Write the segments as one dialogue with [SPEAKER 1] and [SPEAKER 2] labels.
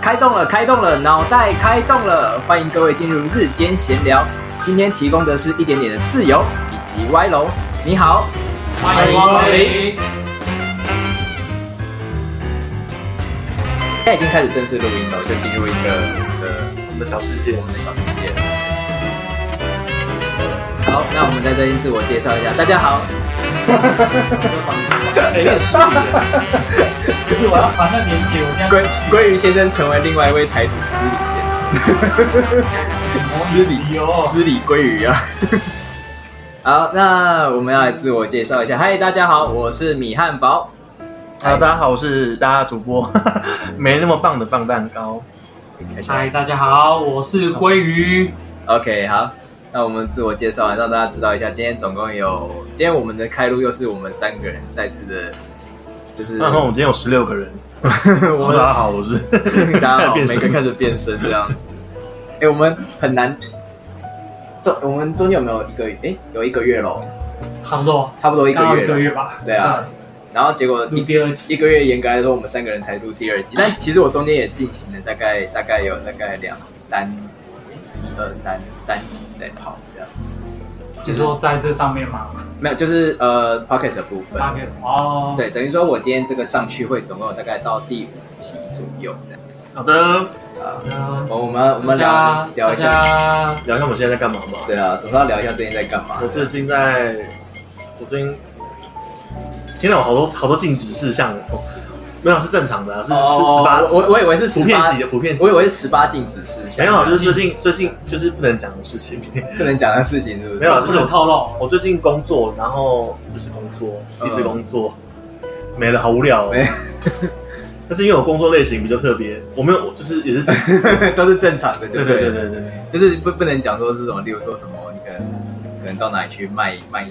[SPEAKER 1] 开动了，开动了，脑袋开动了！欢迎各位进入日间闲聊。今天提供的是一点点的自由以及歪楼。你好，
[SPEAKER 2] 欢迎光临。
[SPEAKER 1] 哎现在已经开始正式录音了，我就进入一个呃
[SPEAKER 2] 我们的小世界
[SPEAKER 1] 我。们的小世界了。好，那我们在这边自我介绍一下。大家好，
[SPEAKER 2] 哎，有点失礼。
[SPEAKER 3] 不是，我要传那链接，我现在
[SPEAKER 1] 鲑鲑鱼先生成为另外一位台主失礼先 生，失礼
[SPEAKER 2] 哦
[SPEAKER 1] 失礼鲑鱼啊！ 好，那我们要来自我介绍一下。嗨，大家好，我是米汉堡。
[SPEAKER 2] 啊，大家好，我是大家主播， 没那么棒的棒蛋糕。
[SPEAKER 1] 开心吗
[SPEAKER 3] 嗨，大家好，我是鲑鱼。
[SPEAKER 1] OK，好，那我们自我介绍完，让大家知道一下，今天总共有，今天我们的开录又是我们三个人再次的，就是
[SPEAKER 2] 然后我们今天有十六个人。
[SPEAKER 1] 我
[SPEAKER 2] 大家好，我是
[SPEAKER 1] 大家好，每
[SPEAKER 2] 变身
[SPEAKER 1] 个人开始变身这样子。哎、我们很难，这我们中间有没有一个？哎、有一个月咯，
[SPEAKER 3] 差不多，
[SPEAKER 1] 差不多一
[SPEAKER 3] 一
[SPEAKER 1] 个月
[SPEAKER 3] 一个
[SPEAKER 1] 了。
[SPEAKER 3] 月吧。
[SPEAKER 1] 对啊，然后结果
[SPEAKER 3] 录
[SPEAKER 1] 一
[SPEAKER 3] 第二集，
[SPEAKER 1] 一个月，严格来说，我们三个人才录第二集。但其实我中间也进行了大概大概有大概两三一二三三集在跑这样子。
[SPEAKER 3] 就说在这上面嘛，
[SPEAKER 1] 没有，就是呃 p o c k e t 的部分。
[SPEAKER 3] 大概是哦，，
[SPEAKER 1] 对，等于说我今天这个上去会总共有大概到第五集左右这样。
[SPEAKER 2] 好的，
[SPEAKER 1] 啊，
[SPEAKER 3] 嗯，
[SPEAKER 1] 我我们我们聊
[SPEAKER 3] 大家
[SPEAKER 1] 聊一下
[SPEAKER 3] 大。家
[SPEAKER 2] 聊一下我们现在在干嘛好不好？
[SPEAKER 1] 对啊，总是要聊一下最近在干嘛
[SPEAKER 2] 我。最近在，我最近，天哪，我好多好多禁止事项哦。没有是正常的啊，是是十八，
[SPEAKER 1] 哦我我以为是
[SPEAKER 2] 普
[SPEAKER 1] 十
[SPEAKER 2] 遍
[SPEAKER 1] 八
[SPEAKER 2] 级，的普遍级
[SPEAKER 1] 我以。为是十八禁止事项，
[SPEAKER 2] 没有，啊就是最
[SPEAKER 1] 嗯
[SPEAKER 2] 近最近就是不能讲的事情。
[SPEAKER 1] 不能讲的事情，是不是？
[SPEAKER 2] 没有啊
[SPEAKER 3] 不能透露，
[SPEAKER 2] 我最近工作，然后就是工作，
[SPEAKER 1] 嗯
[SPEAKER 2] 一直工作，没了，好无聊、哦
[SPEAKER 1] 没。
[SPEAKER 2] 但是因为我工作类型比较特别，我没有，我就是也是对
[SPEAKER 1] 都是正常的，
[SPEAKER 2] 对
[SPEAKER 1] 不
[SPEAKER 2] 对对对对，
[SPEAKER 1] 就是不不能讲说是什么，例如说什么，你可能可能到哪里去卖卖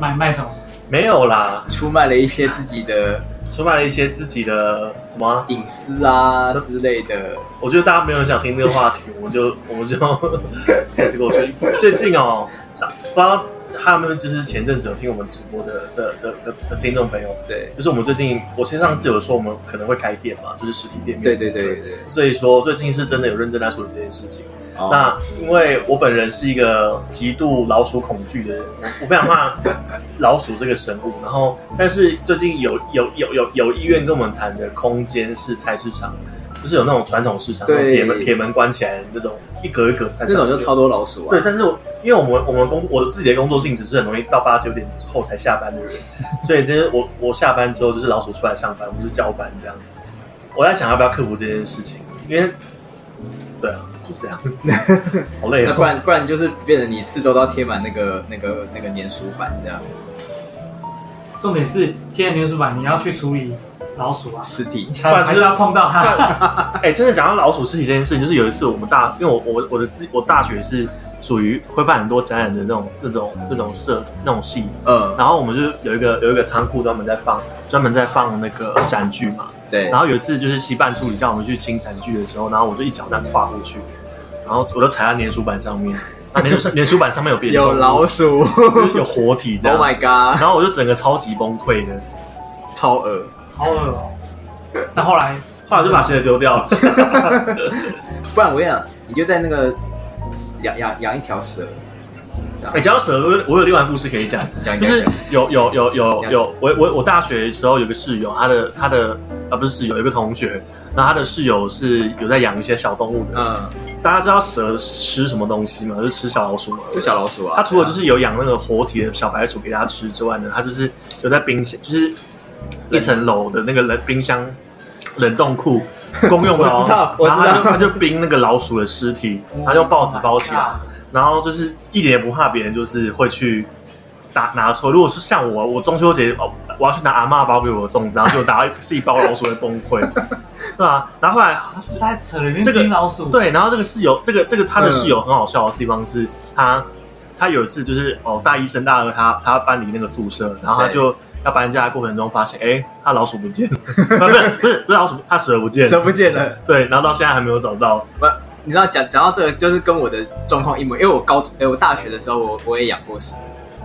[SPEAKER 3] 卖卖什么？
[SPEAKER 2] 没有啦，
[SPEAKER 1] 出卖了一些自己的
[SPEAKER 2] 出卖了一些自己的什么啊、
[SPEAKER 1] 隐私啊
[SPEAKER 2] 这
[SPEAKER 1] 之类的。
[SPEAKER 2] 我觉得大家没有人想听这个话题，我们就我 们就开始过去。最近哦，想不知道他们就是前阵子有听我们直播的的的的的听众朋友，
[SPEAKER 1] 对
[SPEAKER 2] 就是我们最近，我先上次有说我们可能会开店嘛，就是实体店面。
[SPEAKER 1] 对对对对对。
[SPEAKER 2] 所以说最近是真的有认真在处理这件事情。
[SPEAKER 1] 哦
[SPEAKER 2] 那因为我本人是一个极度老鼠恐惧的人，我我非常怕老鼠这个生物。然后，但是最近有有有有有意愿跟我们谈的空间是菜市场，就是有那种传统市场，
[SPEAKER 1] 对
[SPEAKER 2] 那种铁门铁门关起来那种一格一格菜市
[SPEAKER 1] 这
[SPEAKER 2] 场，
[SPEAKER 1] 种就超多老鼠
[SPEAKER 2] 对。
[SPEAKER 1] 啊，
[SPEAKER 2] 但是我因为我们我们工我的自己的工作性质是很容易到八九点后才下班的 人，所以呢，我我下班之后就是老鼠出来上班，我们就交班这样。我在想要不要克服这件事情，因为对啊，就 这样，好累
[SPEAKER 1] 那不
[SPEAKER 2] 啊。
[SPEAKER 1] 然不然就是变成你四周都要贴满那个那个那个粘鼠板这样
[SPEAKER 3] 重点是贴了粘鼠板，你要去处理老鼠啊，
[SPEAKER 1] 尸体。
[SPEAKER 2] 然
[SPEAKER 3] 还
[SPEAKER 2] 就是
[SPEAKER 3] 还是要碰到它？
[SPEAKER 2] 哎、真的讲到老鼠尸体这件事情，就是有一次我们大，因为我我我的自我大学是属于会办很多展览的那种那种那种社那种系，
[SPEAKER 1] 嗯，
[SPEAKER 2] 然后我们就是有一个有一个仓库专门在放专门在放那个展具嘛，
[SPEAKER 1] 对
[SPEAKER 2] 然。后有一次就是西半助理叫我们去清展具的时候，然后我就一脚这样跨过去，然后我就踩在粘鼠板上面，那粘鼠上粘鼠板上面有别的
[SPEAKER 1] 有
[SPEAKER 2] 动物
[SPEAKER 1] 老鼠，Oh
[SPEAKER 2] 就是有活体 这样
[SPEAKER 1] my god，
[SPEAKER 2] 然后我就整个超级崩溃的，
[SPEAKER 1] 超恶。
[SPEAKER 3] 好恶哦。那后来
[SPEAKER 2] 后来就把鞋子丢掉了。
[SPEAKER 1] 不然我跟你讲，你就在那个养养养一条蛇，
[SPEAKER 2] 哎、讲到蛇，我有我有另外一个故事可以讲，
[SPEAKER 1] 讲
[SPEAKER 2] 就
[SPEAKER 1] 讲
[SPEAKER 2] 是
[SPEAKER 1] 讲
[SPEAKER 2] 有有有有有，我我我大学时候有个室友，他的他的啊不是室友，有一个同学，然后他的室友是有在养一些小动物的。
[SPEAKER 1] 嗯，
[SPEAKER 2] 大家知道蛇吃什么东西吗？就是吃小老鼠嘛。
[SPEAKER 1] 就小老鼠啊。
[SPEAKER 2] 他除了就是有养那个活体的小白鼠给他吃之外呢，他就是有在冰箱，就是一层楼的那个冷冰箱冷 冻库公用的
[SPEAKER 1] 我知道
[SPEAKER 2] 哦，
[SPEAKER 1] 我知
[SPEAKER 2] 然
[SPEAKER 1] 道哦
[SPEAKER 2] 后他就他就冰那个老鼠的尸体，他用报纸包起来，然后就是一点也不怕别人，就是会去打拿错。如果是像我，我中秋节哦，我要去拿阿嬷包给我的粽子，然后就拿到是一包老鼠会崩 溃，对啊，然后后来
[SPEAKER 3] 他是在扯里面
[SPEAKER 2] 这个
[SPEAKER 3] 冰老鼠，，
[SPEAKER 2] 对，然后这个室友，这个这个他的室友很好笑的地方是，他他有一次就是哦，大一升大二他他搬离那个宿舍，然后他
[SPEAKER 1] 对
[SPEAKER 2] 就要搬家的过程中发现，哎，他老鼠不见了， 不是不是不是老鼠，他蛇不见
[SPEAKER 1] 蛇
[SPEAKER 2] 了，
[SPEAKER 1] 不见了。
[SPEAKER 2] 对，然后到现在还没有找到，
[SPEAKER 1] 不，你知道讲讲到这个，就是跟我的状况一模，因为我高哎、我大学的时候我我也养过蛇，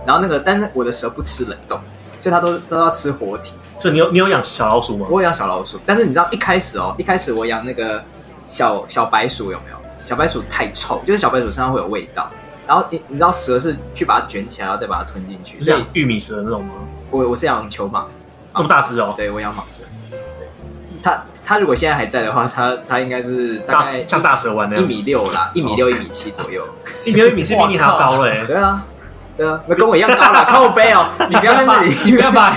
[SPEAKER 1] 然后那个但是我的蛇不吃冷冻，所以它都都要吃活体。
[SPEAKER 2] 所以你有你有养小老鼠吗？
[SPEAKER 1] 我有养小老鼠，但是你知道一开始哦，一开始我养那个小小白鼠有没有？小白鼠太臭，就是小白鼠身上会有味道。然后你你知道蛇是去把它卷起来，然后再把它吞进去。所以
[SPEAKER 2] 像玉米蛇那种吗？
[SPEAKER 1] 我我是养球蟒，
[SPEAKER 2] 那么大只
[SPEAKER 1] 啊
[SPEAKER 2] 哦，
[SPEAKER 1] 对我养蟒蛇。它它如果现在还在的话，它它应该是大
[SPEAKER 2] 大
[SPEAKER 1] 概
[SPEAKER 2] 像大哦蛇丸那
[SPEAKER 1] 一
[SPEAKER 2] 样，
[SPEAKER 1] 米六啦，一米六一米七左右。
[SPEAKER 2] 一米一米是比你还要高欸嘞。
[SPEAKER 1] 对啊，对啊，那跟我一样高啦，靠背哦，你不要在那里。
[SPEAKER 3] 你不要 把，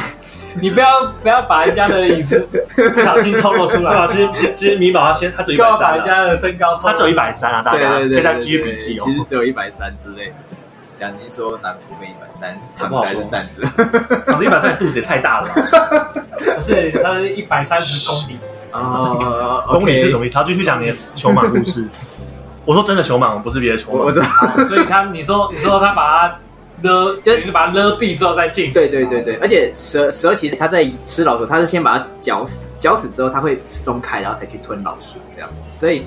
[SPEAKER 3] 你不要不要把人家的隐私不小心透露出
[SPEAKER 2] 对
[SPEAKER 3] 来
[SPEAKER 2] 啊，，其实其实其实米宝他先他只有一
[SPEAKER 3] 不要
[SPEAKER 2] 百
[SPEAKER 3] 把
[SPEAKER 1] 啊
[SPEAKER 2] 三
[SPEAKER 3] 人家的身高透露
[SPEAKER 2] 他只
[SPEAKER 3] 出
[SPEAKER 2] 有一
[SPEAKER 3] 来。
[SPEAKER 2] 百三啊，大家可
[SPEAKER 1] 对
[SPEAKER 2] 以
[SPEAKER 1] 对
[SPEAKER 2] 再
[SPEAKER 1] 对，
[SPEAKER 2] 记
[SPEAKER 1] 对
[SPEAKER 2] 一笔记
[SPEAKER 1] 对
[SPEAKER 2] 哦
[SPEAKER 1] 其。实只有一百三之类的。讲你说南湖跟一百三，躺着还是站着？
[SPEAKER 2] 可是一百三肚子也太大了吧，
[SPEAKER 3] 不是，他是一百三十公里，
[SPEAKER 1] 哦，
[SPEAKER 2] 公里是什
[SPEAKER 1] 么？
[SPEAKER 2] 么意思？他继续讲你的球蟒故 事。我说真的球蟒，不是别的球
[SPEAKER 1] 我我
[SPEAKER 2] 蟒
[SPEAKER 1] 知。道，
[SPEAKER 3] 所以他你说你说他把他勒，
[SPEAKER 1] 就
[SPEAKER 3] 就是把他勒毙之后再进食。
[SPEAKER 1] 对对对对，而且蛇蛇其实它在吃老鼠，它是先把它绞死，绞死之后它会松开，然后才去吞老鼠这样子。所以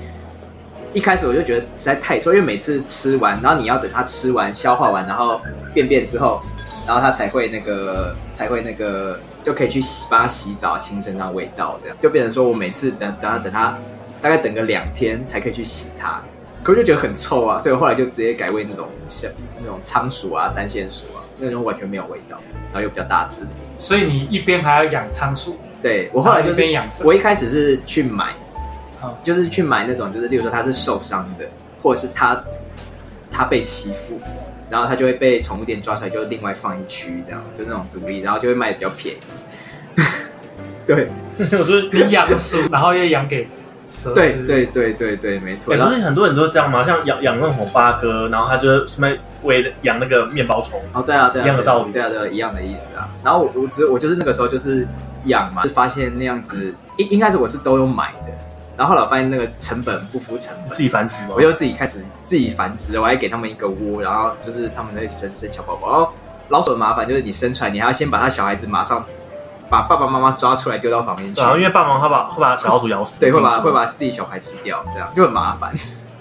[SPEAKER 1] 一开始我就觉得实在太臭，因为每次吃完，然后你要等它吃完、消化完，然后便便之后，然后它才会那个才会那个就可以去洗，帮它洗澡、啊清身上味道，这样就变成说我每次等等它等它大概等个两天才可以去洗它。可我就觉得很臭啊，所以我后来就直接改为那种像那种仓鼠啊、三线鼠啊，那种完全没有味道，然后又比较大只。
[SPEAKER 3] 所以你一边还要养仓鼠，
[SPEAKER 1] 对我后来就
[SPEAKER 3] 然一边
[SPEAKER 1] 是，
[SPEAKER 3] 养蛇。
[SPEAKER 1] 我一开始是去买
[SPEAKER 3] 好，
[SPEAKER 1] 就是去买那种，就是例如说它是受伤的，或者是它它被欺负，然后它就会被宠物店抓出来，就另外放一区这样，就那种独立，然后就会卖的比较便宜。 对
[SPEAKER 2] 我说
[SPEAKER 3] 你养鼠，然后又养给蛇
[SPEAKER 1] 对
[SPEAKER 3] 吃。
[SPEAKER 1] 对对对 对，没错。
[SPEAKER 2] 欸、
[SPEAKER 1] 然
[SPEAKER 2] 不
[SPEAKER 1] 后
[SPEAKER 2] 是很多人都这样吗？像养养那种红八哥，然后他就是什么喂养那个面包虫，
[SPEAKER 1] 哦，对啊，对啊，
[SPEAKER 2] 一样的道理
[SPEAKER 1] 对啊，对啊，一样的意思啊。然后我我只我就是那个时候就是养嘛，就发现那样子应应该是我是都有买的，然后后来我发现那个成本不符成本，
[SPEAKER 2] 自己繁殖吗
[SPEAKER 1] 我？就自己开始自己繁殖，我还给他们一个窝，然后就是他们会生生小宝宝。然后老鼠的麻烦就是你生出来，你还要先把他小孩子马上把爸爸妈妈抓出来丢到旁边去
[SPEAKER 2] 对，啊，因为爸妈他把会把小老鼠咬死，
[SPEAKER 1] 对，会
[SPEAKER 2] 听
[SPEAKER 1] 把
[SPEAKER 2] 说
[SPEAKER 1] 会把自己小孩吃掉，这样就很麻烦。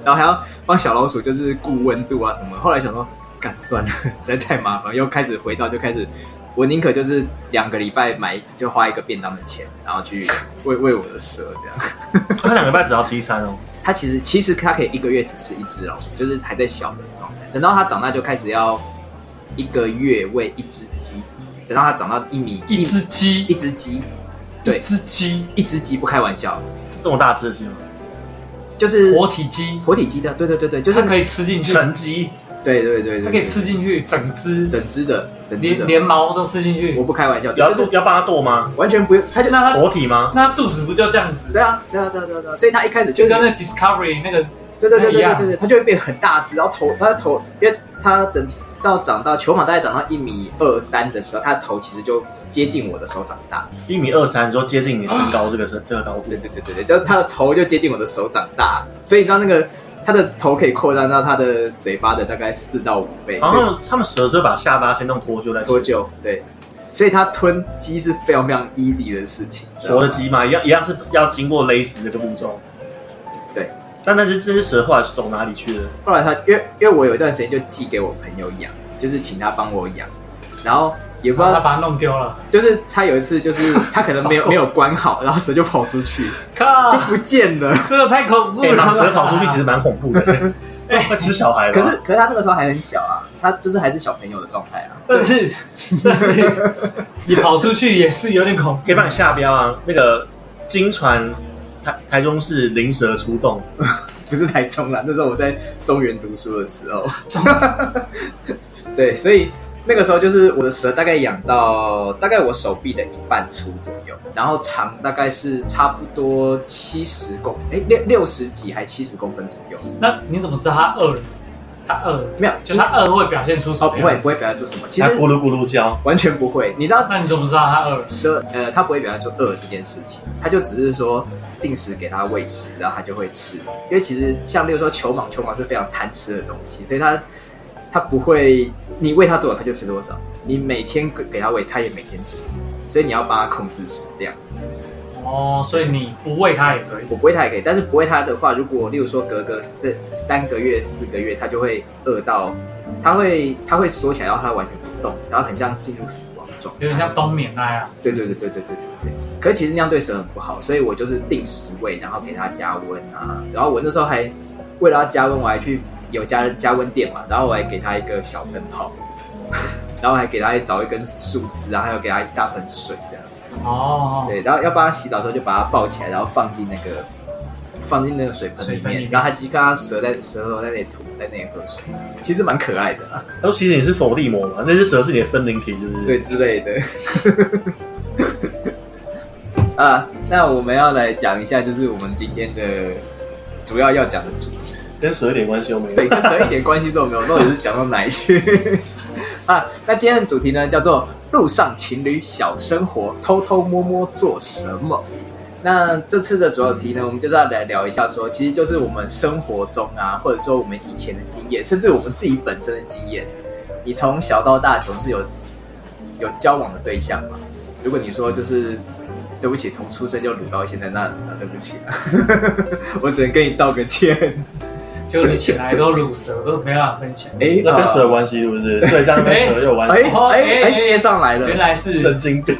[SPEAKER 1] 然后还要帮小老鼠就是顾温度啊什么。后来想说，干算了， 实在太麻烦，又开始回到就开始，我宁可就是两个礼拜买就花一个便当的钱，然后去喂喂我的蛇这样。
[SPEAKER 2] 他两个礼拜只要吃一餐哦，
[SPEAKER 1] 它其实其实它可以一个月只吃一只老鼠，就是还在小的状态。等到它长大就开始要一个月喂一只鸡，等到它长到一米
[SPEAKER 3] 一只鸡，
[SPEAKER 1] 一只鸡，对
[SPEAKER 3] 一只鸡，
[SPEAKER 1] 一只鸡不开玩笑，
[SPEAKER 2] 这么大只的鸡吗？
[SPEAKER 1] 就是
[SPEAKER 3] 活体鸡，
[SPEAKER 1] 活体鸡的，对对对对，就
[SPEAKER 3] 就是是可以吃进去，
[SPEAKER 2] 成鸡，
[SPEAKER 1] 对对对对，
[SPEAKER 3] 它
[SPEAKER 1] 对
[SPEAKER 3] 可以吃进去整只，
[SPEAKER 1] 整只的，整只
[SPEAKER 3] 连
[SPEAKER 1] 的，
[SPEAKER 3] 连毛都吃进去
[SPEAKER 1] 我。不开玩笑，
[SPEAKER 2] 要
[SPEAKER 1] 就是
[SPEAKER 2] 要帮他剁吗？
[SPEAKER 1] 完全不用，他就
[SPEAKER 3] 那它
[SPEAKER 2] 活体吗？
[SPEAKER 3] 那它肚子不就这样子？
[SPEAKER 1] 对啊，对啊，对啊，对啊，对啊所以他一开始就
[SPEAKER 3] 就是跟那 Discovery 那个
[SPEAKER 1] 对对对
[SPEAKER 3] 那一
[SPEAKER 1] 对对
[SPEAKER 3] 样
[SPEAKER 1] 对对，他就会变很大只，然后头他的头，因为他等到长到球蟒大概长到一米二三的时候，他的头其实就接近我的手掌大，
[SPEAKER 2] 一米二三，你说接近你身
[SPEAKER 1] 啊
[SPEAKER 2] 高这个身这个高度
[SPEAKER 1] 对，对对对对，就他的头就接近我的手掌大，所以你知道那个他的头可以扩张到他的嘴巴的大概四到五倍，
[SPEAKER 2] 然后
[SPEAKER 1] 所以
[SPEAKER 2] 他们他们蛇是会把下巴先弄脱臼再
[SPEAKER 1] 多
[SPEAKER 2] 吃，
[SPEAKER 1] 久？对，所以他吞鸡是非常非常 easy 的事情，
[SPEAKER 2] 活的鸡嘛，一样一样是要经过勒死这个步骤。
[SPEAKER 1] 对，
[SPEAKER 2] 但那只这只蛇后来是走哪里去了？
[SPEAKER 1] 后来他，因为因为我有一段时间就寄给我朋友养，就是请他帮我养，然后也不知
[SPEAKER 3] 哦然后他
[SPEAKER 1] 道，
[SPEAKER 3] 把它弄丢了，
[SPEAKER 1] 就是他有一次就是他可能没有没有关好，然后蛇就跑出去
[SPEAKER 3] 靠
[SPEAKER 1] 就，不见了。
[SPEAKER 3] 这个太恐怖
[SPEAKER 2] 哎，
[SPEAKER 3] 了
[SPEAKER 2] 蟒
[SPEAKER 3] 吧。
[SPEAKER 2] 蛇跑出去其实蛮恐怖的，
[SPEAKER 3] 哎
[SPEAKER 2] 会吃小孩吧。
[SPEAKER 1] 可是可是他那个时候还很小啊，他就是还是小朋友的状态啊。
[SPEAKER 3] 但是但是你跑出去也是有点恐怖
[SPEAKER 2] 可以。帮你下标啊，那个金传台台中市灵蛇出动，
[SPEAKER 1] 不是台中啦，那时候我在中原读书的时候。对，所以那个时候就是我的蛇大概养到大概我手臂的一半粗左右，然后长大概是差不多七十公，哎六六十几还七十公分左右。
[SPEAKER 3] 那你怎么知道它饿了？它饿了，
[SPEAKER 1] 没有，
[SPEAKER 3] 就它饿会表现出什
[SPEAKER 1] 哦，
[SPEAKER 3] 么
[SPEAKER 1] 不会
[SPEAKER 3] 样子？
[SPEAKER 1] 不会表现出什么，其
[SPEAKER 2] 它
[SPEAKER 1] 实
[SPEAKER 2] 咕噜咕噜叫，
[SPEAKER 1] 完全不会。你知道，
[SPEAKER 3] 那你怎么知道啊它饿了？
[SPEAKER 1] 蛇呃，它不会表现出饿这件事情，它就只是说定时给它喂食，然后它就会吃。因为其实像例如说球蟒，球蟒是非常贪吃的东西，所以它它不会，你喂它多少它就吃多少，你每天给它喂它也每天吃，所以你要帮它控制食量。
[SPEAKER 3] 哦，所以你不喂它也可以。
[SPEAKER 1] 我不喂它也可以，但是不喂它的话，如果例如说隔个四三个月、四个月，它就会饿到，它会它会缩起来，然后它完全不动，然后很像进入死亡。状态。
[SPEAKER 3] 有点像冬眠那样。
[SPEAKER 1] 对对对对对对对对。可是其实那样对蛇很不好，所以我就是定时喂，然后给它加温啊。然后我那时候还为了要加温，我还去有加加温垫嘛，然后我还给它一个小灯泡， 然后还给它找一根树枝啊，还有给它一大盆水这样。
[SPEAKER 3] 哦，
[SPEAKER 1] 对，然后要帮它洗澡的时候就把它抱起来，然后放进那个放进那个水盆里
[SPEAKER 3] 水盆里
[SPEAKER 1] 面，
[SPEAKER 3] 面
[SPEAKER 1] 然后它就看它蛇在蛇头在那里吐，在那里喝水，其实蛮可爱的啊啦，
[SPEAKER 2] 他说其实你是否地魔嘛，那只蛇是你的分灵体，是不是？
[SPEAKER 1] 对，之类的。 啊，那我们要来讲一下，就是我们今天的主要要讲的主题，
[SPEAKER 2] 跟蛇一点关系都没有。
[SPEAKER 1] 对，跟蛇一点关系都没有，到底是讲到哪里去？ 啊，那今天的主题呢，叫做“路上情侣小生活，偷偷摸摸做什么”。那这次的主要题呢，我们就是要来聊一下说，其实就是我们生活中啊，或者说我们以前的经验，甚至我们自己本身的经验。你从小到大总是有有交往的对象嘛？如果你说就是对不起，从出生就撸到现在，那那对不起、啊， 我只能跟你道个歉。
[SPEAKER 3] 就你起来都乳蛇都没办法分 享。
[SPEAKER 1] 哎、
[SPEAKER 2] 那跟蛇
[SPEAKER 1] 呃
[SPEAKER 2] 有关系是不是？所以这样跟蛇有关
[SPEAKER 1] 哎
[SPEAKER 2] 系，
[SPEAKER 3] 哦
[SPEAKER 1] 哎
[SPEAKER 3] 哎
[SPEAKER 1] 哎，
[SPEAKER 3] 哎
[SPEAKER 1] 接上来了。
[SPEAKER 3] 原来是
[SPEAKER 2] 神经病。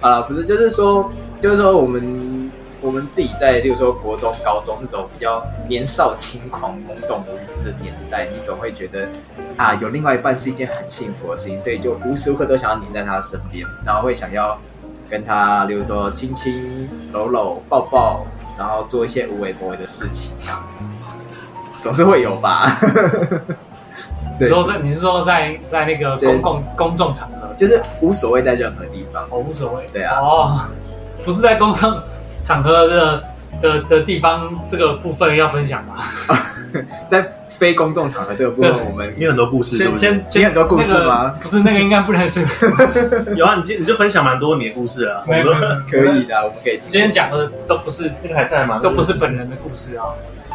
[SPEAKER 1] 啊，不是，就是说，就是说，我们我们自己在，例如说国中、高中那种比较年少轻狂、懵懂无知的年代，你总会觉得啊，有另外一半是一件很幸福的事情，所以就无时无刻都想要黏在他身边，然后会想要跟他，例如说亲亲、搂搂、抱抱，然后做一些无微不微的事情啊，总是会有吧。
[SPEAKER 3] 你
[SPEAKER 1] 对，
[SPEAKER 3] 说在你是说在在那个公共公众场合，
[SPEAKER 1] 就是无所谓在任何地方。
[SPEAKER 3] 我无所谓。
[SPEAKER 1] 对啊
[SPEAKER 3] 哦，不是在公众场合的的的地方这个部分要分享吗？
[SPEAKER 1] 在非公众场合这个部
[SPEAKER 3] 对
[SPEAKER 1] 分，我们
[SPEAKER 2] 你有很多故事，对
[SPEAKER 3] 先
[SPEAKER 2] 不对？
[SPEAKER 3] 先
[SPEAKER 1] 你很多故事吗
[SPEAKER 3] 那个不是，那个应该不能是。
[SPEAKER 2] 有啊，你就你就分享蛮多你的故事啊。我
[SPEAKER 3] 没
[SPEAKER 2] 们
[SPEAKER 3] 有没
[SPEAKER 2] 都
[SPEAKER 3] 有没有
[SPEAKER 1] 可以的，我们可以
[SPEAKER 3] 今天讲的都不是
[SPEAKER 2] 那个还在吗？
[SPEAKER 3] 都不是本人的故事啊。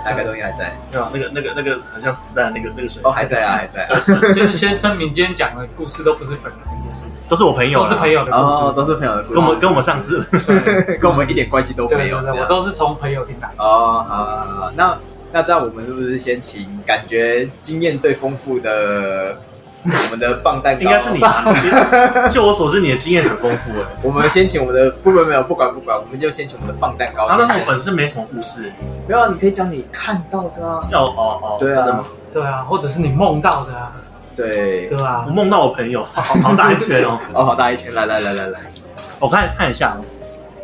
[SPEAKER 1] 大概东西还在
[SPEAKER 2] 对啊吧？那个那个那个很像子弹，那个那个水
[SPEAKER 1] 哦，还在啊，还在啊，
[SPEAKER 3] 先先声明，今天讲的故事都不是本人的故事，
[SPEAKER 2] 都是我朋友
[SPEAKER 3] 都
[SPEAKER 2] 啦，
[SPEAKER 3] 是朋友的哦
[SPEAKER 1] 哦，
[SPEAKER 3] 故
[SPEAKER 1] 都是朋友的故
[SPEAKER 2] 跟我们
[SPEAKER 1] 事，
[SPEAKER 2] 跟我们上次
[SPEAKER 3] 事。对
[SPEAKER 1] 跟我们一点关系都
[SPEAKER 3] 对
[SPEAKER 1] 没
[SPEAKER 3] 对
[SPEAKER 1] 有。
[SPEAKER 3] 对，我
[SPEAKER 1] 这样
[SPEAKER 3] 都是从朋友听来的。
[SPEAKER 1] 哦，好好好，好那那这样我们是不是先请感觉经验最丰富的我们的棒蛋糕？
[SPEAKER 2] 应该是你吧？ 就我所知，你的经验很丰富哎。
[SPEAKER 1] 我们先请我们的不不没有不管不管，我们就先请我们的棒蛋糕
[SPEAKER 2] 啊，
[SPEAKER 1] 先。
[SPEAKER 2] 但是我本身没什么故事。
[SPEAKER 1] 没有啊，你可以讲你看到的啊。
[SPEAKER 2] 要哦哦，
[SPEAKER 1] 对
[SPEAKER 2] 真的吗
[SPEAKER 1] 啊，
[SPEAKER 3] 对啊，或者是你梦到的啊，
[SPEAKER 1] 对
[SPEAKER 3] 对。啊吧
[SPEAKER 2] 我？梦到我朋友，好好大一圈哦。
[SPEAKER 1] 哦，好大一圈，来来来来来，
[SPEAKER 2] 我看看一下，哦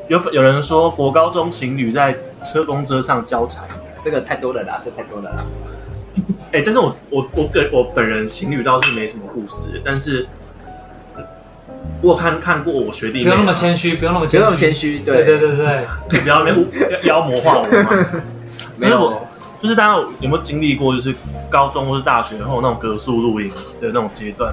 [SPEAKER 2] 有有人说国高中情侣在车公车上交缠，
[SPEAKER 1] 这个太多了啦，这太多了啦。
[SPEAKER 2] 哎、但是我我我本我本人情侣倒是没什么故事，但是呃我有看看过我学弟
[SPEAKER 3] 不
[SPEAKER 2] 妹啊，
[SPEAKER 3] 用那么谦虚，不用那么
[SPEAKER 1] 不用那么
[SPEAKER 3] 谦
[SPEAKER 1] 谦
[SPEAKER 3] 虚。
[SPEAKER 1] 虚，
[SPEAKER 3] 对对
[SPEAKER 1] 对，
[SPEAKER 3] 对对，
[SPEAKER 2] 你不要那边污 妖魔化我嘛。
[SPEAKER 1] 没
[SPEAKER 2] 没
[SPEAKER 1] 有
[SPEAKER 2] 有就是大家有有没有经历过，就是高中或是大学后那种格宿露营的那种阶段，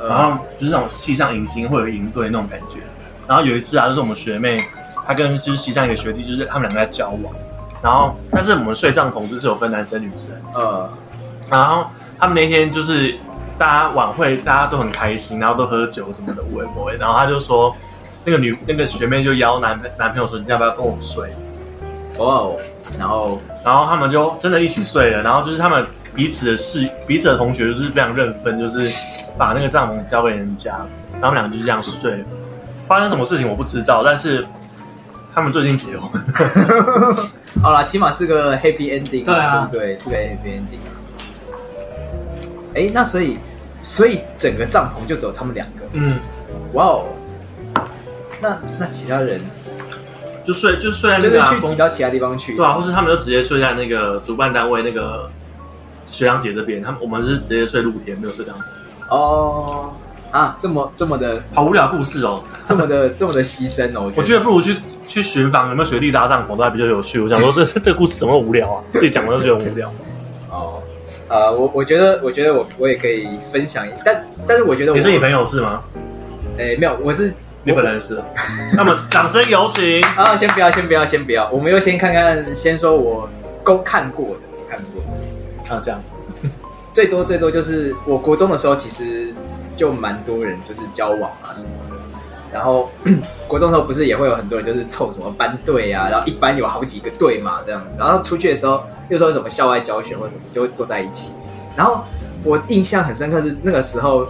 [SPEAKER 2] 然
[SPEAKER 1] 呃
[SPEAKER 2] 后就是那种系上迎新会有营队那种感觉。然后有一次啊，就是我们学妹，她跟就是系上一个学弟，就是他们两个在交往。然后，但是我们睡帐篷就是有分男生女生。
[SPEAKER 1] 呃，
[SPEAKER 2] 然后他们那天就是大家晚会，大家都很开心，然后都喝酒什么的，无微不微。然后他就说，那个女那个学妹就邀男男朋友说，你要不要跟我睡？
[SPEAKER 1] 哇哦，然后
[SPEAKER 2] 然后他们就真的一起睡了。然后就是他们彼此的事，彼此的同学就是非常认分，就是把那个帐篷交给人家，然后他们两个就这样睡。发生什么事情我不知道，但是他们最近结婚，
[SPEAKER 1] 好啦，起码是个 happy ending，
[SPEAKER 3] 对啊
[SPEAKER 1] 对不对，是个 happy ending。哎，那所以，所以整个帐篷就只有他们两个，
[SPEAKER 2] 嗯，
[SPEAKER 1] 哇哦！那那其他人
[SPEAKER 2] 就睡就睡在
[SPEAKER 1] 就
[SPEAKER 2] 那
[SPEAKER 1] 是
[SPEAKER 2] 个啊
[SPEAKER 1] 去
[SPEAKER 2] 公
[SPEAKER 1] 挤到其他地方去，
[SPEAKER 2] 对啊，或是他们就直接睡在那个主办单位那个学长姐这边，他们我们是直接睡露天，没有睡帐篷。
[SPEAKER 1] 哦啊，这么这么的
[SPEAKER 2] 好无聊故事哦，
[SPEAKER 1] 这么的这么的牺牲哦，
[SPEAKER 2] 我
[SPEAKER 1] 我
[SPEAKER 2] 觉
[SPEAKER 1] 觉
[SPEAKER 2] 得
[SPEAKER 1] 得
[SPEAKER 2] 不如去去寻访有没有学弟搭帐篷，都还比较有趣。我想说这这个故事怎么会无聊啊？自己讲我都觉得很无聊。
[SPEAKER 1] 哦。呃，我我觉得，我觉得我我也可以分享一，但但是我觉得我
[SPEAKER 2] 你是你朋友是吗？
[SPEAKER 1] 哎没有，我是
[SPEAKER 2] 你本人是啊。那么掌声有请。
[SPEAKER 1] 啊，先不要，先不要，先不要，我们又先看看，先说我都看过的，我看过的。
[SPEAKER 2] 啊，这样
[SPEAKER 1] 最多最多就是我国中的时候，其实就蛮多人就是交往啊什么的。然后 国中的时候不是也会有很多人就是凑什么班队啊，然后一班有好几个队嘛这样子。然后出去的时候，又说什么校外教学或什么，就会坐在一起。然后我印象很深刻是那个时候，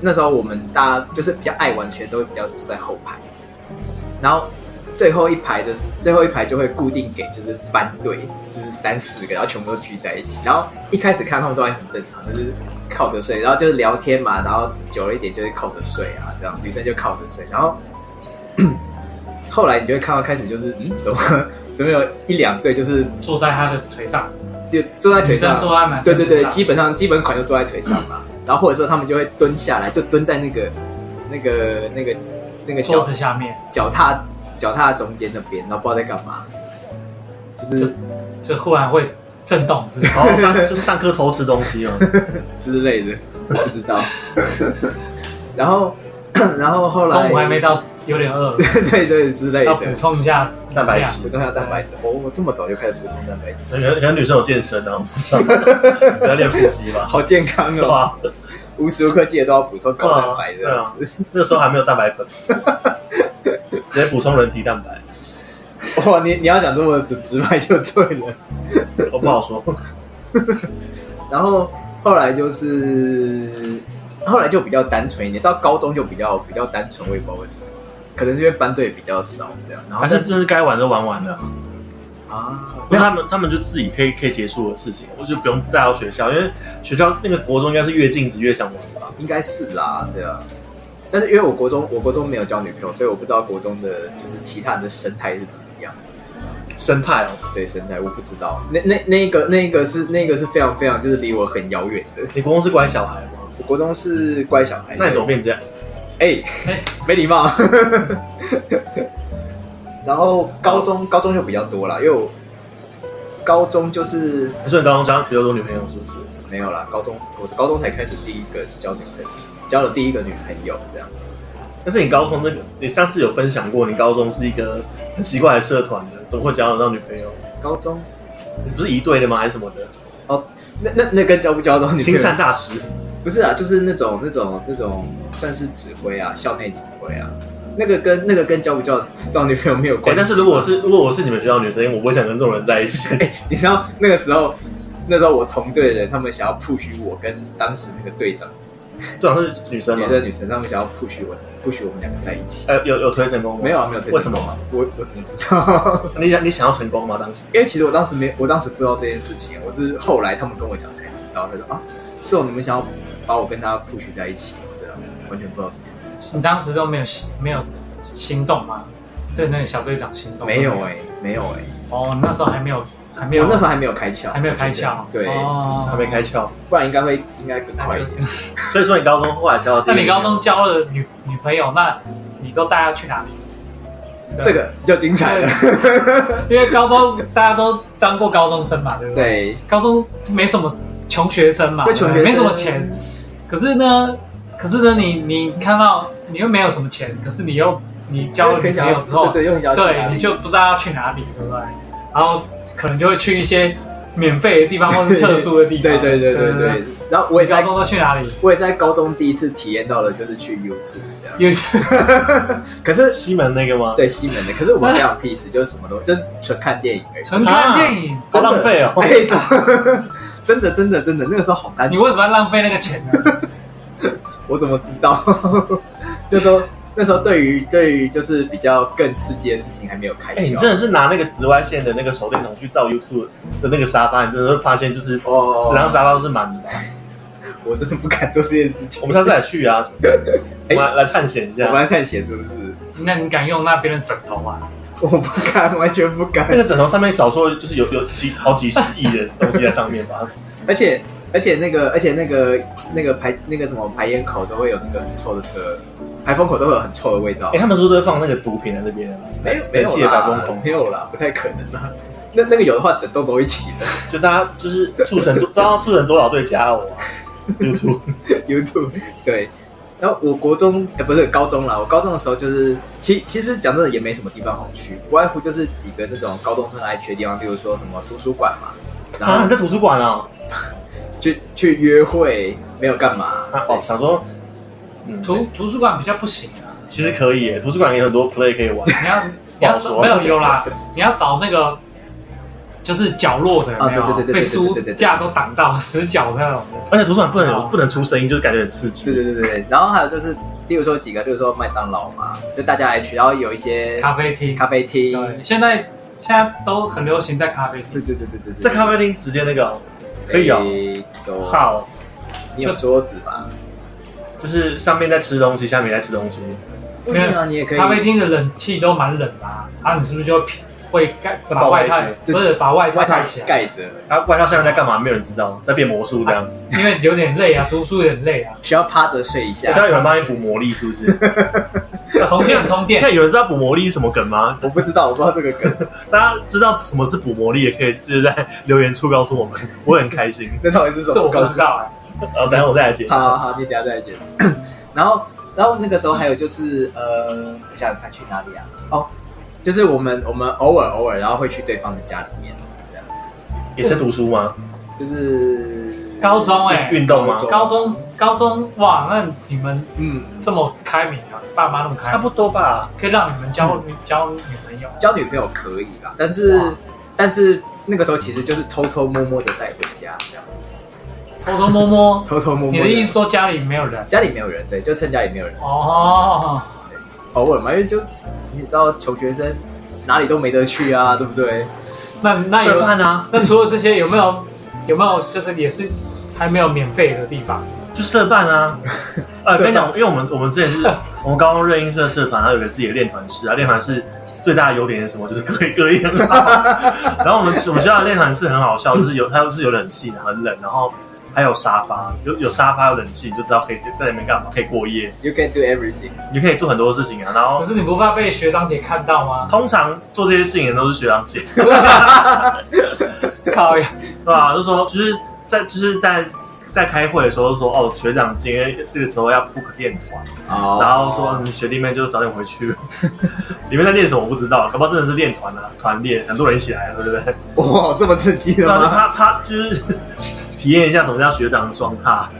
[SPEAKER 1] 那时候我们大家就是比较爱玩的学生都会比较坐在后排，然后最后一排的最后一排就会固定给就是班队，就是三四个，然后全部都聚在一起。然后一开始看他们都还很正常，就是靠着睡，然后就是聊天嘛，然后久了一点就会靠着睡啊，这样女生就靠着睡，然后 后来你就会看到开始就是嗯，怎么怎么有一两队就是
[SPEAKER 3] 坐在他的腿上，
[SPEAKER 1] 就坐在腿
[SPEAKER 3] 女
[SPEAKER 1] 上
[SPEAKER 3] 生，坐在男
[SPEAKER 1] 对
[SPEAKER 3] 生
[SPEAKER 1] 对
[SPEAKER 3] 腿
[SPEAKER 1] 对，
[SPEAKER 3] 上
[SPEAKER 1] 基本上基本款就坐在腿上嘛，然后或者说他们就会蹲下来，就蹲在那个那个那个那个
[SPEAKER 3] 桌
[SPEAKER 1] 脚
[SPEAKER 3] 子下面，
[SPEAKER 1] 脚踏脚踏中间那边，然后不知道在干嘛，就是
[SPEAKER 3] 就忽然会震动，是不是
[SPEAKER 2] 然后上就上课偷吃东西哦，
[SPEAKER 1] 之类的，我不知道。 然后 然后后来
[SPEAKER 3] 中午还没到，有点饿了，
[SPEAKER 1] 对对之类
[SPEAKER 3] 要补
[SPEAKER 1] 的，
[SPEAKER 3] 充一下
[SPEAKER 2] 蛋白质
[SPEAKER 1] 补充一下蛋白质。我、我这么早就开始补充蛋白质，
[SPEAKER 2] 可能可能女生有健身啊，我 不知道，不要练腹肌吧，
[SPEAKER 1] 好健康
[SPEAKER 2] 对
[SPEAKER 1] 哦，
[SPEAKER 3] 啊
[SPEAKER 2] 吧？
[SPEAKER 1] 无时无刻记得都要补充高蛋白
[SPEAKER 2] 对啊
[SPEAKER 1] 的。
[SPEAKER 2] 那个时候还没有蛋白粉，直接补充人体蛋白，
[SPEAKER 1] 哇，你你要讲这么直直白就对了。
[SPEAKER 2] 我不好说。
[SPEAKER 1] 然后后来就是后来就比较单纯一点，到高中就比较比较单纯，我也不知道为什么，可能是因为班队比较少这样，然后
[SPEAKER 2] 还是就是该玩的玩完了，
[SPEAKER 1] 啊，
[SPEAKER 2] 因为他们他们就自己可以可以结束的事情，我就不用带到学校，因为学校那个国中应该是越禁止越想玩吧。
[SPEAKER 1] 应该是啦，对啊。但是因为我国中我国中没有交女朋友，所以我不知道国中的就是其他人的生态是怎么样。
[SPEAKER 2] 生态哦，
[SPEAKER 1] 对生态我不知道，那那那一个那一个是那个是非常非常就是离我很遥远的。
[SPEAKER 2] 你国中是乖小孩吗？
[SPEAKER 1] 我国中是乖小孩，
[SPEAKER 2] 那你怎么变这样？
[SPEAKER 1] 哎、
[SPEAKER 3] 哎
[SPEAKER 1] 没礼貌。 然后高中高中就比较多了，因为我高中就是
[SPEAKER 2] 你说你高中交比较多女朋友是不是？
[SPEAKER 1] 没有啦，高中我高中才开始第一个交女朋友，交了第一个女朋友这样。
[SPEAKER 2] 但是你高中那个，你上次有分享过，你高中是一个很奇怪的社团的，怎么会交得到女朋友？
[SPEAKER 1] 高中
[SPEAKER 2] 你不是一队的吗？还是什么的？
[SPEAKER 1] 哦，那那那跟交不交到女朋
[SPEAKER 2] 青
[SPEAKER 1] 友
[SPEAKER 2] 山大师，
[SPEAKER 1] 不是啊，就是那种那种那种算是指挥啊，校内指挥啊，那个跟那个跟交不交到女朋友没有
[SPEAKER 2] 哎、
[SPEAKER 1] 关系。
[SPEAKER 2] 但是如果是如果我是你们学校的女生，我不会想跟这种人在一起。
[SPEAKER 1] 你知道那个时候，那时候我同队的人他们想要 push 我跟当时那个队长。
[SPEAKER 2] 队啊长是女生吗
[SPEAKER 1] 女？生女生，他们想要 push 我，push 我们两个在一起。
[SPEAKER 2] 呃，有有推成功吗？
[SPEAKER 1] 没有啊，没有推
[SPEAKER 2] 为
[SPEAKER 1] 荐
[SPEAKER 2] 什么？
[SPEAKER 1] 我我怎么知道？
[SPEAKER 2] 你想你想要成功吗？当时
[SPEAKER 1] 因为其实我当时没，我当时不知道这件事情，啊我是后来他们跟我讲才知道。他说啊，是哦，你们想要把我跟他 push 在一起，对啊，完全不知道这件事情。
[SPEAKER 3] 你当时都没有没有心动吗？对那个小队长心动吗
[SPEAKER 1] 没有哎、没有哎、
[SPEAKER 3] 哦，你那时候还没有还没
[SPEAKER 1] 我
[SPEAKER 3] 有啊
[SPEAKER 1] 那时候还没有开窍，
[SPEAKER 3] 还没有开窍，
[SPEAKER 1] 对，
[SPEAKER 3] 哦
[SPEAKER 2] 还没开，窍，
[SPEAKER 1] 不然应该会应该更
[SPEAKER 3] 那
[SPEAKER 1] 快一
[SPEAKER 3] 就
[SPEAKER 1] 点。
[SPEAKER 2] 所以说你高中后来交到第
[SPEAKER 3] 那
[SPEAKER 2] 一个
[SPEAKER 3] 你高中交了女女朋友，那你都带她去哪里？
[SPEAKER 1] 这个就精彩了，
[SPEAKER 3] 因为高中大家都当过高中生嘛，对不对？
[SPEAKER 1] 对，
[SPEAKER 3] 高中没什么穷学生嘛，
[SPEAKER 1] 就穷学
[SPEAKER 3] 对不
[SPEAKER 1] 生
[SPEAKER 3] 对没什么钱。，可是呢，可是呢，你你看到你又没有什么钱，可是你又你交了
[SPEAKER 1] 很
[SPEAKER 3] 女
[SPEAKER 1] 想
[SPEAKER 3] 朋
[SPEAKER 1] 要
[SPEAKER 3] 友之后，
[SPEAKER 1] 对，又很想要去哪
[SPEAKER 3] 对，
[SPEAKER 1] 里
[SPEAKER 3] 你就不知道要去哪里，对不对？然后可能就会去一些免费的地方或是特殊的地方。
[SPEAKER 1] 对对对对对。然后我
[SPEAKER 3] 我
[SPEAKER 1] 也
[SPEAKER 3] 高
[SPEAKER 1] 在
[SPEAKER 3] 中都去哪里？
[SPEAKER 1] 我也在高中第一次体验到了，就是去 YouTube 这样。
[SPEAKER 3] 有
[SPEAKER 1] 可是
[SPEAKER 2] 西门那个吗？，
[SPEAKER 1] 对西门的，可是我们非 常 peace，就是什么都就是纯看电影而已。
[SPEAKER 3] 纯看电
[SPEAKER 1] 啊
[SPEAKER 3] 影，
[SPEAKER 2] 好浪费哦。
[SPEAKER 1] 哎怎么真的真的真的，那个时候好单
[SPEAKER 3] 你
[SPEAKER 1] 纯，
[SPEAKER 3] 为什么要浪费那个钱呢？
[SPEAKER 1] 我怎么知道？ 那时候那时候对于对于就是比较更刺激的事情还没有开
[SPEAKER 2] 哎、你
[SPEAKER 1] 窍。
[SPEAKER 2] 真的是拿那个紫外线的那个手电筒去照 YouTube 的那个沙发，你真的会发现就是整张
[SPEAKER 1] 哦，
[SPEAKER 2] 沙发都是满的。
[SPEAKER 1] 我真的不敢做这件事情。
[SPEAKER 2] 我们下次来去啊，我
[SPEAKER 1] 哎
[SPEAKER 2] 们来来探险一
[SPEAKER 1] 我
[SPEAKER 2] 下
[SPEAKER 1] 们。来探险是不是？
[SPEAKER 3] 那你敢用那边的枕头啊？
[SPEAKER 1] 我不敢，完全不
[SPEAKER 2] 那
[SPEAKER 1] 敢。
[SPEAKER 2] 个枕头上面少说就是有有几好几十亿的东西在上面 吧，
[SPEAKER 1] 而且而且那个而且那个那个排那个什么排烟口都会有那个很臭的那个排风口都会有很臭的味道
[SPEAKER 2] 哎、。他们说都会放那个毒品在这边，
[SPEAKER 1] 没有没有
[SPEAKER 2] 气的排风
[SPEAKER 1] 啦
[SPEAKER 2] 孔，
[SPEAKER 1] 没有啦，不太可能啦。那那个有的话，整栋都一起的。
[SPEAKER 2] 就大家就是促成，都要促成多少对假偶 啊？YouTube
[SPEAKER 1] YouTube 对。然后我国中哎、不是高中啦，我高中的时候就是，其其实讲真的也没什么地方好去，不外乎就是几个那种高中生爱去的地方，比如说什么图书馆嘛，然
[SPEAKER 2] 啊，你
[SPEAKER 1] 后
[SPEAKER 2] 在图书馆啊？
[SPEAKER 1] 去去约会，没有干嘛。
[SPEAKER 2] 啊哦，想说，嗯，
[SPEAKER 3] 图图书馆比较不行啊，
[SPEAKER 2] 其实可以 耶，
[SPEAKER 1] 哦
[SPEAKER 2] 图书馆有很多 play 可以玩。
[SPEAKER 3] 你要你
[SPEAKER 2] 不好
[SPEAKER 3] 要
[SPEAKER 2] 说
[SPEAKER 3] 没有有啦，你要找那个就是角落的，有没有
[SPEAKER 1] 啊对对对对对
[SPEAKER 3] 被
[SPEAKER 1] 对
[SPEAKER 3] 书
[SPEAKER 1] 对对对
[SPEAKER 3] 架都挡到死角的那种的。
[SPEAKER 2] 而且图书馆不能有
[SPEAKER 3] 哦
[SPEAKER 2] 不能出声音，就是感觉很刺激。
[SPEAKER 1] 对对对对对。然后还有就是，例如说几个，例如说麦当劳嘛，就大家来去，然后有一些
[SPEAKER 3] 咖啡厅，
[SPEAKER 1] 咖啡厅，
[SPEAKER 3] 对，现在现在都很流行在咖啡厅，
[SPEAKER 1] 对对对对对对，
[SPEAKER 2] 在咖啡厅直接那个哦可以哦，
[SPEAKER 1] 诶有
[SPEAKER 2] 好，
[SPEAKER 1] 你有桌子吧？
[SPEAKER 2] 就是上面在吃东西，下面在吃东西。
[SPEAKER 1] 不一定啊，你也可以。
[SPEAKER 3] 咖啡厅的冷气都蛮冷的啊，啊，你是不是就会盖
[SPEAKER 2] 那
[SPEAKER 3] 把
[SPEAKER 2] 把
[SPEAKER 3] 外
[SPEAKER 2] 外
[SPEAKER 3] 套
[SPEAKER 1] 对
[SPEAKER 3] 不是把外套
[SPEAKER 1] 外套
[SPEAKER 3] 盖起来，
[SPEAKER 1] 盖着，
[SPEAKER 2] 啊，外套下面在干嘛？没有人知道，在变魔术这样。
[SPEAKER 3] 因为有点累啊，读书有点累啊，
[SPEAKER 1] 需要趴着睡一
[SPEAKER 2] 我需要
[SPEAKER 1] 下。
[SPEAKER 2] 有人帮你补魔力，是 不是？
[SPEAKER 3] 充电充
[SPEAKER 2] 现
[SPEAKER 3] 电
[SPEAKER 2] 在。有人知道补魔力是什么梗吗？
[SPEAKER 1] 我不知道，我不知道这个梗，
[SPEAKER 2] 大家知道什么是补魔力，也可以就是在留言处告诉我们，我会很开心。
[SPEAKER 1] 那到底是什么？
[SPEAKER 3] 这我不
[SPEAKER 1] 告诉
[SPEAKER 3] 知道哎、
[SPEAKER 2] 呃，等一下我再来解释。
[SPEAKER 1] 好好好，你等一下再见。 然后，然后那个时候还有就是，呃，我想想看去哪里啊？哦，就是我们我们偶尔偶尔，然后会去对方的家里面，这样
[SPEAKER 2] 也是读书吗？
[SPEAKER 1] 就是
[SPEAKER 3] 高中哎、
[SPEAKER 2] 运动吗
[SPEAKER 1] 高？
[SPEAKER 3] 高中高中哇，那你们
[SPEAKER 1] 嗯，
[SPEAKER 3] 这么开明啊，你爸妈那么开
[SPEAKER 2] 差
[SPEAKER 3] 明，
[SPEAKER 2] 不多吧。
[SPEAKER 3] 可以让你们交、交女朋友，
[SPEAKER 1] 交女朋友可以啦，但是
[SPEAKER 3] 哇
[SPEAKER 1] 但是那个时候其实就是偷偷摸摸的带回家这样子，
[SPEAKER 3] 偷偷摸摸。
[SPEAKER 1] 偷偷摸摸。
[SPEAKER 3] 你的意思？说家里没有人？
[SPEAKER 1] 家里没有人，对，就趁家里没有人的时候，
[SPEAKER 3] 哦，
[SPEAKER 1] 偶尔嘛，因为就你也知道穷学生哪里都没得去啊，对不对？
[SPEAKER 3] 那那
[SPEAKER 2] 社
[SPEAKER 3] 有
[SPEAKER 2] 办啊，
[SPEAKER 3] 那除了这些有没有有没有就是也是还没有免费的地方？
[SPEAKER 2] 就社办 啊。呃，
[SPEAKER 1] 社办
[SPEAKER 2] 跟你讲，因为我们我们之前是我们高中热音社社团，然后有个自己的练团室啊，练团室。最大的优点是什么？就是隔音隔音 很好。然后我们我们学校的练团室很好笑，就是有它就是有冷气，很冷，然后还有沙发，有有沙发有冷气，你就知道可以在里面干嘛，可以过夜，
[SPEAKER 1] You can do everything。
[SPEAKER 2] 你可以做很多事情啊。然后
[SPEAKER 3] 可是你不怕被学长姐看到吗？
[SPEAKER 2] 通常做这些事情的都是学长姐，
[SPEAKER 3] 靠呀！
[SPEAKER 2] 对吧、就说就是在就是在在开会的时候说哦，学长今天这个时候要 book 练团，
[SPEAKER 1] 哦
[SPEAKER 2] 然后说嗯你学弟妹就早点回去。 里面在练什么我不知道，搞不好真的是练团啊，团练，很多人一起来，对不对？
[SPEAKER 1] 哇，这么刺激的
[SPEAKER 2] 对啊，
[SPEAKER 1] 吗？
[SPEAKER 2] 他他就是 体验一下什么叫学长双踏。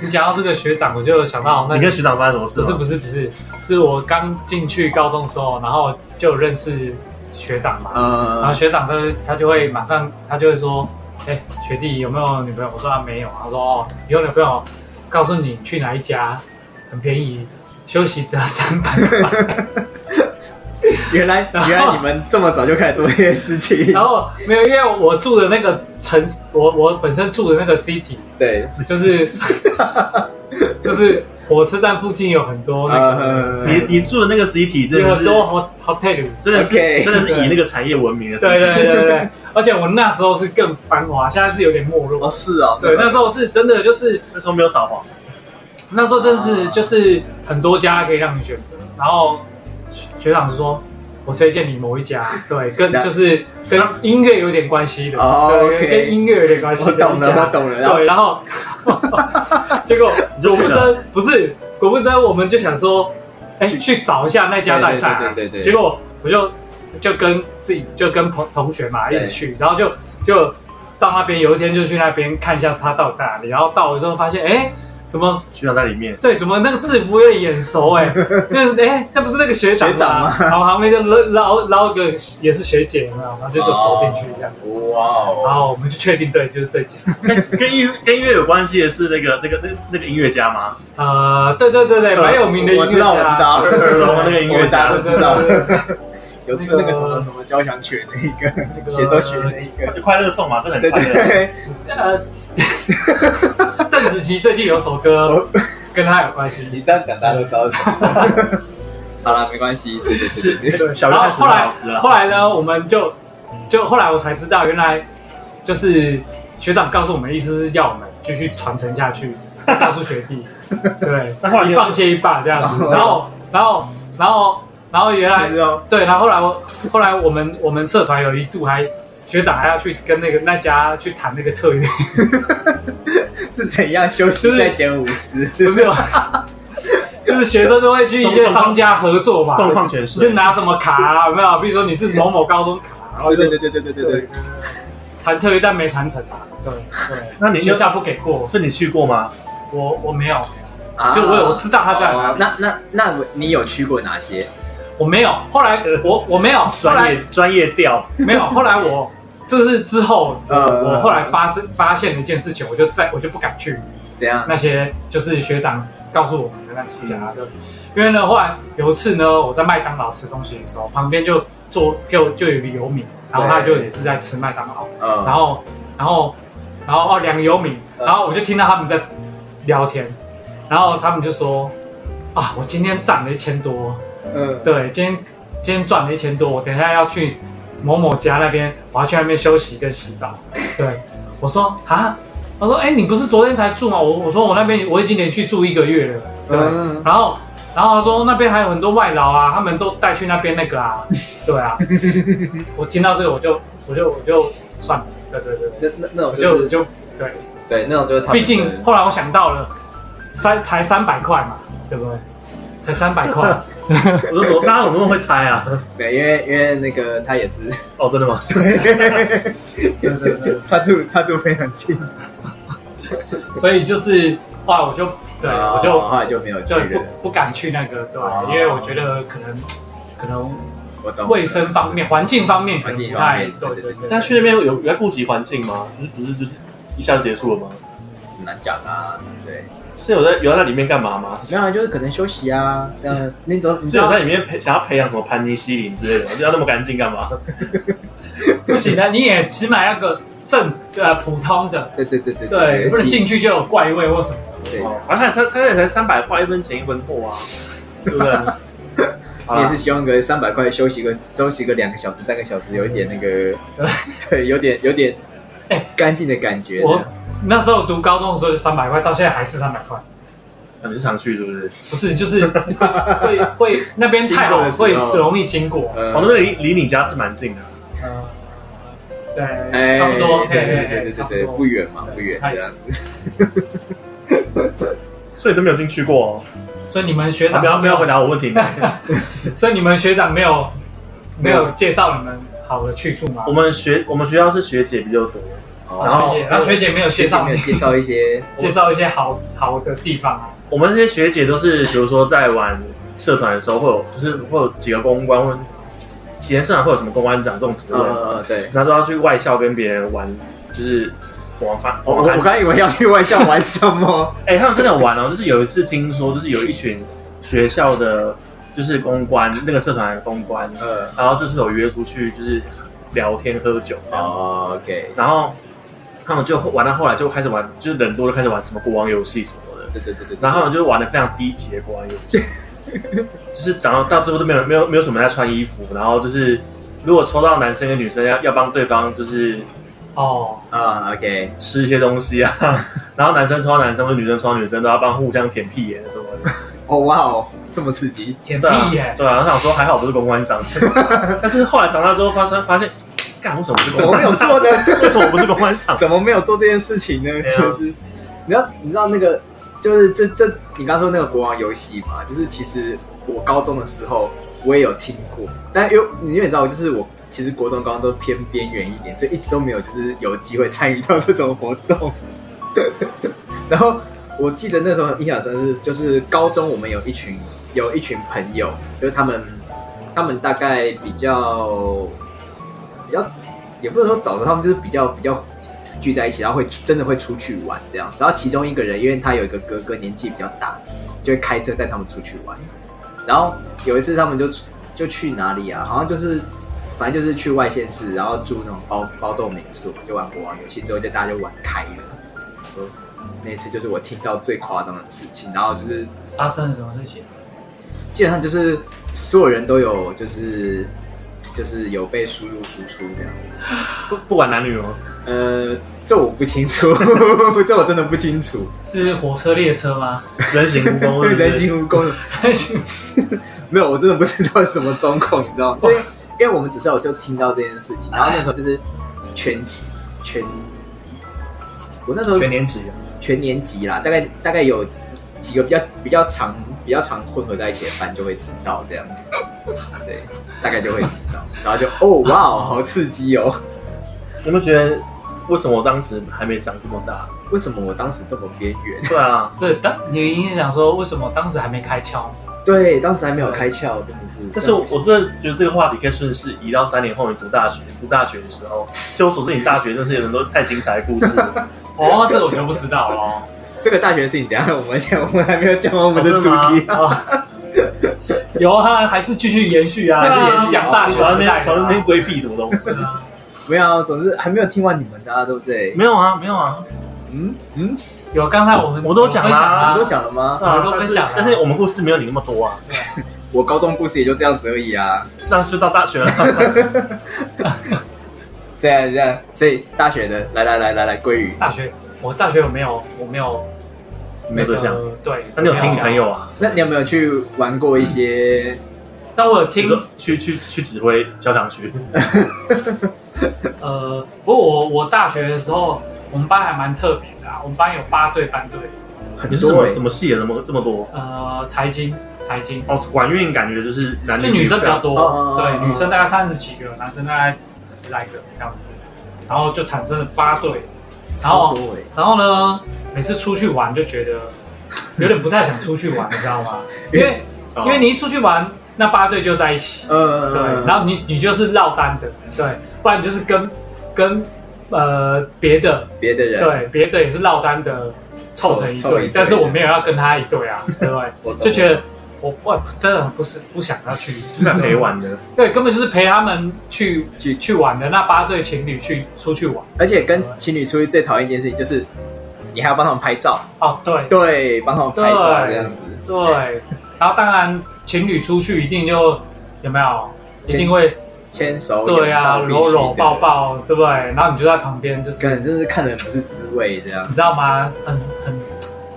[SPEAKER 3] 你讲到这个学长，我就想到那
[SPEAKER 2] 你跟学长发生什么事
[SPEAKER 3] 不
[SPEAKER 2] 吗？
[SPEAKER 3] 是不是不是，是我刚进去高中的时候，然后就有认识学长嘛，然后
[SPEAKER 1] 呃，
[SPEAKER 3] 学长他就他就会马上他就会说，哎、学弟有没有女朋友？我说他没有，他说哦有女朋友，告诉你去哪一家，很便宜，休息只要三百块。
[SPEAKER 1] 原来
[SPEAKER 3] 然后
[SPEAKER 1] 原来你们这么早就开始做这些事情
[SPEAKER 3] 然，后没有，因为我住的那个城，我我本身住的那个 city
[SPEAKER 1] 对，
[SPEAKER 3] 就是就是火车站附近有很多那个、
[SPEAKER 1] 呃
[SPEAKER 2] 你你住的那个实体真
[SPEAKER 3] 有
[SPEAKER 2] 的
[SPEAKER 3] 很
[SPEAKER 2] 是
[SPEAKER 3] 多 hot hotel，
[SPEAKER 2] 真的是
[SPEAKER 1] OK
[SPEAKER 2] 真的是以那个产业闻名的 city，
[SPEAKER 3] 对对对对对，而且我那时候是更繁华，现在是有点没
[SPEAKER 1] 哦
[SPEAKER 3] 落。
[SPEAKER 1] 是哦，
[SPEAKER 3] 对，那时候是真的，就是
[SPEAKER 2] 那时候没有扫黄，
[SPEAKER 3] 那时候真的是
[SPEAKER 1] 啊
[SPEAKER 3] 就是很多家可以让你选择，然后学学长就说。我推荐你某一家，对，跟
[SPEAKER 1] 那
[SPEAKER 3] 就是跟音乐有点关系的，
[SPEAKER 1] 哦
[SPEAKER 3] 对，
[SPEAKER 1] OK
[SPEAKER 3] 跟音乐有点关系
[SPEAKER 1] 我
[SPEAKER 3] 的一家。
[SPEAKER 1] 懂了，我懂了，然后
[SPEAKER 3] 对，然后 结果
[SPEAKER 2] 你就
[SPEAKER 3] 果
[SPEAKER 2] 去
[SPEAKER 3] 不
[SPEAKER 2] 了
[SPEAKER 3] 真不是果不真，我们就想说，哎、
[SPEAKER 1] 去
[SPEAKER 3] 去找一下那家奶茶、
[SPEAKER 1] 对对对对对
[SPEAKER 3] 结果我就就跟自己就跟同同学嘛一
[SPEAKER 1] 对
[SPEAKER 3] 起去，然后就就到那边，有一天就去那边看一下他到底在哪里，然后到了之后发现，哎、怎么
[SPEAKER 2] 学长在里面。
[SPEAKER 3] 对？怎么那个制服有点眼熟、 哎，那是哎、那不是那个学长
[SPEAKER 1] 学长吗
[SPEAKER 3] 然后 旁边就捞捞捞个也是学姐，有没有然后就就走进去这样子，
[SPEAKER 1] 哇哦，
[SPEAKER 3] 然后我们就确定对，就是这家。
[SPEAKER 2] 跟跟音跟音乐有关系的是那个那个那那个音乐家吗？
[SPEAKER 3] 呃，对对 对对，蛮有名的音乐
[SPEAKER 1] 我
[SPEAKER 3] 家，
[SPEAKER 1] 知道我知道
[SPEAKER 2] 耳聋那个音乐
[SPEAKER 1] 我们大
[SPEAKER 2] 家
[SPEAKER 1] 家都知道
[SPEAKER 3] 对对对
[SPEAKER 1] 有出那个什么什么交响曲那一个
[SPEAKER 3] 那个
[SPEAKER 1] 协奏曲那一个，
[SPEAKER 2] 快乐颂嘛，真的很
[SPEAKER 1] 对
[SPEAKER 2] 快
[SPEAKER 1] 对
[SPEAKER 2] 乐。
[SPEAKER 1] 对，
[SPEAKER 3] 呃，邓紫棋最近有首 歌跟他有关系，
[SPEAKER 1] 你这样讲大家都知道是什么。好了，没关系，对对对对对
[SPEAKER 3] 对
[SPEAKER 2] 小
[SPEAKER 3] 然后
[SPEAKER 2] 鱼太时
[SPEAKER 3] 后
[SPEAKER 2] 髦
[SPEAKER 3] 来
[SPEAKER 2] 老师了啊
[SPEAKER 3] 后来呢，我们就就后来我才知道，原来就是学长告诉我们，意思是要我们继续传承下 去，告诉学弟，对，
[SPEAKER 2] 那后来你
[SPEAKER 3] 一
[SPEAKER 2] 有
[SPEAKER 3] 棒接一棒这 样子，然后然后然后然后原来
[SPEAKER 1] 就是哦，
[SPEAKER 3] 对，然后后来我后来我们我们社团有一度还学长还要去跟那个那家去谈那个特 约，
[SPEAKER 1] 是怎样休息再减五十？
[SPEAKER 3] 不是有， 就是学生都会去一些商家合作嘛，
[SPEAKER 2] 送矿泉
[SPEAKER 3] 你就
[SPEAKER 2] 水，
[SPEAKER 3] 拿什么卡啊，有没有？比如说你是某某高中卡，然后
[SPEAKER 1] 对对
[SPEAKER 3] 就
[SPEAKER 1] 对对对对对对，
[SPEAKER 3] 谈特约，但没谈成啊，对对，
[SPEAKER 2] 那你
[SPEAKER 3] 学校不给过，
[SPEAKER 2] 所以你去过吗？
[SPEAKER 3] 我我没有，
[SPEAKER 1] 啊
[SPEAKER 3] 就我有我知道他在哪
[SPEAKER 1] 哦那那那我你有去过哪些？
[SPEAKER 3] 我没有。后 来我我没有，后
[SPEAKER 2] 专
[SPEAKER 3] 来
[SPEAKER 2] 业专业调，
[SPEAKER 3] 没有，后来我就是之后，
[SPEAKER 2] 嗯
[SPEAKER 3] 我
[SPEAKER 1] 呃
[SPEAKER 3] 我后来发生发现了一件事情，我就再我就不敢去
[SPEAKER 1] 怎样？
[SPEAKER 3] 那些就是学长告诉我们的那几家
[SPEAKER 2] 嗯
[SPEAKER 3] 的，因为呢，后来有一次呢，我在麦当劳吃东西的时候，旁边就坐就就有一个游民，然后他就也是在吃麦当劳，然
[SPEAKER 1] 嗯，
[SPEAKER 3] 后然后然后哦两个游民，
[SPEAKER 1] 嗯
[SPEAKER 3] 然后我就听到他们在聊天，然后他们就说啊，我今天攒了一千多，
[SPEAKER 1] 嗯，
[SPEAKER 3] 对，今天今天赚了一千多，我等一下要去某某家那边，我要去那边休息跟洗澡。对，我说啊，我说哎、你不是昨天才住吗？我我说我那边我已经连续住一个月了。对，
[SPEAKER 1] 嗯
[SPEAKER 3] 然后然后他说那边还有很多外劳啊，他们都带去那边那 个啊，对啊。我听到这个我就我就我就算了，对对对，
[SPEAKER 1] 那那那
[SPEAKER 3] 我
[SPEAKER 1] 种
[SPEAKER 3] 就
[SPEAKER 1] 就
[SPEAKER 3] 我
[SPEAKER 1] 是
[SPEAKER 3] 就对，
[SPEAKER 1] 对，那种就是他们的
[SPEAKER 3] 毕竟后来我想到了，三才三百块嘛，对不对？才三百块，
[SPEAKER 2] 我说怎么大家怎么那么会猜啊？
[SPEAKER 1] 对，因为因为那个他也是，
[SPEAKER 2] 哦，真的吗？
[SPEAKER 1] 对，
[SPEAKER 3] 对对对。
[SPEAKER 1] 他住他住非常近，
[SPEAKER 3] 所以就是后来我就对、
[SPEAKER 1] 哦
[SPEAKER 3] 我就
[SPEAKER 1] 后来就没有去
[SPEAKER 3] 对不
[SPEAKER 1] 了。
[SPEAKER 3] 不敢去那个对、
[SPEAKER 1] 哦
[SPEAKER 3] 因为我觉得可能可能
[SPEAKER 1] 我懂
[SPEAKER 3] 卫生方面、环境方面可能不
[SPEAKER 1] 环
[SPEAKER 3] 太
[SPEAKER 1] 境方面
[SPEAKER 3] 对对对。
[SPEAKER 2] 大家去那边有有在顾及环境吗？就是不是就是一下就结束了吗？
[SPEAKER 1] 很难讲啊，对，
[SPEAKER 2] 是有在有在里面干嘛吗？
[SPEAKER 1] 没有啊，就是可能休息啊，这 样那种你
[SPEAKER 2] 是有在里面培想要培养什么盘尼西林之类的？要那么干净干嘛？
[SPEAKER 3] 不行的，你也起码要个正呃普通的，
[SPEAKER 1] 对对对对
[SPEAKER 3] 对，不能进去就有怪味或什 么。
[SPEAKER 1] 对，
[SPEAKER 2] 哦，而且才才才才三百块，一分钱一分货啊，对不对？好
[SPEAKER 1] 你也
[SPEAKER 2] 啦
[SPEAKER 1] 是希望个三百块休息个休息个两个小时三个小时，有一点那个， 对，有点有点
[SPEAKER 3] 哎
[SPEAKER 1] 干净的感觉。
[SPEAKER 3] 我那时候读高中的时候就三百块，到现在还是三百块，
[SPEAKER 2] 啊你是常去是不是？
[SPEAKER 3] 不是就 是会会那边太
[SPEAKER 1] 经过
[SPEAKER 3] 好
[SPEAKER 1] 的时候
[SPEAKER 3] 会容易经过，
[SPEAKER 1] 呃
[SPEAKER 2] 哦，那边离离你家是蛮近的，
[SPEAKER 3] 呃对，
[SPEAKER 1] 嗯哎，
[SPEAKER 3] 差不多，
[SPEAKER 1] 对
[SPEAKER 3] 嘿
[SPEAKER 1] 对
[SPEAKER 3] 嘿
[SPEAKER 1] 对对
[SPEAKER 3] 嘿差
[SPEAKER 1] 对
[SPEAKER 3] 不
[SPEAKER 1] 对，
[SPEAKER 3] 多
[SPEAKER 1] 不远嘛，不远
[SPEAKER 3] 太
[SPEAKER 1] 这样子。
[SPEAKER 2] 所以都没有进去过、
[SPEAKER 3] 所以你们学
[SPEAKER 1] 啊
[SPEAKER 2] 哦。
[SPEAKER 3] 长
[SPEAKER 2] 不要不要回答我 问题。
[SPEAKER 3] 所以你们学长没有没
[SPEAKER 2] 没有
[SPEAKER 3] 有介绍你们好的去处吗？
[SPEAKER 2] 我们学我们学校是学姐比较多，
[SPEAKER 1] 然
[SPEAKER 2] 然
[SPEAKER 1] 后
[SPEAKER 2] 后
[SPEAKER 3] 学姐，然后学姐没有介
[SPEAKER 1] 哦学姐
[SPEAKER 3] 绍
[SPEAKER 1] 没有
[SPEAKER 3] 你
[SPEAKER 1] 介绍一些，
[SPEAKER 3] 介绍一些好好的地方啊。
[SPEAKER 2] 我们这些学姐都是，比如说在玩社团的时候，会有就是会有几个公关，或者以前社团会有什么公关长这种职位，
[SPEAKER 1] 呃，对。
[SPEAKER 2] 然后都要去外校跟别人玩，就是玩看
[SPEAKER 1] 哦我我
[SPEAKER 2] 玩
[SPEAKER 1] 我
[SPEAKER 2] 看。
[SPEAKER 1] 刚以为要去外校玩什 么，
[SPEAKER 2] 哎、他们真的玩哦，就是有一次听说，就是有一群学校的，就是公关那个社团的公关，
[SPEAKER 1] 呃，
[SPEAKER 2] 然后就是有约出去，就是聊天喝酒这样子。
[SPEAKER 1] 哦，OK，
[SPEAKER 2] 然后他们就玩到后来就开始玩，就是人多就开始玩什么国王游戏什么的。
[SPEAKER 1] 对对对对，
[SPEAKER 2] 然后他们就玩的非常低级的国王游 戏，就是然后到最后都没有没有没有什么人在穿衣服，然后就是如果抽到男生跟女生要要帮对方就是
[SPEAKER 3] 哦，
[SPEAKER 1] 啊，OK，
[SPEAKER 2] 吃一些东西 啊，然后男生抽到男生或女生抽到女生都要帮互相舔屁眼什么的，
[SPEAKER 1] 哦哇哦，这么刺激，
[SPEAKER 3] 舔屁
[SPEAKER 2] 对啊
[SPEAKER 3] 耶，
[SPEAKER 2] 对啊，我想说还好不是公 关长，但是后来长大之后发生发现，干为什么不是
[SPEAKER 1] 怎
[SPEAKER 2] 公
[SPEAKER 1] 么没
[SPEAKER 2] 关
[SPEAKER 1] 有
[SPEAKER 2] 长？
[SPEAKER 1] 做呢？
[SPEAKER 2] 为什么不是公关长？
[SPEAKER 1] 怎么没有做这件事情呢？
[SPEAKER 2] 对啊
[SPEAKER 1] 就是你知道，你知道那个就是这这，你刚说那个国王游戏嘛，就是其实我高中的时候我也有听过，但因为因为你知道，就是我其实国中、高中都偏边缘一点，所以一直都没有就是有机会参与到这种活动。 然后我记得那时候印象深刻是，就是高中我们有一群有一群朋友，就是他们他们大概比较比较也不能说早的，他们就是比较比较聚在一起，然后会出真的会出去玩这样子。然后其中一个人，因为他有一个哥哥年纪比较大，就会开车带他们出去玩。然后有一次他们就出就去哪里啊？好像就是反正就是去外县市，然后住那种包包栋民宿，就玩国王游戏之后，就大家就玩开了。那一次就是我听到最夸张的事情，然后就是
[SPEAKER 3] 发生了什么事情？
[SPEAKER 1] 基本上就是所有人都有就是就是有被输入输出这样子。
[SPEAKER 2] 不不管男女哦吗？
[SPEAKER 1] 呃，这我不清楚， 这我真的不清楚。
[SPEAKER 3] 是火车列车吗？
[SPEAKER 2] 人形 蜈蚣是不
[SPEAKER 1] 人
[SPEAKER 2] 是，
[SPEAKER 1] 形蜈蚣，没有，我真的不知道是什么状况，你知道吗？因为因为我们只是有就听到这件事情，然后那时候就是全全，我那时候
[SPEAKER 2] 全年级啊，
[SPEAKER 1] 全年级啦，大概大概有几个比较比较常比较常混合在一起的班就会知道这样 子，对，大概就会知道，然后就哦哇哦，好刺激哦！
[SPEAKER 2] 有没有觉得为什么我当时还没长这么大？
[SPEAKER 1] 为什么我当时这么边缘？
[SPEAKER 2] 对啊，
[SPEAKER 3] 对，当你应该想说，为什么当时还没开窍？
[SPEAKER 1] 对，当时还没有开窍，真的是。
[SPEAKER 2] 但是我
[SPEAKER 3] 啊
[SPEAKER 2] 我真的觉得这个话题可以顺势移到三年后你读大学，读大学的时候，据我所知，你大学真是有很多太精彩的故事了。
[SPEAKER 3] 哦，这个我就不知道 哦。
[SPEAKER 1] 这个大学的事情，等一下我们 讲，我们还没有讲完我哦
[SPEAKER 3] 我
[SPEAKER 1] 们的主题。
[SPEAKER 3] 哦有啊，还是继续延 续啊，还是延续讲 大学
[SPEAKER 2] 少在那
[SPEAKER 3] 时代
[SPEAKER 2] 边少在那
[SPEAKER 3] 的
[SPEAKER 2] 边
[SPEAKER 3] 啊。
[SPEAKER 2] 规避什么 东西？
[SPEAKER 1] 没有啊，总之还没有听完你们的、啊，对不对？
[SPEAKER 2] 没有啊，没有啊，
[SPEAKER 1] 嗯嗯，
[SPEAKER 3] 有，刚才我们
[SPEAKER 2] 我都讲啦
[SPEAKER 3] 有分享
[SPEAKER 1] 你
[SPEAKER 3] 啦
[SPEAKER 1] 们都讲了吗？
[SPEAKER 3] 啊都分享啊
[SPEAKER 2] 但是但是我们故事没有你那么多啊，
[SPEAKER 1] 我高中故事也就这样子而已啊。
[SPEAKER 2] 那就到大学了。
[SPEAKER 1] 这样这样，所以大学的，来来来来来，鲑鱼，
[SPEAKER 3] 大学，我大学有没有？我没有
[SPEAKER 2] 没有对象，
[SPEAKER 3] 呃对，
[SPEAKER 2] 那你有听你朋
[SPEAKER 3] 没
[SPEAKER 2] 友啊？
[SPEAKER 1] 那你有没有去玩过一些？
[SPEAKER 3] 讲？但我有
[SPEAKER 2] 比
[SPEAKER 3] 听
[SPEAKER 2] 如，说去去去指挥教堂去，
[SPEAKER 3] 呃，不过我我大学的时候，我们班还蛮特别的啊，我们班有八对班队，
[SPEAKER 1] 很
[SPEAKER 2] 你是什
[SPEAKER 1] 多、
[SPEAKER 2] 么
[SPEAKER 1] 欸
[SPEAKER 2] 什么系啊？怎么这么多？
[SPEAKER 3] 呃，财经财经，
[SPEAKER 2] 哦，管运感觉就是男
[SPEAKER 3] 就
[SPEAKER 2] 女
[SPEAKER 3] 女生比较
[SPEAKER 1] 哦哦哦
[SPEAKER 3] 多，
[SPEAKER 1] 哦
[SPEAKER 3] 对，女生大概三十几个，男生大概十来个这样子，然后就产生了八对，然
[SPEAKER 1] 超
[SPEAKER 3] 后
[SPEAKER 1] 多哎、
[SPEAKER 3] 然后呢，每次出去玩就觉得有点不太想出去玩，你知道吗？因为
[SPEAKER 2] 哦
[SPEAKER 3] 因为你一出去玩，那八队就在一起，
[SPEAKER 1] 呃，
[SPEAKER 3] 对，然后你你就是落单的，对，不然你就是跟跟呃别的
[SPEAKER 1] 别的人，
[SPEAKER 3] 对别的也是落单的凑成一
[SPEAKER 1] 凑凑一
[SPEAKER 3] 队
[SPEAKER 1] 队，
[SPEAKER 3] 但是我没有要跟他一队啊，对不
[SPEAKER 1] 我懂
[SPEAKER 3] 对？就觉得我我真的不是不想要去，
[SPEAKER 2] 就是来陪玩的，
[SPEAKER 3] 对，根本就是陪他们去
[SPEAKER 1] 去
[SPEAKER 3] 去玩的那八对情侣去出去玩
[SPEAKER 1] 而且跟情侣出去最讨厌一件事情就是，你还要帮他们拍照，
[SPEAKER 3] 哦，对
[SPEAKER 1] 对，帮他们拍照这样子。
[SPEAKER 3] 对，然后当然情侣出去一定就有没有，一
[SPEAKER 1] 牵
[SPEAKER 3] 定会
[SPEAKER 1] 牵手
[SPEAKER 3] 对啊，
[SPEAKER 1] 拥抱
[SPEAKER 3] 搂
[SPEAKER 1] 必须
[SPEAKER 3] 搂
[SPEAKER 1] 的
[SPEAKER 3] 抱，抱，对不对？然后你就在旁边，就是
[SPEAKER 1] 感真是看人不是滋味，这样
[SPEAKER 3] 你知道吗？很很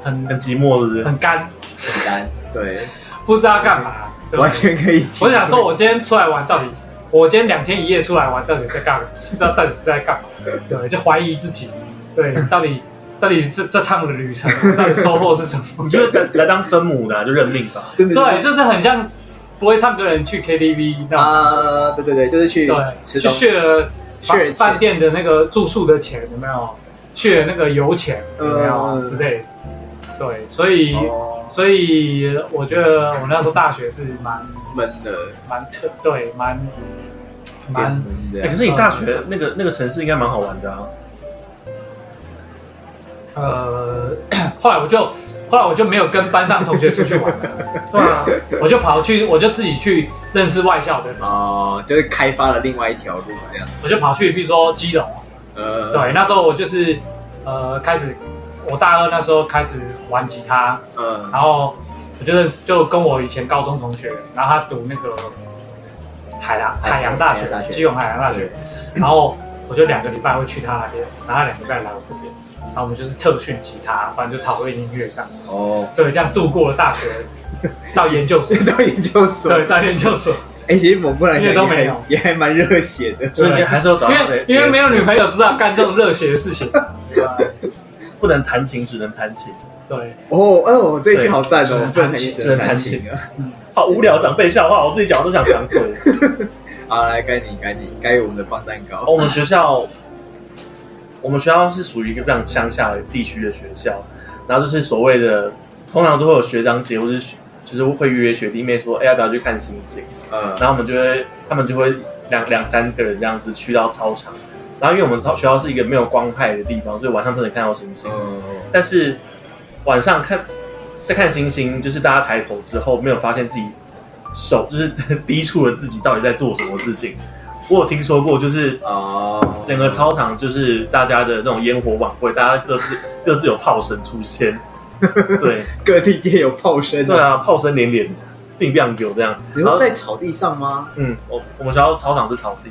[SPEAKER 3] 很
[SPEAKER 2] 很寂寞，是不是？
[SPEAKER 3] 很干，
[SPEAKER 1] 简单，对，
[SPEAKER 3] 不知道干嘛。对不
[SPEAKER 1] 完
[SPEAKER 3] 对
[SPEAKER 1] 全可以体会。
[SPEAKER 3] 我想说，我今天出来玩到底，我今天两天一夜出来玩到底在干嘛？知道到底是在干嘛？对，就怀疑自己，对，到底到底这这趟的旅程到底收获是什么？
[SPEAKER 2] 你觉得来来当分母的啊就认命吧。
[SPEAKER 1] 真的
[SPEAKER 3] 对，
[SPEAKER 1] 就
[SPEAKER 3] 就是很像不会唱歌的人去 KTV 那种。
[SPEAKER 1] 啊，对对对，就是去
[SPEAKER 3] 对，
[SPEAKER 1] 吃
[SPEAKER 3] 去
[SPEAKER 1] 东西，
[SPEAKER 3] 血了
[SPEAKER 1] 血钱
[SPEAKER 3] 饭饭店的那个住宿的钱有没有？血那个油钱有没有、
[SPEAKER 1] 嗯
[SPEAKER 3] 之类的？对，所以、
[SPEAKER 1] 哦，
[SPEAKER 3] 所以我觉得我那时候大学是蛮
[SPEAKER 1] 闷了，
[SPEAKER 3] 蛮特对蛮
[SPEAKER 1] 变
[SPEAKER 3] 蛮
[SPEAKER 1] 闷
[SPEAKER 2] 哎可
[SPEAKER 1] 的，
[SPEAKER 2] 是你大学那个那个城市应该蛮好玩的啊。
[SPEAKER 3] 呃， 后来我就后来我就没有跟班上同学出去玩 了，对啊，我就跑去我就自己去认识外校的人，
[SPEAKER 1] 哦，就是开发了另外一条路这样。
[SPEAKER 3] 我就跑去比如说基隆，啊
[SPEAKER 1] 呃，
[SPEAKER 3] 对，那时候我就是呃开始我大二那时候开始玩吉他。
[SPEAKER 1] 嗯，
[SPEAKER 3] 然后我就认识，就跟我以前高中同学，然后他读那个海洋
[SPEAKER 1] 海洋
[SPEAKER 3] 海洋大
[SPEAKER 1] 海
[SPEAKER 3] 学
[SPEAKER 1] 洋大学，
[SPEAKER 3] 基隆海洋大学
[SPEAKER 1] 对，
[SPEAKER 3] 然后我就两个礼拜会去他那边，然后他两个礼拜来我这边，然后我们就是特训吉他，反正就讨论音乐这样子，
[SPEAKER 1] 哦，
[SPEAKER 3] 对，这样度过了大学到研究所，
[SPEAKER 1] 到研究所，
[SPEAKER 3] 对，到研究 所，
[SPEAKER 1] 哎，其实蒙布兰
[SPEAKER 3] 因为都没
[SPEAKER 1] 也
[SPEAKER 3] 有
[SPEAKER 1] 还也还蛮热血的，
[SPEAKER 2] 所以你还是要找
[SPEAKER 3] 因
[SPEAKER 2] 到哎
[SPEAKER 3] 为
[SPEAKER 2] 对
[SPEAKER 3] 因为没有女朋友，知道干这种热血 的事情，对
[SPEAKER 1] 啊
[SPEAKER 3] 吧
[SPEAKER 2] 不能弹琴，只能弹琴。
[SPEAKER 3] 对，
[SPEAKER 1] 哦，哦，这一句
[SPEAKER 2] 对
[SPEAKER 1] 好赞哦，不能
[SPEAKER 3] 弹琴
[SPEAKER 1] 只
[SPEAKER 2] 只能
[SPEAKER 1] 弹
[SPEAKER 2] 弹
[SPEAKER 1] 琴啊。
[SPEAKER 3] 嗯，
[SPEAKER 2] 好无聊，长辈笑话，我自己讲我都想张嘴。
[SPEAKER 1] 好，来该你，该你，该我们的棒蛋
[SPEAKER 3] 哦
[SPEAKER 1] 糕。
[SPEAKER 2] 我们学校，我们学校是属于一个非常乡下的地区的学校，然后就是所谓的，通常都会有学长姐或是学就是会约学弟妹说，哎、要不要去看星星？
[SPEAKER 1] 嗯，
[SPEAKER 2] 然后我们就会，他们就会两两三个人这样子去到操场，然后因为我们操学校是一个没有光害的地方，所以晚上真的看到星星。
[SPEAKER 1] 嗯，
[SPEAKER 2] 但是晚上看在看星星，就是大家抬头之后没有发现自己手就是 低处的自己到底在做什么事情。我有听说过，就是
[SPEAKER 1] 哦，
[SPEAKER 2] 整个操场就是大家的那种烟火晚会，大家各自各自有炮声出现， 对
[SPEAKER 1] 各地皆有炮声。
[SPEAKER 2] 对，啊，炮声连连，并不让有这样。
[SPEAKER 1] 你
[SPEAKER 2] 然
[SPEAKER 1] 说
[SPEAKER 2] 后
[SPEAKER 1] 在草地上吗？
[SPEAKER 2] 嗯，我我们学校操场是草地，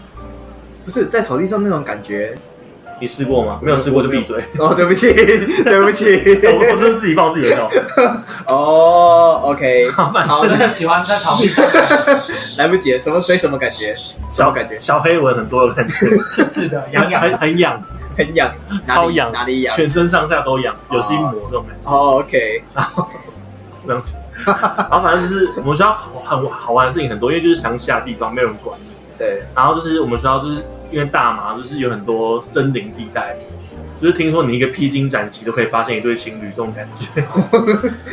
[SPEAKER 1] 不是在草地上那种感觉。
[SPEAKER 2] 你试过吗？没有试过就闭嘴。
[SPEAKER 1] 哦，对不 起，对不
[SPEAKER 2] 我我
[SPEAKER 1] 起。
[SPEAKER 2] 是自己爆自己的料，
[SPEAKER 1] 哦，OK，好
[SPEAKER 3] 我真
[SPEAKER 1] 的，
[SPEAKER 3] 的喜欢在 旁边
[SPEAKER 1] 来不及了，什么所以什么感觉？什么
[SPEAKER 2] 小
[SPEAKER 1] 感觉？
[SPEAKER 2] 小黑蚊很多的感觉，
[SPEAKER 3] 刺刺的、痒痒
[SPEAKER 2] 很
[SPEAKER 3] 的，
[SPEAKER 2] 很痒，
[SPEAKER 1] 很痒，哪里
[SPEAKER 2] 超痒
[SPEAKER 1] 哪里痒？
[SPEAKER 2] 全身上下都痒，有心魔这种 感觉。
[SPEAKER 1] 哦，OK，
[SPEAKER 2] 这样子。然后反正就是我们学校好很好玩的事情很多，因为就是乡下地方没有人管你。
[SPEAKER 1] 对，
[SPEAKER 2] 然后就是我们学校就是因为大麻就是有很多森林地带，就是听说你一个 披荆斩棘都可以发现一对情侣这种感觉，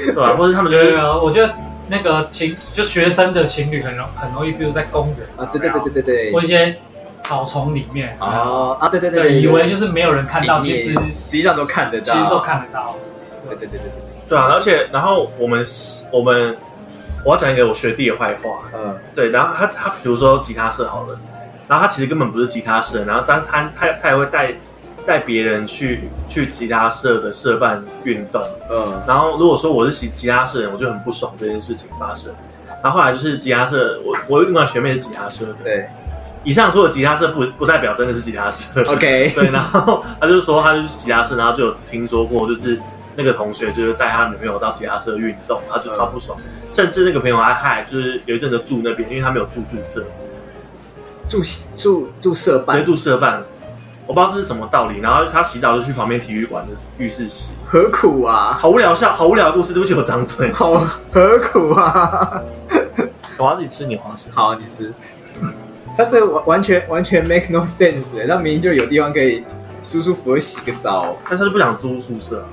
[SPEAKER 2] 对吧、或者他们 就啊
[SPEAKER 3] 有有
[SPEAKER 2] 是
[SPEAKER 3] 有，我觉得那个情就学生的情侣很容很容易，比如在公园
[SPEAKER 1] 啊，对对对，对对对
[SPEAKER 3] 或，一些草丛里面，
[SPEAKER 1] 哦啊，对对
[SPEAKER 3] 对，
[SPEAKER 1] 对，
[SPEAKER 3] 以为就是没有人看到，
[SPEAKER 1] 里
[SPEAKER 3] 其
[SPEAKER 1] 面
[SPEAKER 3] 实
[SPEAKER 1] 实际上都看得
[SPEAKER 3] 其
[SPEAKER 1] 到，
[SPEAKER 3] 实都看得到。
[SPEAKER 1] 对对对对对，
[SPEAKER 2] 对啊，而且然后我们我们我要讲一个我学弟的坏话，
[SPEAKER 1] 嗯，
[SPEAKER 2] 对，然后他他比如说吉他社好了，然后他其实根本不是吉他社，然后但他他他也会带带别人去去吉他社的社办运动，
[SPEAKER 1] 嗯
[SPEAKER 2] 然后如果说我是吉吉他社人，我就很不爽这件事情发生。然后后来就是吉他社，我我有另外学妹是吉他社的，
[SPEAKER 1] 对
[SPEAKER 2] 以上说的吉他社不不代表真的是吉他社。
[SPEAKER 1] ，OK，
[SPEAKER 2] 对，然后他就说他就是吉他社，然后就有听说过，就是那个同学就是带他女朋友到吉他社运动，他就超不爽，甚至那个朋友还害，就是有一阵子住那边，因为他没有住宿舍，
[SPEAKER 1] 住住住社
[SPEAKER 2] 直接
[SPEAKER 1] 办，
[SPEAKER 2] 住社办，我不知道这是什么道理。然后他洗澡就去旁边体育馆的浴室洗，
[SPEAKER 1] 何苦啊？
[SPEAKER 2] 好无聊笑，好无聊的故事，对不起，我张嘴，
[SPEAKER 1] 好何苦啊？
[SPEAKER 2] 我要自己吃牛黄石。
[SPEAKER 1] 好，你吃。他这完完全完全 make no sense，那明明就有地方可以舒舒服服地洗个澡，
[SPEAKER 2] 但是他就不想租宿舍。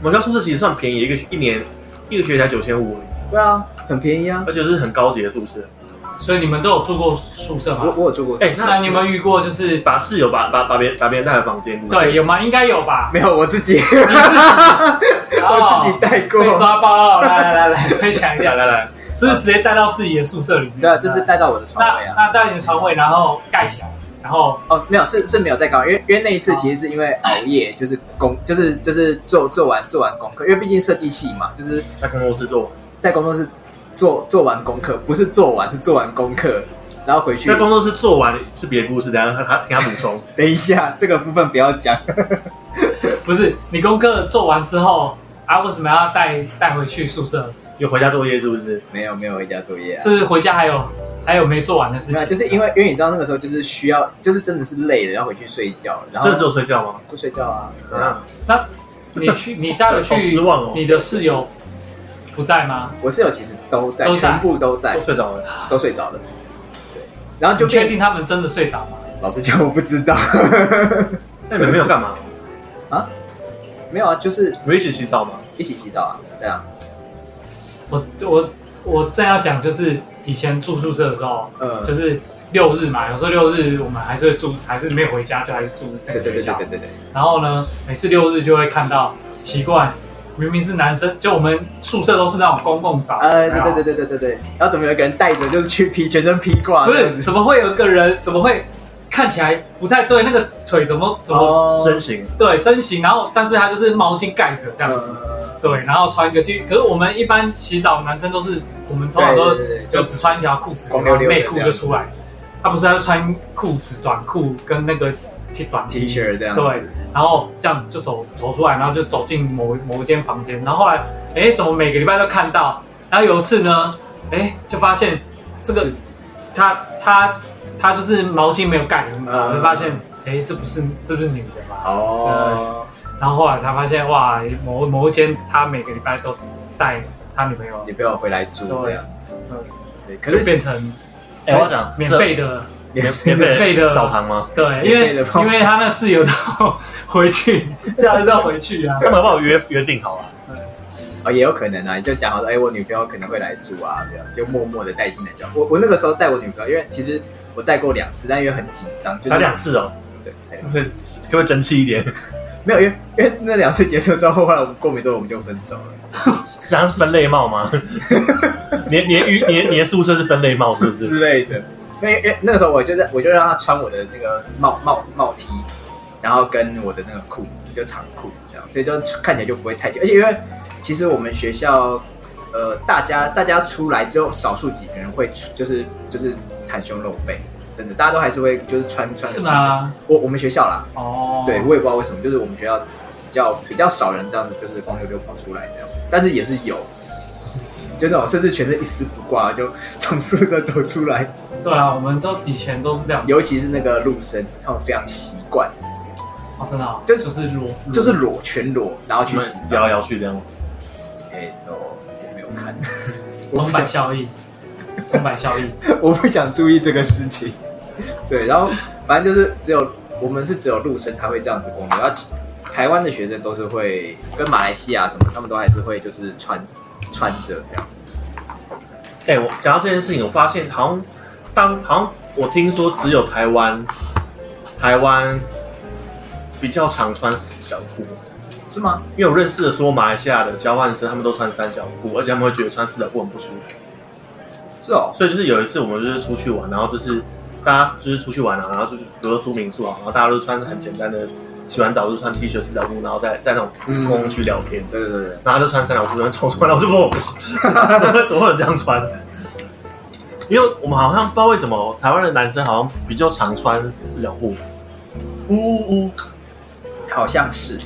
[SPEAKER 2] 我们家宿舍其实算便宜，一个一年一个学期才九千五，
[SPEAKER 1] 对啊，很便宜啊。
[SPEAKER 2] 而且是很高级的宿舍，
[SPEAKER 3] 所以你们都有住过宿舍
[SPEAKER 1] 我
[SPEAKER 3] 吗？
[SPEAKER 1] 我有住过，
[SPEAKER 2] 哎
[SPEAKER 3] 那你有没有遇过就是
[SPEAKER 2] 把室友把把把别人把别人带来房间，
[SPEAKER 3] 对有吗？应该有吧。
[SPEAKER 1] 没有我自己， 我自己带过
[SPEAKER 3] 被。抓包了，啊来 来来来，分享一
[SPEAKER 2] 来
[SPEAKER 3] 下，
[SPEAKER 2] 来来，
[SPEAKER 3] 是不是直接带到自己的宿舍里面？
[SPEAKER 1] 对啊，就是带到我的床
[SPEAKER 3] 那
[SPEAKER 1] 位啊。
[SPEAKER 3] 那带你的床位，然后盖起来，然后
[SPEAKER 1] 哦，没有，是是没有在搞，因为因为那一次其实是因为熬夜，就是工，就是就是做做完做完功课，因为毕竟设计系嘛，就是
[SPEAKER 2] 在工作室做，
[SPEAKER 1] 在工作室做做完功课，不是做完是做完功课，然后回去
[SPEAKER 2] 在。工作室做完是别的故事，等一下他他听他补 充。
[SPEAKER 1] 等一下，这个部分不要讲。
[SPEAKER 3] 不是你功课做完之后啊，为什么要带带回去宿舍？
[SPEAKER 2] 有回家作业是不是？
[SPEAKER 1] 没有没有回家作业啊，
[SPEAKER 3] 是不是回家还有还有没做完的事
[SPEAKER 1] 没有，
[SPEAKER 3] 情？啊
[SPEAKER 1] 就是因为因为你知道那个时候就是需要，就是真的是累了要回去睡觉，然后
[SPEAKER 2] 真的只有睡觉吗？
[SPEAKER 1] 就睡觉啊。对啊
[SPEAKER 2] 啊，
[SPEAKER 3] 那你去你带 回
[SPEAKER 2] 好失
[SPEAKER 3] 去，
[SPEAKER 2] 望哦，
[SPEAKER 3] 你的室友不在吗？
[SPEAKER 1] 我室友其实都在，
[SPEAKER 3] 嗯都在
[SPEAKER 1] 全部都在
[SPEAKER 2] 都，睡着了。
[SPEAKER 1] 都睡着了。对，然后就
[SPEAKER 3] 你确
[SPEAKER 1] 变。
[SPEAKER 3] 定他们真的睡着吗？
[SPEAKER 1] 老实讲，我不 知道。
[SPEAKER 2] 那你们没有干嘛？
[SPEAKER 1] 没有啊，就是
[SPEAKER 2] 你们一起洗澡吗？
[SPEAKER 1] 一起洗澡啊，对啊，
[SPEAKER 3] 我我我正要讲，就是以前住宿舍的时候，
[SPEAKER 1] 嗯，
[SPEAKER 3] 就是是六日嘛，有时候六日我们还是会住，还是没有回家，就还是住那
[SPEAKER 1] 对
[SPEAKER 3] 个
[SPEAKER 1] 对对
[SPEAKER 3] 学
[SPEAKER 1] 对
[SPEAKER 3] 校
[SPEAKER 1] 对。对对，
[SPEAKER 3] 然后呢，每次六日就会看到，奇怪，明明是男生，就我们宿舍都是那种公共澡，
[SPEAKER 1] 呃，对
[SPEAKER 3] 有没有
[SPEAKER 1] 对对对对对对，然后怎么有一个人带着就是去披全身披挂，
[SPEAKER 3] 不
[SPEAKER 1] 这样
[SPEAKER 3] 是，
[SPEAKER 1] 子
[SPEAKER 3] 怎么会有一个人，怎么会看起来不太对，那个腿怎么怎么、
[SPEAKER 1] 哦
[SPEAKER 2] 身形
[SPEAKER 3] 对身形，然后但是他就是毛巾盖着这样子，
[SPEAKER 1] 呃
[SPEAKER 3] 对，然后穿一个 T，可是我们一般洗澡男生都是，我们通常
[SPEAKER 1] 对
[SPEAKER 3] 都
[SPEAKER 1] 对对对
[SPEAKER 3] 就只穿一条裤子，
[SPEAKER 1] 光
[SPEAKER 3] 然
[SPEAKER 1] 溜溜
[SPEAKER 3] 后
[SPEAKER 1] 的
[SPEAKER 3] 内裤就出来，他不是他就穿裤子、短裤跟那个 T 短
[SPEAKER 1] T 恤这样子，
[SPEAKER 3] 对，然后这样就走走出来，然后就走进某某一间房间，然后后来，哎，怎么每个礼拜都看到？然后有一次呢，哎，就发现这个
[SPEAKER 1] 是
[SPEAKER 3] 他他他就是毛巾没有盖，
[SPEAKER 1] 嗯
[SPEAKER 3] 我就发现，哎，这不是这不是女的吧？
[SPEAKER 1] 哦，
[SPEAKER 3] 然后后来才发现，哇，某某一间他每个礼拜都带他女朋友，
[SPEAKER 1] 你不要回来住这样，
[SPEAKER 3] 嗯
[SPEAKER 1] 对，可
[SPEAKER 3] 就是变成
[SPEAKER 2] 哎，我要讲
[SPEAKER 3] 免费的，
[SPEAKER 2] 这免免
[SPEAKER 3] 免费
[SPEAKER 2] 费
[SPEAKER 3] 的
[SPEAKER 2] 的澡堂吗？
[SPEAKER 3] 对，因
[SPEAKER 1] 免
[SPEAKER 3] 为
[SPEAKER 1] 费的泡
[SPEAKER 3] 因为他那室友都 回去，假日都回 去啊。
[SPEAKER 2] 他们帮我约约定好啊了，
[SPEAKER 1] 哦也有可能啊，你就讲好说，哎，我女朋友可能会来住啊，这样就默默的带进来就好。我我那个时候带我女朋友，因为其实我带过两次，但因为很紧张，就是
[SPEAKER 2] 才两次哦，
[SPEAKER 1] 对，才两次
[SPEAKER 2] 可不可以争气一点？
[SPEAKER 1] 没有，因为因为那两次结束之后，后来我们过没多久我们就分手了。
[SPEAKER 2] 是像是分类帽 吗？你你你你你的宿舍是分类帽是不是？啊
[SPEAKER 1] 之类的。因为因为那个时候我就是我就让他穿我的那个帽帽帽 T，然后跟我的那个裤子就长裤这样，所以就看起来就不会太紧。而且因为其实我们学校呃大家大家出来之后，少数几个人会出就是就是袒胸露背，真的大家都还是会就是穿穿
[SPEAKER 3] 是
[SPEAKER 1] 得
[SPEAKER 3] 吗？
[SPEAKER 1] 清楚？我我们学校啦，
[SPEAKER 3] 哦，
[SPEAKER 1] 对我也不知道为什么，就是我们学校比较比较少人这样子，就是光溜溜跑出来这样，但是也是有。就那种甚至全身一丝不挂就从宿舍走出来，
[SPEAKER 3] 对啊，我们都以前都是这样，
[SPEAKER 1] 尤其是那个陆生，他们非常习惯，
[SPEAKER 3] 哦，真的哦，
[SPEAKER 1] 就
[SPEAKER 3] 就是裸，
[SPEAKER 1] 就是裸全裸，然后
[SPEAKER 2] 嗯你
[SPEAKER 1] 去
[SPEAKER 2] 们
[SPEAKER 1] 洗
[SPEAKER 2] 摇
[SPEAKER 1] 澡。
[SPEAKER 2] 来摇去这样吗？
[SPEAKER 1] 哎，都我没有 看，我
[SPEAKER 3] 钟
[SPEAKER 1] 不
[SPEAKER 3] 摆
[SPEAKER 1] 想，
[SPEAKER 3] 效应， 钟摆效应，
[SPEAKER 1] 我不想注意这个事情。对，然后反正就是只有我们是只有陆生他会这样子工作，然后台湾的学生都是会跟马来西亚什么，他们都还是会就是穿穿着这样。
[SPEAKER 2] 哎、我讲到这件事情，我发现好像当好像我听说只有台湾，台湾比较常穿四角裤，
[SPEAKER 1] 是吗？
[SPEAKER 2] 因为我认识的说马来西亚的交换生，他们都穿三角裤，而且他们会觉得穿四角裤很不舒服。
[SPEAKER 1] 是哦，
[SPEAKER 2] 所以就是有一次我们就是出去玩，然后就是大家就是出去玩啊，然后就是比如说租民宿啊，然后大家都穿很简单的，洗完澡就穿 T 恤四角裤，然后在在那种
[SPEAKER 1] 嗯
[SPEAKER 2] 公共区聊天。
[SPEAKER 1] 对对对对，
[SPEAKER 2] 然后他就穿三角裤，然后冲出来，我就问我，怎 么怎么会有这样穿？因为我们好像不知道为什么台湾的男生好像比较常穿四角裤，呜呜。
[SPEAKER 1] 好像是。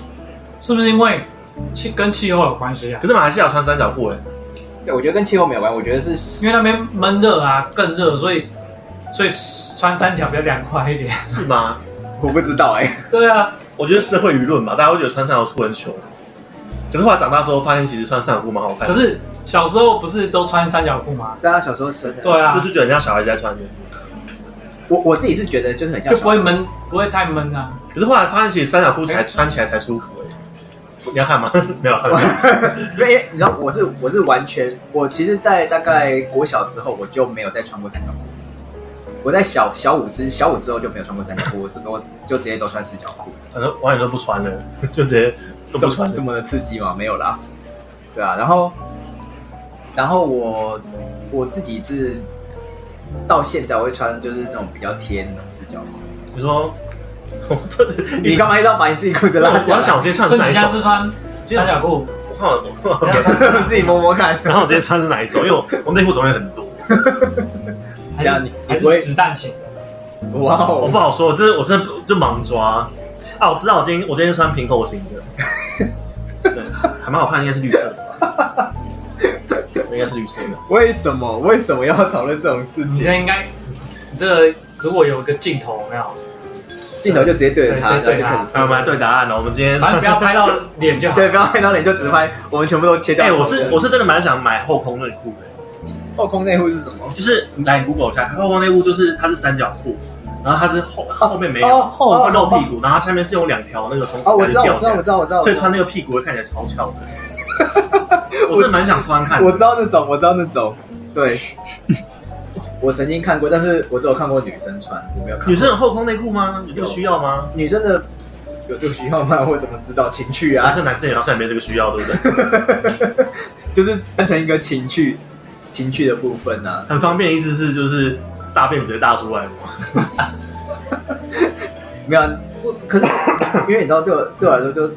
[SPEAKER 3] 是不是因为气跟气候有关系啊
[SPEAKER 2] 可？是马来西亚穿三角裤哎、
[SPEAKER 1] 对，我觉得跟气候没有关，我觉得是
[SPEAKER 3] 因为那边闷热啊，更热，所以所以穿三条比较凉快一点。
[SPEAKER 2] 是吗？
[SPEAKER 1] 我不知道哎、
[SPEAKER 3] 对啊，
[SPEAKER 2] 我觉得社会舆论吧，大家会觉得穿三角裤很穷。可是后来长大之后，发现其实穿三角裤蛮好看
[SPEAKER 3] 可
[SPEAKER 2] 的，
[SPEAKER 3] 是小时候不是都穿三角裤吗？
[SPEAKER 1] 大家啊小时候是，
[SPEAKER 3] 对
[SPEAKER 2] 就
[SPEAKER 3] 啊，
[SPEAKER 2] 就觉得很像小孩子在穿的。
[SPEAKER 1] 我我自己是觉得就是很像
[SPEAKER 3] 就不会
[SPEAKER 1] 小
[SPEAKER 3] 闷，不会太闷啊。
[SPEAKER 2] 可是后来发现，其实三角裤才穿起来才舒服哎、你要看吗？ 没有，开玩笑
[SPEAKER 1] 因为你知道我是我是完全，我其实，在大概国小之后，我就没有再穿过三角裤。我在小小五之小五之后就没有穿过三角裤，我最多就直接都穿四角裤。
[SPEAKER 2] 反正网友都不穿了， 就直接都
[SPEAKER 1] 这
[SPEAKER 2] 不
[SPEAKER 1] 么
[SPEAKER 2] 穿了
[SPEAKER 1] 这。么的刺激吗？没有啦，对啊，然后，然后我我自己是到现在我会穿就是那种比较贴那种四角裤。
[SPEAKER 2] 你说， 我这是
[SPEAKER 1] 你干嘛一定要把你自己裤子拉
[SPEAKER 2] 我
[SPEAKER 1] 下
[SPEAKER 2] 要想
[SPEAKER 1] 来？
[SPEAKER 2] 我今天穿
[SPEAKER 3] 所
[SPEAKER 2] 的
[SPEAKER 3] 以
[SPEAKER 2] 是
[SPEAKER 3] 你现
[SPEAKER 2] 哪一
[SPEAKER 3] 在是
[SPEAKER 2] 种？
[SPEAKER 3] 穿三角裤，
[SPEAKER 2] 我看我 我
[SPEAKER 3] 不
[SPEAKER 2] 看
[SPEAKER 3] 要
[SPEAKER 2] 我，
[SPEAKER 3] 穿三角
[SPEAKER 1] 自己摸摸看。
[SPEAKER 2] 然后我今天穿的是哪一种？因为我我内裤种类很多，
[SPEAKER 3] 裤
[SPEAKER 1] 这
[SPEAKER 3] 还
[SPEAKER 1] 样你
[SPEAKER 3] 是还
[SPEAKER 1] 你不会
[SPEAKER 3] 是子弹型的。
[SPEAKER 1] 哇
[SPEAKER 2] 我不
[SPEAKER 1] 哦，
[SPEAKER 2] 好说，我这是我真的就盲抓啊！我知道我今天我今天穿平口型 的，对，还蛮好看，应该是绿色的吧，应该是绿色的。
[SPEAKER 1] 为什么为什么要讨论这种事
[SPEAKER 3] 你
[SPEAKER 1] 情
[SPEAKER 3] 这？应该，你这个如果有个镜头有没有，
[SPEAKER 1] 镜头就直接对着他，
[SPEAKER 3] 对直接对
[SPEAKER 1] 然后就
[SPEAKER 2] 那我们来对答案了，我们今天
[SPEAKER 3] 反正不要拍到脸就好。
[SPEAKER 1] 对，不要拍到脸就只拍，我们全部都切掉。
[SPEAKER 2] 哎，我是我是真的蛮想买后空内裤的。
[SPEAKER 1] 后空内裤是什么？
[SPEAKER 2] 就是你来 Google 一下，后空内裤就是它是三角裤，然后它是后后面没有，
[SPEAKER 1] 哦哦
[SPEAKER 2] 会露屁股，然后它下面是有两条那个从
[SPEAKER 1] 哦，我知道，我
[SPEAKER 2] 掉
[SPEAKER 1] 知
[SPEAKER 2] 下
[SPEAKER 1] 道，
[SPEAKER 2] 来
[SPEAKER 1] 我知道，我知道，
[SPEAKER 2] 所以穿那个屁股会看起来超翘的。 我是蛮想穿看
[SPEAKER 1] 我
[SPEAKER 2] 的，
[SPEAKER 1] 知道那种，我知道那种，对。我曾经看过，但是我只有看过女生穿，我没有看过
[SPEAKER 2] 女生有后空内裤吗？有这个需要吗？
[SPEAKER 1] 女生的有这个需要吗？我怎么知道情趣
[SPEAKER 2] 男
[SPEAKER 1] 啊？
[SPEAKER 2] 生男生也好像也没这个需要，对不 对？
[SPEAKER 1] 就是当成一个情趣情趣的部分啊。
[SPEAKER 2] 很方便，意思是就是大便直接大出来 嘛。
[SPEAKER 1] 没有啊，我可是 因为你知道，对我对我来说就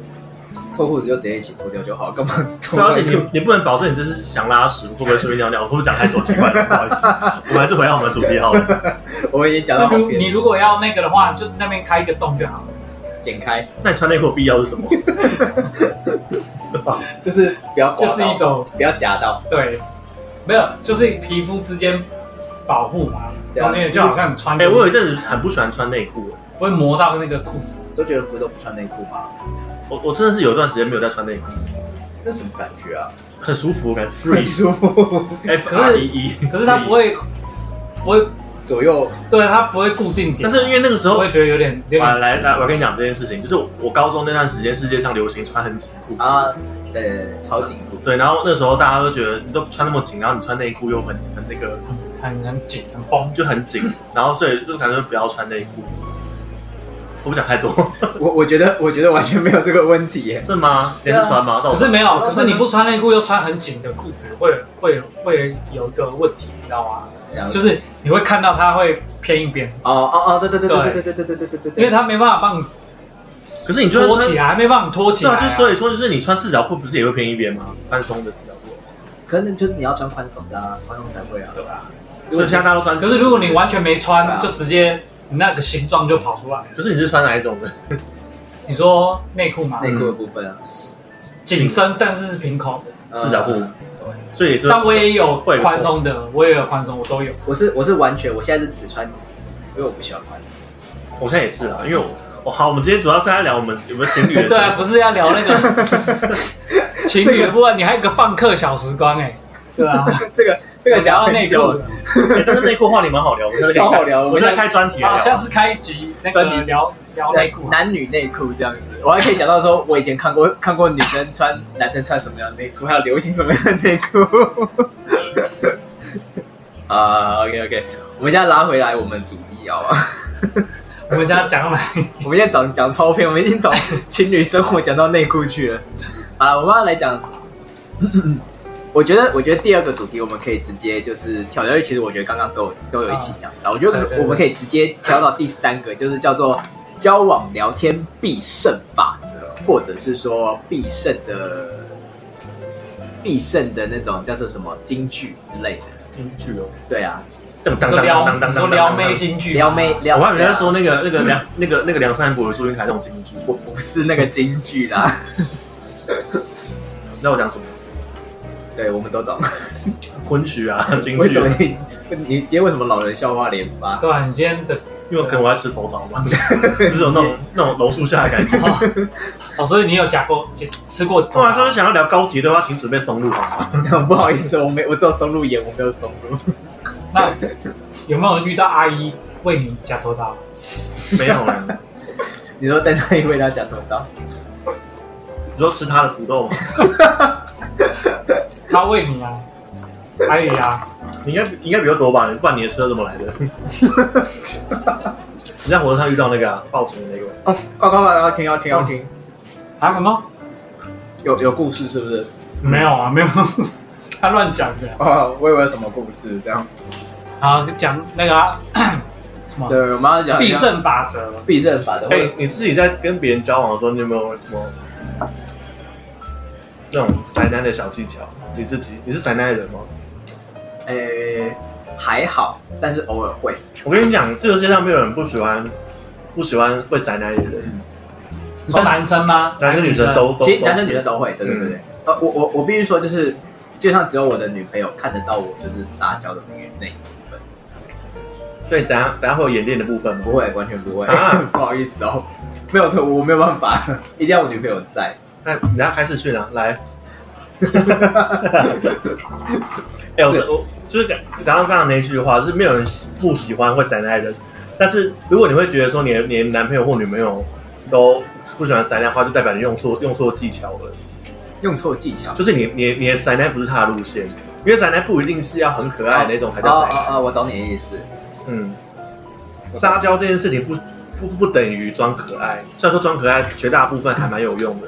[SPEAKER 1] 脱裤子就直接一起脱掉就好，干嘛 脱
[SPEAKER 2] 对，啊而且
[SPEAKER 1] 内
[SPEAKER 2] 你
[SPEAKER 1] 裤？
[SPEAKER 2] 你不能保证你这是想拉屎会不会顺便尿尿，会不会讲太多奇 怪的？不好意思，我们还是回到我们主题好了。
[SPEAKER 1] 我们已经讲到
[SPEAKER 3] 那
[SPEAKER 1] 好
[SPEAKER 3] 如
[SPEAKER 1] 偏
[SPEAKER 3] 你如果要那个的话，就那边开一个洞就好了。
[SPEAKER 1] 剪开，
[SPEAKER 2] 那你穿内裤的必要是 什么？ 对
[SPEAKER 1] 哦
[SPEAKER 2] 吧？
[SPEAKER 1] 就是不
[SPEAKER 2] 哦
[SPEAKER 1] 要刮
[SPEAKER 3] 就
[SPEAKER 1] 到
[SPEAKER 3] 是一种
[SPEAKER 1] 不要夹到，
[SPEAKER 3] 对，没有，就是皮肤之间保护嘛，
[SPEAKER 1] 对啊
[SPEAKER 3] 中间就好像你穿，
[SPEAKER 2] 哎、我有一阵子很不喜欢穿内裤，
[SPEAKER 3] 会磨到那个裤子，
[SPEAKER 1] 周杰伦不是都不穿内裤吗？
[SPEAKER 2] 我我真的是有一段时间没有在穿内裤，
[SPEAKER 1] 那什么感觉啊？
[SPEAKER 2] 很舒服，感觉
[SPEAKER 1] 很
[SPEAKER 2] free
[SPEAKER 1] 舒服，
[SPEAKER 2] F
[SPEAKER 3] 可
[SPEAKER 2] R
[SPEAKER 3] 是
[SPEAKER 2] E E。
[SPEAKER 3] 可是它不，会，不会，
[SPEAKER 1] 左右
[SPEAKER 3] 对，它不会固定点，啊
[SPEAKER 2] 但是因为那个时
[SPEAKER 3] 我
[SPEAKER 2] 候
[SPEAKER 3] 会，觉得有点有
[SPEAKER 2] 啊，
[SPEAKER 3] 点
[SPEAKER 2] 来来，我跟你讲这件事情，就是我我高中那段时间，世界上流行穿很紧裤，
[SPEAKER 1] 啊，对，超紧裤。
[SPEAKER 2] 对，然后那时候大家都觉得你都穿那么紧，然后你穿内裤又很很那个，
[SPEAKER 3] 很很紧很绷，
[SPEAKER 2] 就 很紧，然后所以就感觉不要穿内裤。我不讲太多，
[SPEAKER 1] 我我觉得我觉得完全没有这个问题耶。
[SPEAKER 2] 是吗？连着穿吗？到
[SPEAKER 1] 哦
[SPEAKER 3] 啊可
[SPEAKER 2] 时
[SPEAKER 3] 是
[SPEAKER 2] 候
[SPEAKER 3] 没有，可是你不穿内裤又穿很紧的裤子，会会会有一个问题，你知道吗？就是是你会看到它会偏一边，
[SPEAKER 1] 哦哦哦，对对对对
[SPEAKER 3] 对
[SPEAKER 1] 对对对对对对对对，
[SPEAKER 3] 因为它没办法帮你
[SPEAKER 2] 可是你就
[SPEAKER 3] 拖
[SPEAKER 2] 算
[SPEAKER 3] 起
[SPEAKER 2] 穿，
[SPEAKER 3] 来，没办法拖起
[SPEAKER 2] 对
[SPEAKER 3] 来啊，
[SPEAKER 2] 啊，就所以说就是你穿四角裤不是也会偏一边吗？宽松的四角裤，
[SPEAKER 1] 可能就是你要穿宽松的啊，宽松才会啊。
[SPEAKER 3] 对吧？
[SPEAKER 2] 所以现在大家都穿。
[SPEAKER 3] 可是如果你完全没
[SPEAKER 1] 对啊
[SPEAKER 3] 穿，就直接你那个形状就跑出来了。
[SPEAKER 2] 可是你是穿哪一种的？
[SPEAKER 3] 你说内裤吗？
[SPEAKER 1] 内裤的部分啊，
[SPEAKER 3] 紧身，但是是平口的。
[SPEAKER 1] 呃
[SPEAKER 2] 四角裤
[SPEAKER 3] 对，
[SPEAKER 2] 所以也是
[SPEAKER 3] 但我也有
[SPEAKER 2] 会
[SPEAKER 3] 宽松的，我也有宽松，我都有。
[SPEAKER 1] 我是我是完全，我现在是只穿紧，因为我不喜欢宽松。
[SPEAKER 2] 我现在也是啦，因为我我好，我们今天主要是在聊我们有没有情侣的事。
[SPEAKER 3] 对啊，不是要聊那个情侣的部分，你还有一个放课小时光哎，对啊，
[SPEAKER 1] 这个这个
[SPEAKER 3] 聊
[SPEAKER 1] 讲
[SPEAKER 3] 到内裤了，
[SPEAKER 2] 欸但是内裤话题蛮好聊，我们现在可以
[SPEAKER 1] 超好
[SPEAKER 2] 开
[SPEAKER 1] 聊
[SPEAKER 2] 我们现在开专题来
[SPEAKER 3] 好，下
[SPEAKER 2] 聊。
[SPEAKER 3] 次开一集那个
[SPEAKER 1] 专题
[SPEAKER 3] 聊聊内裤啊，
[SPEAKER 1] 男女内裤这样子，我还可以讲到说，我以前看过 看过女生穿男生穿什么样的内裤，还有流行什么样的内裤。 啊、o k OK，我们现在拉回来我们主题好吧？
[SPEAKER 3] 我们现在讲到哪里？
[SPEAKER 1] 我们现在讲讲超片，我们已经从情侣生活讲到内裤去了。好了，我们要来讲， 我觉得我觉得第二个主题我们可以直接就是挑战，因为其实我觉得刚刚都有都有一起讲到，我觉
[SPEAKER 3] 对对
[SPEAKER 1] 得
[SPEAKER 3] 对
[SPEAKER 1] 我们可以直接挑到第三个，就是叫做交往聊天必胜法则，或者是说必胜的必胜的那种叫做什么金句之类的。
[SPEAKER 2] 京剧哦，
[SPEAKER 1] 对啊，
[SPEAKER 2] 这种
[SPEAKER 3] 你
[SPEAKER 2] 当
[SPEAKER 3] 说
[SPEAKER 2] 当
[SPEAKER 3] 撩，
[SPEAKER 2] 当当
[SPEAKER 3] 你
[SPEAKER 2] 当
[SPEAKER 3] 说
[SPEAKER 2] 当
[SPEAKER 3] 撩妹金句吗，
[SPEAKER 1] 撩妹啊撩，
[SPEAKER 2] 我还以为在说那个那个梁那个那个梁山伯与祝英台那种京剧，
[SPEAKER 1] 我不是那个京剧啦。
[SPEAKER 2] 那我讲什么？
[SPEAKER 1] 对，我们都懂。
[SPEAKER 2] 昆曲啊，京
[SPEAKER 1] 为
[SPEAKER 2] 剧
[SPEAKER 1] 什
[SPEAKER 2] 啊
[SPEAKER 1] 么，你你 今天为什么老人笑话连发？
[SPEAKER 3] 对吧？你今天的
[SPEAKER 2] 因为可能我在吃头刀嘛，就是有那种那种楼树下的感觉。
[SPEAKER 3] 哦，所以你有夹过吃吃过头
[SPEAKER 2] 突
[SPEAKER 3] 啊？
[SPEAKER 2] 然说想要聊高级的话，请准备松露好吗？
[SPEAKER 1] 不好意思，我没，我只有松露盐，我没有松露。
[SPEAKER 3] 那有没有遇到阿姨为你夹头刀？
[SPEAKER 2] 没有人，
[SPEAKER 1] 你说在那里为他讲头刀，
[SPEAKER 2] 你说吃他的土豆吗？
[SPEAKER 3] 她为你啊，阿姨啊，
[SPEAKER 2] 你应该应该比较多吧，不然你的车怎么来的？ 你在火车上遇到那个啊，报警的那个，
[SPEAKER 1] 哦，快快快，要听要听要听，
[SPEAKER 3] 啊什么？
[SPEAKER 1] 哦有有故事是不是？
[SPEAKER 3] 没有啊，没有，他乱讲的
[SPEAKER 1] 哦，我以为有什么故事这样。
[SPEAKER 3] 啊，讲那个啊什么
[SPEAKER 1] 对，我们要讲一
[SPEAKER 3] 必
[SPEAKER 1] 下
[SPEAKER 3] 胜法则，
[SPEAKER 1] 必胜法的，
[SPEAKER 2] 哎、
[SPEAKER 1] 会
[SPEAKER 2] 你自己在跟别人交往的时候，你有没有什么那种宅男的小技巧？你自己你是宅男的人吗？
[SPEAKER 1] 哎还好，但是偶尔会。
[SPEAKER 2] 我跟你讲，这个世界上没有人不喜欢不喜欢会宅男的人，
[SPEAKER 3] 你说男生吗？
[SPEAKER 2] 男生女生都都。
[SPEAKER 1] 其实
[SPEAKER 2] 都
[SPEAKER 1] 男生
[SPEAKER 2] 是
[SPEAKER 1] 女生嗯都会，对对对对。呃，我我我必须说，就是基本上只有我的女朋友看得到我就是撒娇的那个那一部分，
[SPEAKER 2] 所以等下等下会有演练的部分吗？
[SPEAKER 1] 不会，完全不会
[SPEAKER 2] 啊，
[SPEAKER 1] 不好意思哦，没有，我没有办法，一定要我女朋友在。
[SPEAKER 2] 那你等下开始去哪？来。哎、我我就是讲讲到刚刚那句话，就是没有人喜不喜欢会宅男的人，但是如果你会觉得说你的你的男朋友或女朋友都不喜欢宅男的话，就代表你用错用错技巧了。
[SPEAKER 1] 用错技巧。
[SPEAKER 2] 就是你你你的宅男不是他的路线，因为宅男不一定是要很可爱的那种才叫
[SPEAKER 1] 哦
[SPEAKER 2] 宅男。
[SPEAKER 1] 哦哦，我懂你的意思。
[SPEAKER 2] 嗯，撒娇这件事情不不不等于装可爱，虽然说装可爱绝大部分还蛮有用的，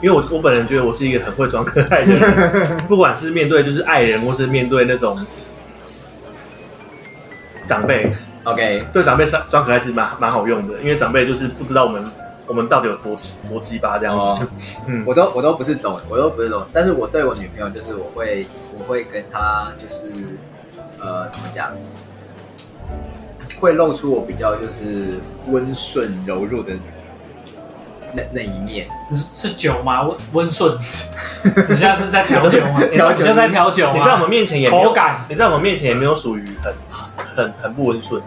[SPEAKER 2] 因为我我本人觉得我是一个很会装可爱的人，不管是面对就是爱人，或是面对那种长辈，
[SPEAKER 1] OK，
[SPEAKER 2] 对长辈撒装可爱是蛮蛮好用的，因为长辈就是不知道我们我们到底有多鸡多鸡巴这样子，
[SPEAKER 1] 哦
[SPEAKER 2] 嗯，
[SPEAKER 1] 我都我都不是走，我都不是走，但是我对我女朋友就是我会我会跟她就是呃怎么讲，会露出我比较就是温顺柔弱的那那一面。
[SPEAKER 3] 是酒吗？温温顺，你现在是在调酒吗？
[SPEAKER 1] 调酒
[SPEAKER 3] 你现在在调酒
[SPEAKER 2] 你在我
[SPEAKER 3] 吗？
[SPEAKER 2] 们面前也没有
[SPEAKER 3] 啊口感
[SPEAKER 2] 你在我们面前也没有属于很很很不温顺的、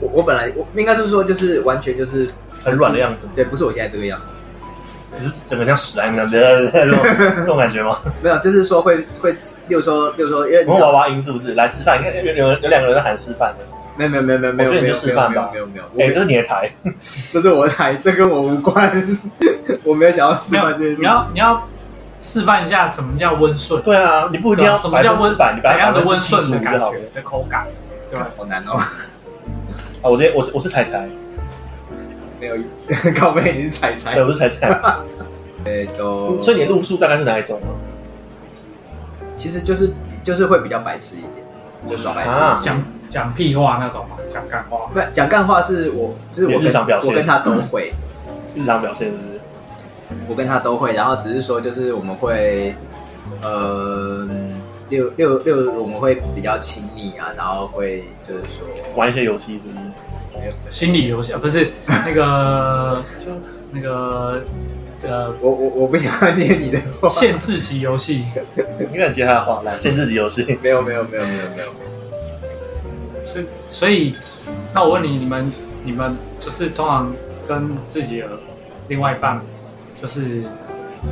[SPEAKER 1] 我我本来我应该是说就是完全就是
[SPEAKER 2] 很软的样子吗，
[SPEAKER 1] 对，不是我现在这个样子，
[SPEAKER 2] 你是 整个像史莱姆那样的那种那种感 觉吗？
[SPEAKER 1] 没有，就是说会会，例如说例如说，因为你
[SPEAKER 2] 我们娃娃音是不是？来示范，你看有有有两个人在喊示范的，
[SPEAKER 1] 没有没有没有没有没有
[SPEAKER 2] 哦我觉
[SPEAKER 1] 没有
[SPEAKER 2] 得你
[SPEAKER 1] 没
[SPEAKER 2] 就
[SPEAKER 1] 有
[SPEAKER 2] 示范
[SPEAKER 1] 没
[SPEAKER 2] 吧
[SPEAKER 1] 有没有没有，我
[SPEAKER 2] 哎、
[SPEAKER 1] 没
[SPEAKER 2] 这是你的台，
[SPEAKER 1] 这是我的台，这跟我无关， 我没有想要示
[SPEAKER 3] 没有
[SPEAKER 1] 范这件，事
[SPEAKER 3] 你
[SPEAKER 1] 情。
[SPEAKER 3] 要你要示范一下什么叫温顺，
[SPEAKER 2] 对啊，你不一定要
[SPEAKER 3] 什么
[SPEAKER 2] 百
[SPEAKER 3] 叫
[SPEAKER 2] 分之
[SPEAKER 3] 温
[SPEAKER 2] 百，你
[SPEAKER 3] 怎
[SPEAKER 2] 百
[SPEAKER 3] 样的
[SPEAKER 2] 分
[SPEAKER 3] 温
[SPEAKER 2] 之七
[SPEAKER 3] 顺
[SPEAKER 2] 十
[SPEAKER 3] 的
[SPEAKER 2] 五
[SPEAKER 3] 感
[SPEAKER 2] 就好了
[SPEAKER 3] 觉的口感，对吧？
[SPEAKER 1] 好难哦，
[SPEAKER 2] 啊，我今天我是我是彩彩，
[SPEAKER 1] 没有 靠背你是彩
[SPEAKER 2] 对，
[SPEAKER 1] 彩，
[SPEAKER 2] 我是彩 彩，
[SPEAKER 1] 对，都
[SPEAKER 2] 所以你的路数大概是哪一种啊？
[SPEAKER 1] 其实就是就是会比较白痴一点，就耍白痴
[SPEAKER 2] 啊
[SPEAKER 1] 一些。
[SPEAKER 3] 讲讲屁话那种嘛，讲干话。
[SPEAKER 1] 不讲干话是我，就是我
[SPEAKER 2] 你的日常表
[SPEAKER 1] 跟我
[SPEAKER 2] 现
[SPEAKER 1] 跟他都会，
[SPEAKER 2] 日常表现是不是？
[SPEAKER 1] 我跟他都会，然后只是说就是我们会，呃，六六六我们会比较亲密啊，然后会就是说
[SPEAKER 2] 玩一些游戏是不
[SPEAKER 3] 心理游戏啊，不 是那个
[SPEAKER 2] 是？就
[SPEAKER 3] 那个呃
[SPEAKER 1] 我我我不想接你的话，
[SPEAKER 3] 限制级游戏，
[SPEAKER 2] 你敢接他的话，来限制级游 戏，
[SPEAKER 1] 没有没有没有没有没有，
[SPEAKER 3] 所以所以那我问你，你们你们就是通常跟自己的另外一半，就是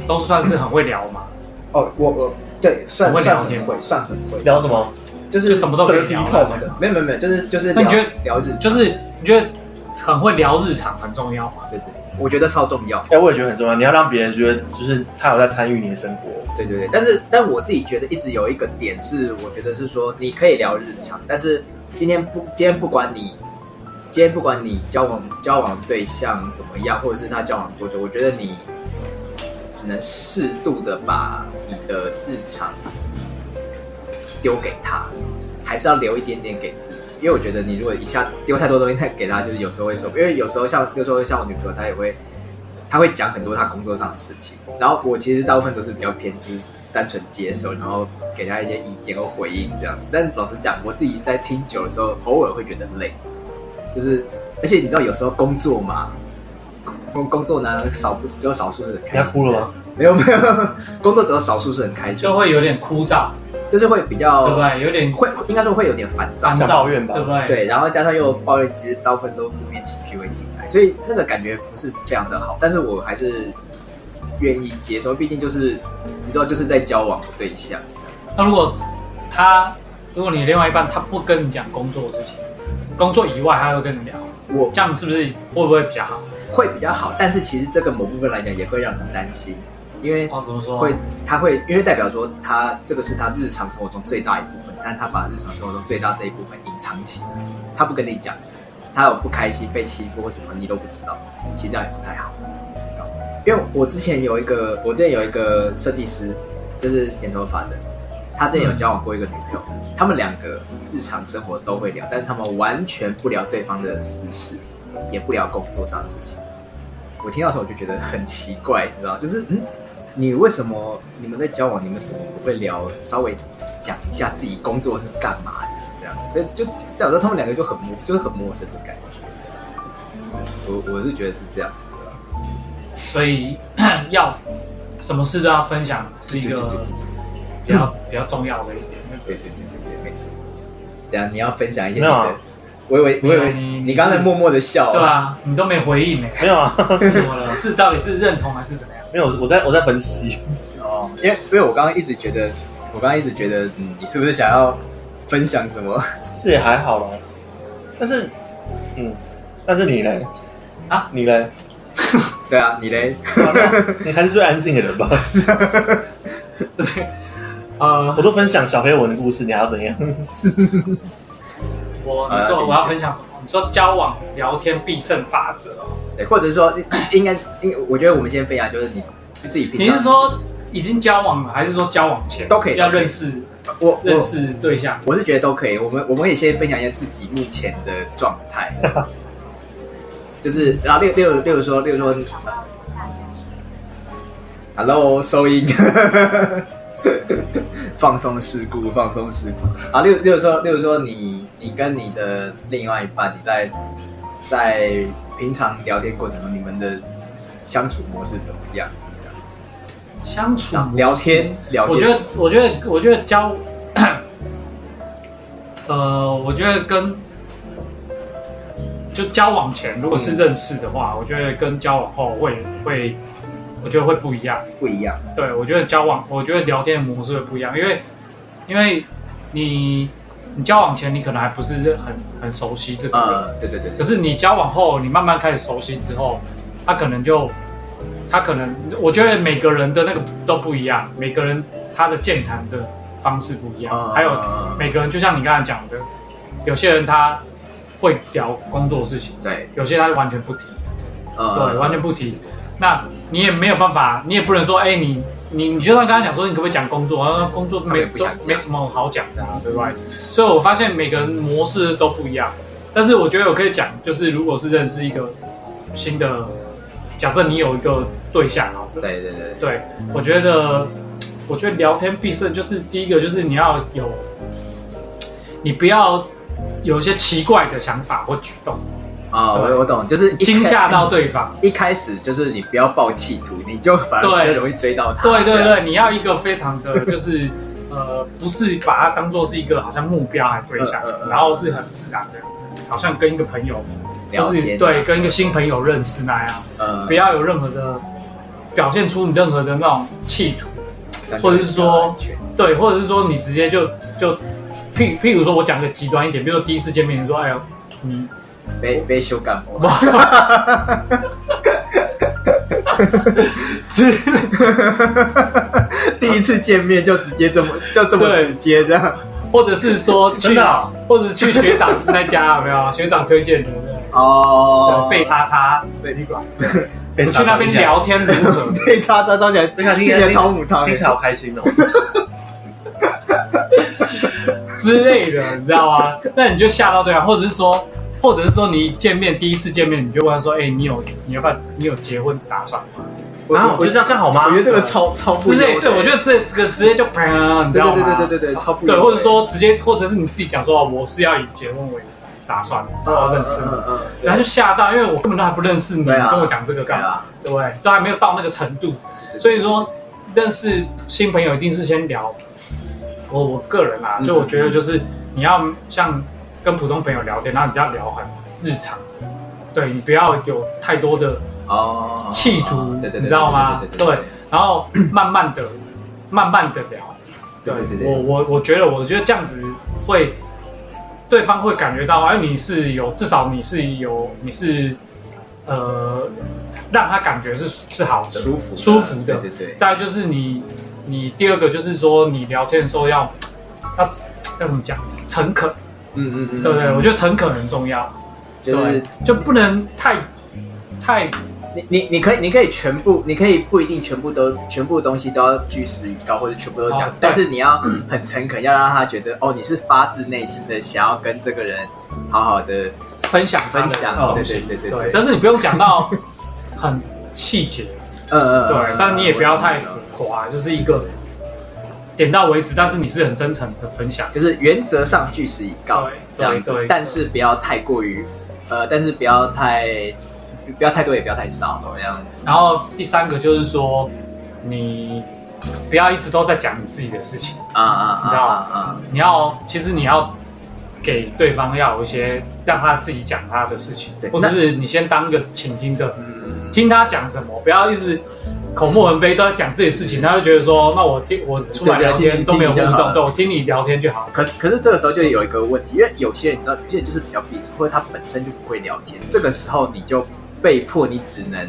[SPEAKER 3] 都算是很会聊嘛，
[SPEAKER 1] 哦，我我对算
[SPEAKER 3] 我会
[SPEAKER 1] 算
[SPEAKER 3] 聊天
[SPEAKER 1] 很会，算很会，
[SPEAKER 2] 聊什么？
[SPEAKER 1] 就是
[SPEAKER 3] 就什么都可以聊
[SPEAKER 2] Dirty
[SPEAKER 1] 什么的，没有没有没有，就是就是
[SPEAKER 3] 那
[SPEAKER 1] 聊
[SPEAKER 3] 你觉得
[SPEAKER 1] 聊日常，
[SPEAKER 3] 就是你觉得很会聊日常很重要嘛？
[SPEAKER 1] 对对，我觉得超重要。
[SPEAKER 2] 哎、我也觉得很重要，你要让别人觉得就是他有在参与你的生活，
[SPEAKER 1] 对对对，但是但我自己觉得一直有一个点是，我觉得是说你可以聊日常，但是今天不今天不管你今天不管你交往交往对象怎么样，或者是他交往多久，我觉得你只能适度的把你的日常丢给他，还是要留一点点给自己，因为我觉得你如果一下丢太多东西太给他，就是有时候会受不了，因为有时候像比如说像我女朋友，她也会。他会讲很多他工作上的事情，然后我其实大部分都是比较偏就是单纯接受，然后给他一些意见或回应这样。但老实讲，我自己在听久了之后，偶尔会觉得累，就是而且你知道有时候工作嘛，工工作呢少不只有少数是很
[SPEAKER 2] 你
[SPEAKER 1] 开
[SPEAKER 2] 要
[SPEAKER 1] 心，
[SPEAKER 2] 哭了吗？
[SPEAKER 1] 没有没 有，工作只有少数是很开心，
[SPEAKER 3] 就会有点枯燥，
[SPEAKER 1] 就是会比
[SPEAKER 3] 对不
[SPEAKER 1] 较
[SPEAKER 3] 对？有点
[SPEAKER 1] 会应该说会有点烦躁
[SPEAKER 3] 烦，
[SPEAKER 2] 哦想
[SPEAKER 3] 躁
[SPEAKER 2] 抱怨吧
[SPEAKER 3] 对不对？
[SPEAKER 1] 对，然后加上又抱怨，其实大部分都负面情绪会进来，所以那个感觉不是非常的好。但是我还是愿意接受，毕竟就是你知道，就是在交往的对象，
[SPEAKER 3] 那如果他，如果你另外一半他不跟你讲工作的事情，工作以外他会跟你聊，
[SPEAKER 1] 我
[SPEAKER 3] 这样是不是会不会比较好？
[SPEAKER 1] 会比较好。但是其实这个某部分来讲，也会让人担心，因为
[SPEAKER 3] 哦，怎么说？
[SPEAKER 1] 会他会因为代表说他这个是他日常生活中最大一部分，但他把日常生活中最大这一部分隐藏起来，他不跟你讲，他有不开心、被欺负或什么你都不知道，其实这样也不太好。因为我之前有一个，我之前有一个设计师，就是剪头发的，他之前有
[SPEAKER 3] 嗯
[SPEAKER 1] 交往过一个女朋友，他们两个日常生活都会聊，但是他们完全不聊对方的私事，也不聊工作上的事情。我听到的时候我就觉得很奇怪，你知道，就是嗯，你为什么你们在交往，你们怎么不会聊稍微讲一下自己工作是干嘛的这样？所以就代表说他们两个就很陌，就是很陌生的感觉。我我是觉得是这样子的。
[SPEAKER 3] 所以 要什么事都要分享，是一
[SPEAKER 1] 对对
[SPEAKER 3] 个
[SPEAKER 1] 对对对
[SPEAKER 3] 比较比较重要的一点。
[SPEAKER 1] 对对对对对，没错。等下你要分享一些你
[SPEAKER 2] 没有啊
[SPEAKER 1] 的，我以为我以为
[SPEAKER 3] 你
[SPEAKER 1] 你刚才默默的笑，
[SPEAKER 3] 对啊，你都没回应呢、
[SPEAKER 2] 没有啊，
[SPEAKER 3] 是怎 么了？是到底是认同还是怎么样？
[SPEAKER 2] 没有，我在我在分析。
[SPEAKER 1] 哦，因为因为我刚刚一直觉得，我刚刚一直觉得，嗯，你是不是想要分享什么？
[SPEAKER 2] 是也还好啦，但是，嗯，但是你嘞？
[SPEAKER 3] 啊，
[SPEAKER 2] 你 嘞？
[SPEAKER 1] 对啊，你嘞？
[SPEAKER 2] 你才是最安静的 人吧？
[SPEAKER 3] 呃，
[SPEAKER 2] 我都分享小黑文的故事，你还要怎 样？
[SPEAKER 3] 我
[SPEAKER 1] 啊
[SPEAKER 3] 你说
[SPEAKER 1] 理解
[SPEAKER 3] 我要分享什么？你说交往聊天必胜法则哦、
[SPEAKER 1] 对，或者说应该，应我觉得我们先分享就是你自己平
[SPEAKER 3] 你
[SPEAKER 1] 常
[SPEAKER 3] 是说已经交往了，还是说交往前
[SPEAKER 1] 都可以
[SPEAKER 3] 要认识
[SPEAKER 1] 我
[SPEAKER 3] 认
[SPEAKER 1] 我
[SPEAKER 3] 识对象？
[SPEAKER 1] 我是觉得都可以，我们我们可以先分享一下自己目前的状 态，就是然后例例如例如说例如说，Hello 收音， 放松事故放松事故啊，例如例如说例如说你你跟你的另外一半你在在平常聊天过程中你们的相处模式怎么样？
[SPEAKER 3] 相处模式
[SPEAKER 1] 聊天聊
[SPEAKER 3] 我
[SPEAKER 1] 些
[SPEAKER 3] 觉
[SPEAKER 1] 什
[SPEAKER 3] 得
[SPEAKER 1] 么，
[SPEAKER 3] 我觉得我觉得交， 呃，我觉得跟就交往前如果是认识的话，我觉得跟交往后会会，我觉得会不一样。
[SPEAKER 1] 不一样，
[SPEAKER 3] 对，我觉得交往，我觉得聊天的模式会不一样，因为因为你你交往前你可能还不是很很熟悉这个人，
[SPEAKER 1] 呃，对对对
[SPEAKER 3] 可
[SPEAKER 1] 对，
[SPEAKER 3] 是你交往后，你慢慢开始熟悉之后，他可能就，他可能，我觉得每个人的那个都不一样，每个人他的健谈的方式不一样，
[SPEAKER 1] 嗯
[SPEAKER 3] 还有每个人就像你刚才讲的，有些人他会聊工作的事情，
[SPEAKER 1] 对，
[SPEAKER 3] 有些他完全不提，
[SPEAKER 1] 呃
[SPEAKER 3] 对，完全不提。那你也没有办法，你也不能说，哎、你你你就算刚才讲说，你可不可以讲工作？然后工作
[SPEAKER 1] 他们
[SPEAKER 3] 没
[SPEAKER 1] 也不想讲
[SPEAKER 3] 都没什么好讲的啊，对不对？所以我发现每个人模式都不一样，但是我觉得我可以讲，就是如果是认识一个新的，假设你有一个对象啊，
[SPEAKER 1] 对对对，
[SPEAKER 3] 对，我觉得，我觉得聊天必胜就是第一个，就是你要有，你不要有一些奇怪的想法或举动，
[SPEAKER 1] 啊，
[SPEAKER 3] 对
[SPEAKER 1] 我我懂，就是一开
[SPEAKER 3] 惊吓到对方。
[SPEAKER 1] 一开始就是你不要抱企图，你就反而比
[SPEAKER 3] 对
[SPEAKER 1] 较容易追到他。
[SPEAKER 3] 对对
[SPEAKER 1] 这样，
[SPEAKER 3] 对，你要一个非常的就是呃，不是把它当做是一个好像目标还对象
[SPEAKER 1] 嗯嗯，嗯
[SPEAKER 3] 然后是很自然的，好像跟一个朋友，
[SPEAKER 1] 聊
[SPEAKER 3] 就
[SPEAKER 1] 天
[SPEAKER 3] 是
[SPEAKER 1] 啊
[SPEAKER 3] 对，跟一个新朋友认识那样，
[SPEAKER 1] 呃
[SPEAKER 3] 不要有任何的表现出你任何的那种企图，
[SPEAKER 1] 这样就
[SPEAKER 3] 或者是说
[SPEAKER 1] 比较安全
[SPEAKER 3] 对，或者是说你直接就就，譬譬如说我讲个极端一点，比如说第一次见面，你说哎呦你
[SPEAKER 1] 被被修改模，
[SPEAKER 3] 哇，
[SPEAKER 1] 是第一次见面就直接这么就这么
[SPEAKER 3] 对
[SPEAKER 1] 直接这样
[SPEAKER 3] 或者是说去
[SPEAKER 2] 真的
[SPEAKER 1] 啊
[SPEAKER 2] 哦
[SPEAKER 3] 或者是去学长那家有没有？学长推荐的，
[SPEAKER 1] 哦
[SPEAKER 3] 对，被叉叉
[SPEAKER 1] 被
[SPEAKER 3] 旅馆，
[SPEAKER 2] 被
[SPEAKER 3] 你去那边
[SPEAKER 2] 聊。
[SPEAKER 3] 聊天如何？
[SPEAKER 1] 被叉叉招起来，
[SPEAKER 2] 被他听
[SPEAKER 1] 听起来超母汤
[SPEAKER 2] 听起
[SPEAKER 1] 欸，
[SPEAKER 2] 来好开心哦！
[SPEAKER 3] 之类的，你 知道吗？那你就吓到对方，或者是说，或者是说你一见面第一次见面你就问他说，哎、你有你要不要你有结婚打算吗？
[SPEAKER 2] 然啊后我就这样，这样好吗？
[SPEAKER 1] 我觉得这个超超哦不
[SPEAKER 3] 之
[SPEAKER 1] 优
[SPEAKER 3] 类，
[SPEAKER 1] 的
[SPEAKER 3] 对我觉得这这个直接就砰，你知
[SPEAKER 1] 对
[SPEAKER 3] 道
[SPEAKER 1] 对
[SPEAKER 3] 吗？
[SPEAKER 1] 对对对对，超不优
[SPEAKER 3] 对，
[SPEAKER 1] 的
[SPEAKER 3] 或者说直接，或者是你自己讲说，哦我是要以结婚为打算，然后认识你，
[SPEAKER 1] 嗯嗯
[SPEAKER 3] 然后就吓到，因为我根本都还不认识你，
[SPEAKER 1] 对啊
[SPEAKER 3] 你跟我讲这个
[SPEAKER 1] 对
[SPEAKER 3] 干嘛？
[SPEAKER 1] 啊，
[SPEAKER 3] 对不对？都还没有到那个程度，所以说认识新朋友一定是先聊。我我个人啊，
[SPEAKER 1] 嗯
[SPEAKER 3] 就我觉得就是你要像跟普通朋友聊天，然后你要聊很日常，对你不要有太多的，
[SPEAKER 1] 哦
[SPEAKER 3] 企图
[SPEAKER 1] 对对对，
[SPEAKER 3] 你知道吗
[SPEAKER 1] 对对对
[SPEAKER 3] 然后慢慢的、慢慢的聊。
[SPEAKER 1] 对对对对
[SPEAKER 3] 我我我觉得，我觉得这样子会对方会感觉到，哎，你是有至少你是有你是呃，让他感觉是是好的，
[SPEAKER 1] 对舒服
[SPEAKER 3] 舒服的
[SPEAKER 1] 对对对，
[SPEAKER 3] 再来就是你，你第二个就是说，你聊天的时候要要要怎么讲，诚恳，
[SPEAKER 1] 嗯嗯嗯，
[SPEAKER 3] 对不对？我觉得诚恳很重要，
[SPEAKER 1] 就是
[SPEAKER 3] 对，就不能太太
[SPEAKER 1] 你你你可以你可以全部，你可以不一定全部都全部东西都要据实以告或者全部都讲，
[SPEAKER 3] 哦对
[SPEAKER 1] 但是你要很诚恳，要让他觉得哦，你是发自内心的想要跟这个人好好的
[SPEAKER 3] 分享他的
[SPEAKER 1] 分享，
[SPEAKER 2] 哦
[SPEAKER 1] 对对对对
[SPEAKER 3] 嗯对，
[SPEAKER 1] 对，
[SPEAKER 3] 但是你不用讲到很细 节，
[SPEAKER 1] 嗯嗯，
[SPEAKER 3] 对
[SPEAKER 1] 嗯，
[SPEAKER 3] 但你也不要
[SPEAKER 1] 我
[SPEAKER 3] 太
[SPEAKER 1] 懂
[SPEAKER 3] 浮
[SPEAKER 1] 我懂
[SPEAKER 3] 夸，就是一个点到为止，但是你是很真诚的分享，
[SPEAKER 1] 就是原则上据实以告
[SPEAKER 3] 对
[SPEAKER 1] 这样子
[SPEAKER 3] 对对，
[SPEAKER 1] 但是不要太过于呃，但是不要太不要太多也不要太少，这样子，
[SPEAKER 3] 然后第三个就是说，你不要一直都在讲你自己的事情。
[SPEAKER 1] 啊啊，
[SPEAKER 3] 你知道
[SPEAKER 1] 啊啊，
[SPEAKER 3] 你要其实你要给对方要有一些让他自己讲他的事情，
[SPEAKER 1] 对
[SPEAKER 3] 或者是你先当一个倾听的，
[SPEAKER 1] 嗯，
[SPEAKER 3] 听他讲什么，不要一直口沫横飞都在讲自己事情，他就觉得说，那我听我出来
[SPEAKER 1] 对对
[SPEAKER 3] 聊天
[SPEAKER 1] 听
[SPEAKER 3] 都没有互
[SPEAKER 1] 听你就好
[SPEAKER 3] 动，
[SPEAKER 1] 了
[SPEAKER 3] 对我听你聊天就好了。
[SPEAKER 1] 可是可是这个时候就有一个问题，因为有些人你知道，有些人就是比较闭塞，或者他本身就不会聊天，这个时候你就被迫你只能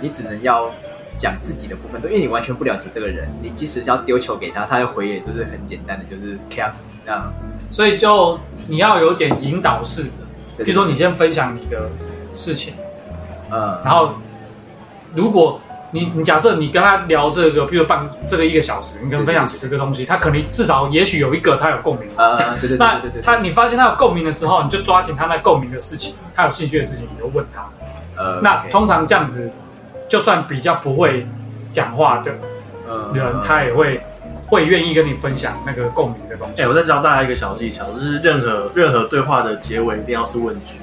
[SPEAKER 1] 你只能要讲自己的部分，对，因为你完全不了解这个人，你即使要丢球给他，他的回也就是很简单的，就是啊锵这样。
[SPEAKER 3] 所以就你要有点引导式的，
[SPEAKER 1] 对
[SPEAKER 3] 比如说你，先分享你的事情，
[SPEAKER 1] 嗯，
[SPEAKER 3] 然后如果你你假设你跟他聊这个，譬如半这个一个小时，你跟他分享
[SPEAKER 1] 对对对
[SPEAKER 3] 十个东西，他可能至少也许有一个他有共鸣，
[SPEAKER 1] 呃，对对对
[SPEAKER 3] 那
[SPEAKER 1] 对对对，
[SPEAKER 3] 他你发现他有共鸣的时候，你就抓紧他那共鸣的事情，他有兴趣的事情，你就问他。
[SPEAKER 1] 呃，
[SPEAKER 3] 那
[SPEAKER 1] OK，
[SPEAKER 3] 通常这样子，就算比较不会讲话的
[SPEAKER 1] 嗯
[SPEAKER 3] 人，他也会会愿意跟你分享那个共鸣的东
[SPEAKER 2] 哎、
[SPEAKER 3] 西。
[SPEAKER 2] 我再教大家一个小技巧，就是任何任何对话的结尾一定要是问句。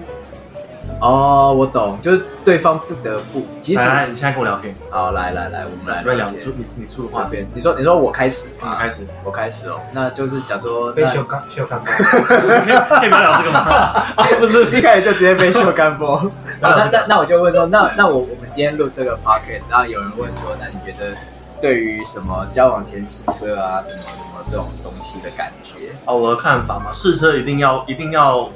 [SPEAKER 1] 哦，我懂，就是对方不得不，即使
[SPEAKER 2] 来来，你现在跟我聊天，
[SPEAKER 1] 好，来来来，我们来
[SPEAKER 2] 随便聊，
[SPEAKER 1] 解
[SPEAKER 2] 你出你你出的
[SPEAKER 1] 随
[SPEAKER 2] 话题，
[SPEAKER 1] 便，啊你说你说我开始
[SPEAKER 2] 你
[SPEAKER 3] 嗯
[SPEAKER 1] 吗？
[SPEAKER 2] 开始。
[SPEAKER 1] 我开始哦，那就是假说
[SPEAKER 3] 被
[SPEAKER 1] 那
[SPEAKER 3] 修刚修 刚
[SPEAKER 2] 可以可以不要聊这个吗？
[SPEAKER 3] 啊，不是
[SPEAKER 1] 一开始就直接被秀干风。那
[SPEAKER 2] 然后
[SPEAKER 1] 那那我就问说，那那我我们今天录这个 podcast，然后有人问说，那你觉得对于什么交往前试车啊，什么什么这种东西的感觉？
[SPEAKER 2] 哦，我的看法嘛，试车一定要一定要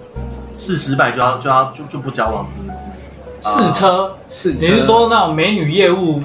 [SPEAKER 2] 试失败就要就要就就不交往，是不是？
[SPEAKER 3] 试车，
[SPEAKER 1] 试车？
[SPEAKER 3] 你是说那种美女业务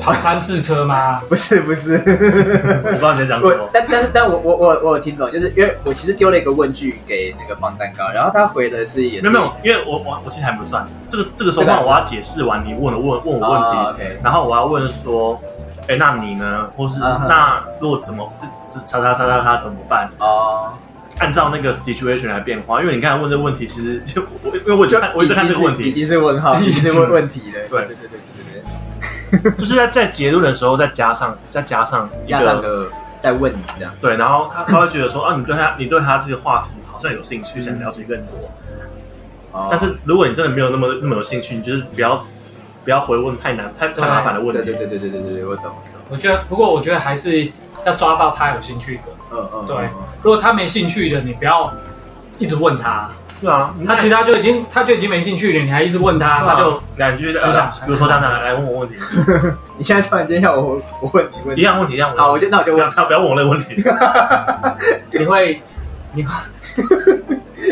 [SPEAKER 3] 跑餐试车吗？
[SPEAKER 1] 不是不是？
[SPEAKER 2] 我不知道你在讲什
[SPEAKER 1] 我
[SPEAKER 2] 么。
[SPEAKER 1] 但但是但我我我我有听懂，就是因为我其实丢了一个问句给那个放蛋糕，然后他回的是也
[SPEAKER 2] 没
[SPEAKER 1] 是
[SPEAKER 2] 有没有，因为我我我其实还没算这个这个时候，
[SPEAKER 1] 这个
[SPEAKER 2] 那我要解释完你问了问问我问题，
[SPEAKER 1] 啊，OK
[SPEAKER 2] 然后我要问说，哎、那你呢？或是、
[SPEAKER 1] 嗯哼
[SPEAKER 2] 那如果怎么这这叉叉叉叉叉怎么办？
[SPEAKER 1] 哦，
[SPEAKER 2] 按照那个 situation 来变化，因为你刚才问这个问题，其实 就我因为我一直看我一直看这个问
[SPEAKER 1] 已
[SPEAKER 2] 题，
[SPEAKER 1] 经是问号，已经是问问题了。对
[SPEAKER 2] 对
[SPEAKER 1] 对对对对对，
[SPEAKER 2] 就是在在结论的时候再加上再加上一
[SPEAKER 1] 加上
[SPEAKER 2] 个
[SPEAKER 1] 个再问你这样。
[SPEAKER 2] 对，然后他他会觉得说啊，你对他你对他这个话题好像有兴趣，想了解更多。
[SPEAKER 1] 哦
[SPEAKER 2] 但是如果你真的没有那么那么有兴趣，你就是不要不要回问太难太太麻烦的问
[SPEAKER 1] 对
[SPEAKER 2] 题
[SPEAKER 1] 对。对对对对对对，我懂。
[SPEAKER 3] 我觉得，不过我觉得还是要抓到他有兴趣的。
[SPEAKER 1] 嗯嗯，
[SPEAKER 3] 对，如果他没兴趣的，你不要一直问他，
[SPEAKER 2] 对啊，
[SPEAKER 3] 他其实他就已经他就已经没兴趣了，你还一直问他，
[SPEAKER 1] 啊
[SPEAKER 2] 他
[SPEAKER 3] 他就
[SPEAKER 2] 就两句，
[SPEAKER 3] 我想
[SPEAKER 2] 比如说这样来来问我 问题，
[SPEAKER 1] 你现在突然间要我我问你问
[SPEAKER 2] 一
[SPEAKER 1] 题，
[SPEAKER 2] 样问题一样问题。
[SPEAKER 1] 好，我就那我就
[SPEAKER 2] 不
[SPEAKER 1] 问
[SPEAKER 2] 要，不要不要问我那个问题，
[SPEAKER 3] 你会你会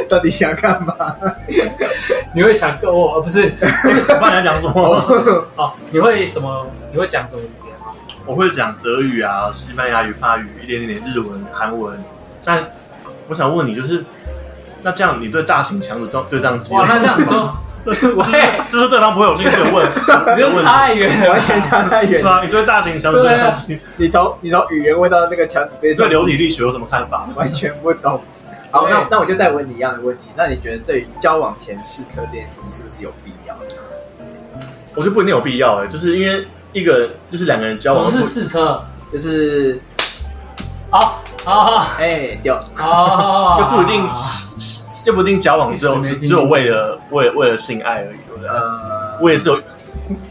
[SPEAKER 1] 到底想干 嘛？
[SPEAKER 3] 你会想跟我，呃不是？
[SPEAKER 2] 我帮你讲什么？
[SPEAKER 3] 好，你会什么？你会讲什么语言吗？
[SPEAKER 2] 我会讲德语啊、西班牙语、法语，一点点日文、韩文。但我想问你，就是那这样，你对大型强子对对战机，
[SPEAKER 3] 哇， 那这样你都，喂，
[SPEAKER 2] 就是对方不会有兴趣的问，
[SPEAKER 3] 你就差太远了
[SPEAKER 1] 完全
[SPEAKER 3] 吧。
[SPEAKER 1] 差太远
[SPEAKER 2] 对
[SPEAKER 1] 了。
[SPEAKER 2] 啊，你对大型强子对
[SPEAKER 3] 啊
[SPEAKER 2] 战机，
[SPEAKER 1] 你从你从语言问到那个强子对
[SPEAKER 2] 你对
[SPEAKER 1] 战，
[SPEAKER 2] 流体力学有什么看法？
[SPEAKER 1] 完全不懂。好，
[SPEAKER 3] 对
[SPEAKER 1] 那那我就再问你一样的问题。那你觉得对于交往前试车这件事情是不是有必要？
[SPEAKER 4] 我觉得不一定有必要哎、就是因为一个就是两个人
[SPEAKER 3] 什
[SPEAKER 4] 交
[SPEAKER 3] 么
[SPEAKER 4] 往
[SPEAKER 3] 是试车？
[SPEAKER 1] 就是
[SPEAKER 3] 哦哦
[SPEAKER 1] 哎，有
[SPEAKER 3] 哦，
[SPEAKER 2] 又不一定，又不一定交往之后
[SPEAKER 3] 一时没
[SPEAKER 2] 只
[SPEAKER 3] 听
[SPEAKER 2] 只有为了为了为了性爱而已。对不对
[SPEAKER 1] 呃，
[SPEAKER 2] 我也是有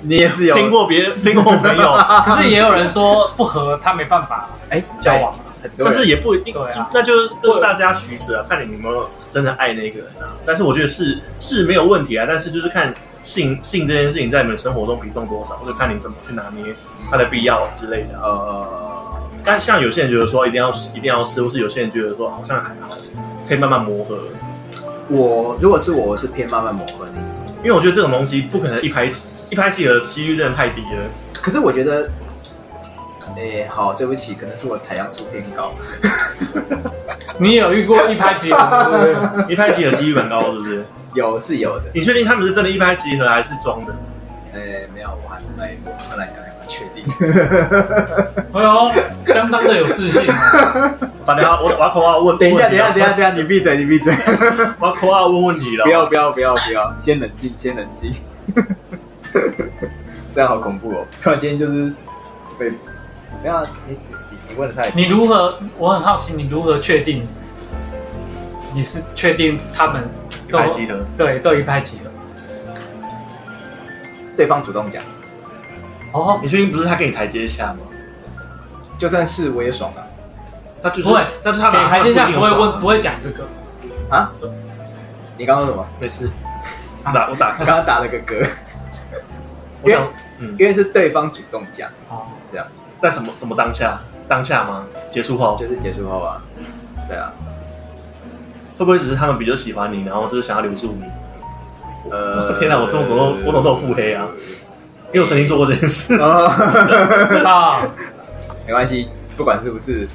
[SPEAKER 1] 你也是有
[SPEAKER 2] 听过别人听过我朋 友，
[SPEAKER 3] 可是也有人说不合，他没办法
[SPEAKER 1] 哎
[SPEAKER 3] 交往，
[SPEAKER 1] 很多
[SPEAKER 2] 但
[SPEAKER 1] 人
[SPEAKER 2] 是也不一定
[SPEAKER 3] 对啊，
[SPEAKER 2] 那就是大家取舍啊，看你有没有真的爱那个人啊。但是我觉得是是没有问题啊，但是就是看性性这件事情在你们生活中比重多少，就看你怎么去拿捏它的必要之类的啊。
[SPEAKER 1] 呃，
[SPEAKER 2] 但像有些人觉得说一定要一定要试，或是有些人觉得说好像还好，可以慢慢磨合。
[SPEAKER 1] 我如果是我，我是偏慢慢磨合的那一种。
[SPEAKER 2] 因为我觉得这种东西不可能一拍即一拍即合，几率真的太低了。
[SPEAKER 1] 可是我觉得，哎，好，对不起，可能是我采样数偏高。
[SPEAKER 3] 你有遇过一拍即合，对不对？
[SPEAKER 2] 一拍即合几率蛮高，是不是？
[SPEAKER 1] 有是有的，
[SPEAKER 2] 你确定他们是真的一拍即合，还是装的？
[SPEAKER 1] 哎，没有，我还没，我后来想想，我确 定。
[SPEAKER 3] 哎呦，相当的有自信。
[SPEAKER 2] 反正我我要口号问，
[SPEAKER 1] 等一下，
[SPEAKER 2] 问
[SPEAKER 1] 等一
[SPEAKER 2] 题
[SPEAKER 1] 下，等一
[SPEAKER 2] 啊
[SPEAKER 1] 下，等一下，你闭嘴，你闭嘴，
[SPEAKER 2] 我要口号问问题了。 啊
[SPEAKER 1] 不 要，不要，不要，不要，先冷静，先冷静。 这样好恐怖哦！突然间就是被，没有啊，你你你问的太
[SPEAKER 3] 你如何？我很好奇，你如何确定？你是确定他们
[SPEAKER 2] 一拍即合。
[SPEAKER 3] 对都一拍即合？
[SPEAKER 1] 对方主动讲，
[SPEAKER 3] 哦，
[SPEAKER 2] 你确定不是他给你台阶下吗？
[SPEAKER 1] 就算是我也爽啊了
[SPEAKER 2] 他就是
[SPEAKER 3] 不会
[SPEAKER 2] 但是他
[SPEAKER 3] 给
[SPEAKER 2] 把
[SPEAKER 3] 台阶下
[SPEAKER 2] 他
[SPEAKER 3] 不会
[SPEAKER 2] 一定有
[SPEAKER 3] 问，
[SPEAKER 2] 爽
[SPEAKER 3] 不会讲这个。
[SPEAKER 1] 啊！你刚刚说什么？
[SPEAKER 2] 没事。我打我打
[SPEAKER 1] 我，刚刚打了个嗝，
[SPEAKER 2] 我想嗯，
[SPEAKER 1] 因为是对方主动讲，
[SPEAKER 3] 哦，
[SPEAKER 1] 这样
[SPEAKER 2] 在什么什么当下当下吗？结束后
[SPEAKER 1] 就是结束后啊，对啊，
[SPEAKER 2] 会不会只是他们比较喜欢你，然后就是想要留住你？
[SPEAKER 1] 呃
[SPEAKER 2] 天哪我中总共我总共有腹黑啊！因为我曾经做过这件事。
[SPEAKER 1] 哦，
[SPEAKER 3] 啊，
[SPEAKER 1] 没关系，不管是不是，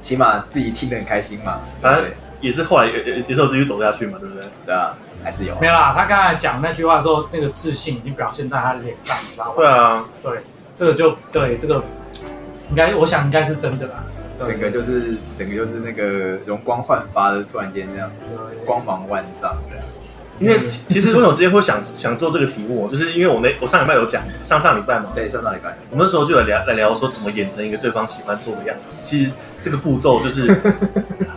[SPEAKER 1] 起码自己听得很开心嘛，
[SPEAKER 2] 反正
[SPEAKER 1] 对
[SPEAKER 2] 也是后来也也也是有继续走下去嘛，对不对？
[SPEAKER 1] 对啊，还是有啊
[SPEAKER 3] 没有啦。他刚才讲那句话的时候，那个自信已经表现在他脸上，你知道吗？
[SPEAKER 2] 对啊，
[SPEAKER 3] 对，这个就对，这个应该，我想应该是真的啦。对
[SPEAKER 1] 整个就是整个就是那个容光焕发的，突然间这样光芒万丈的。
[SPEAKER 2] 因为其其实为什么今天会想想做这个题目，哦就是因为我那我上礼拜有讲，上上礼拜嘛，
[SPEAKER 1] 对，上上礼拜
[SPEAKER 2] 我们那时候就有聊来聊说怎么演成一个对方喜欢做的样子。其实这个步骤就是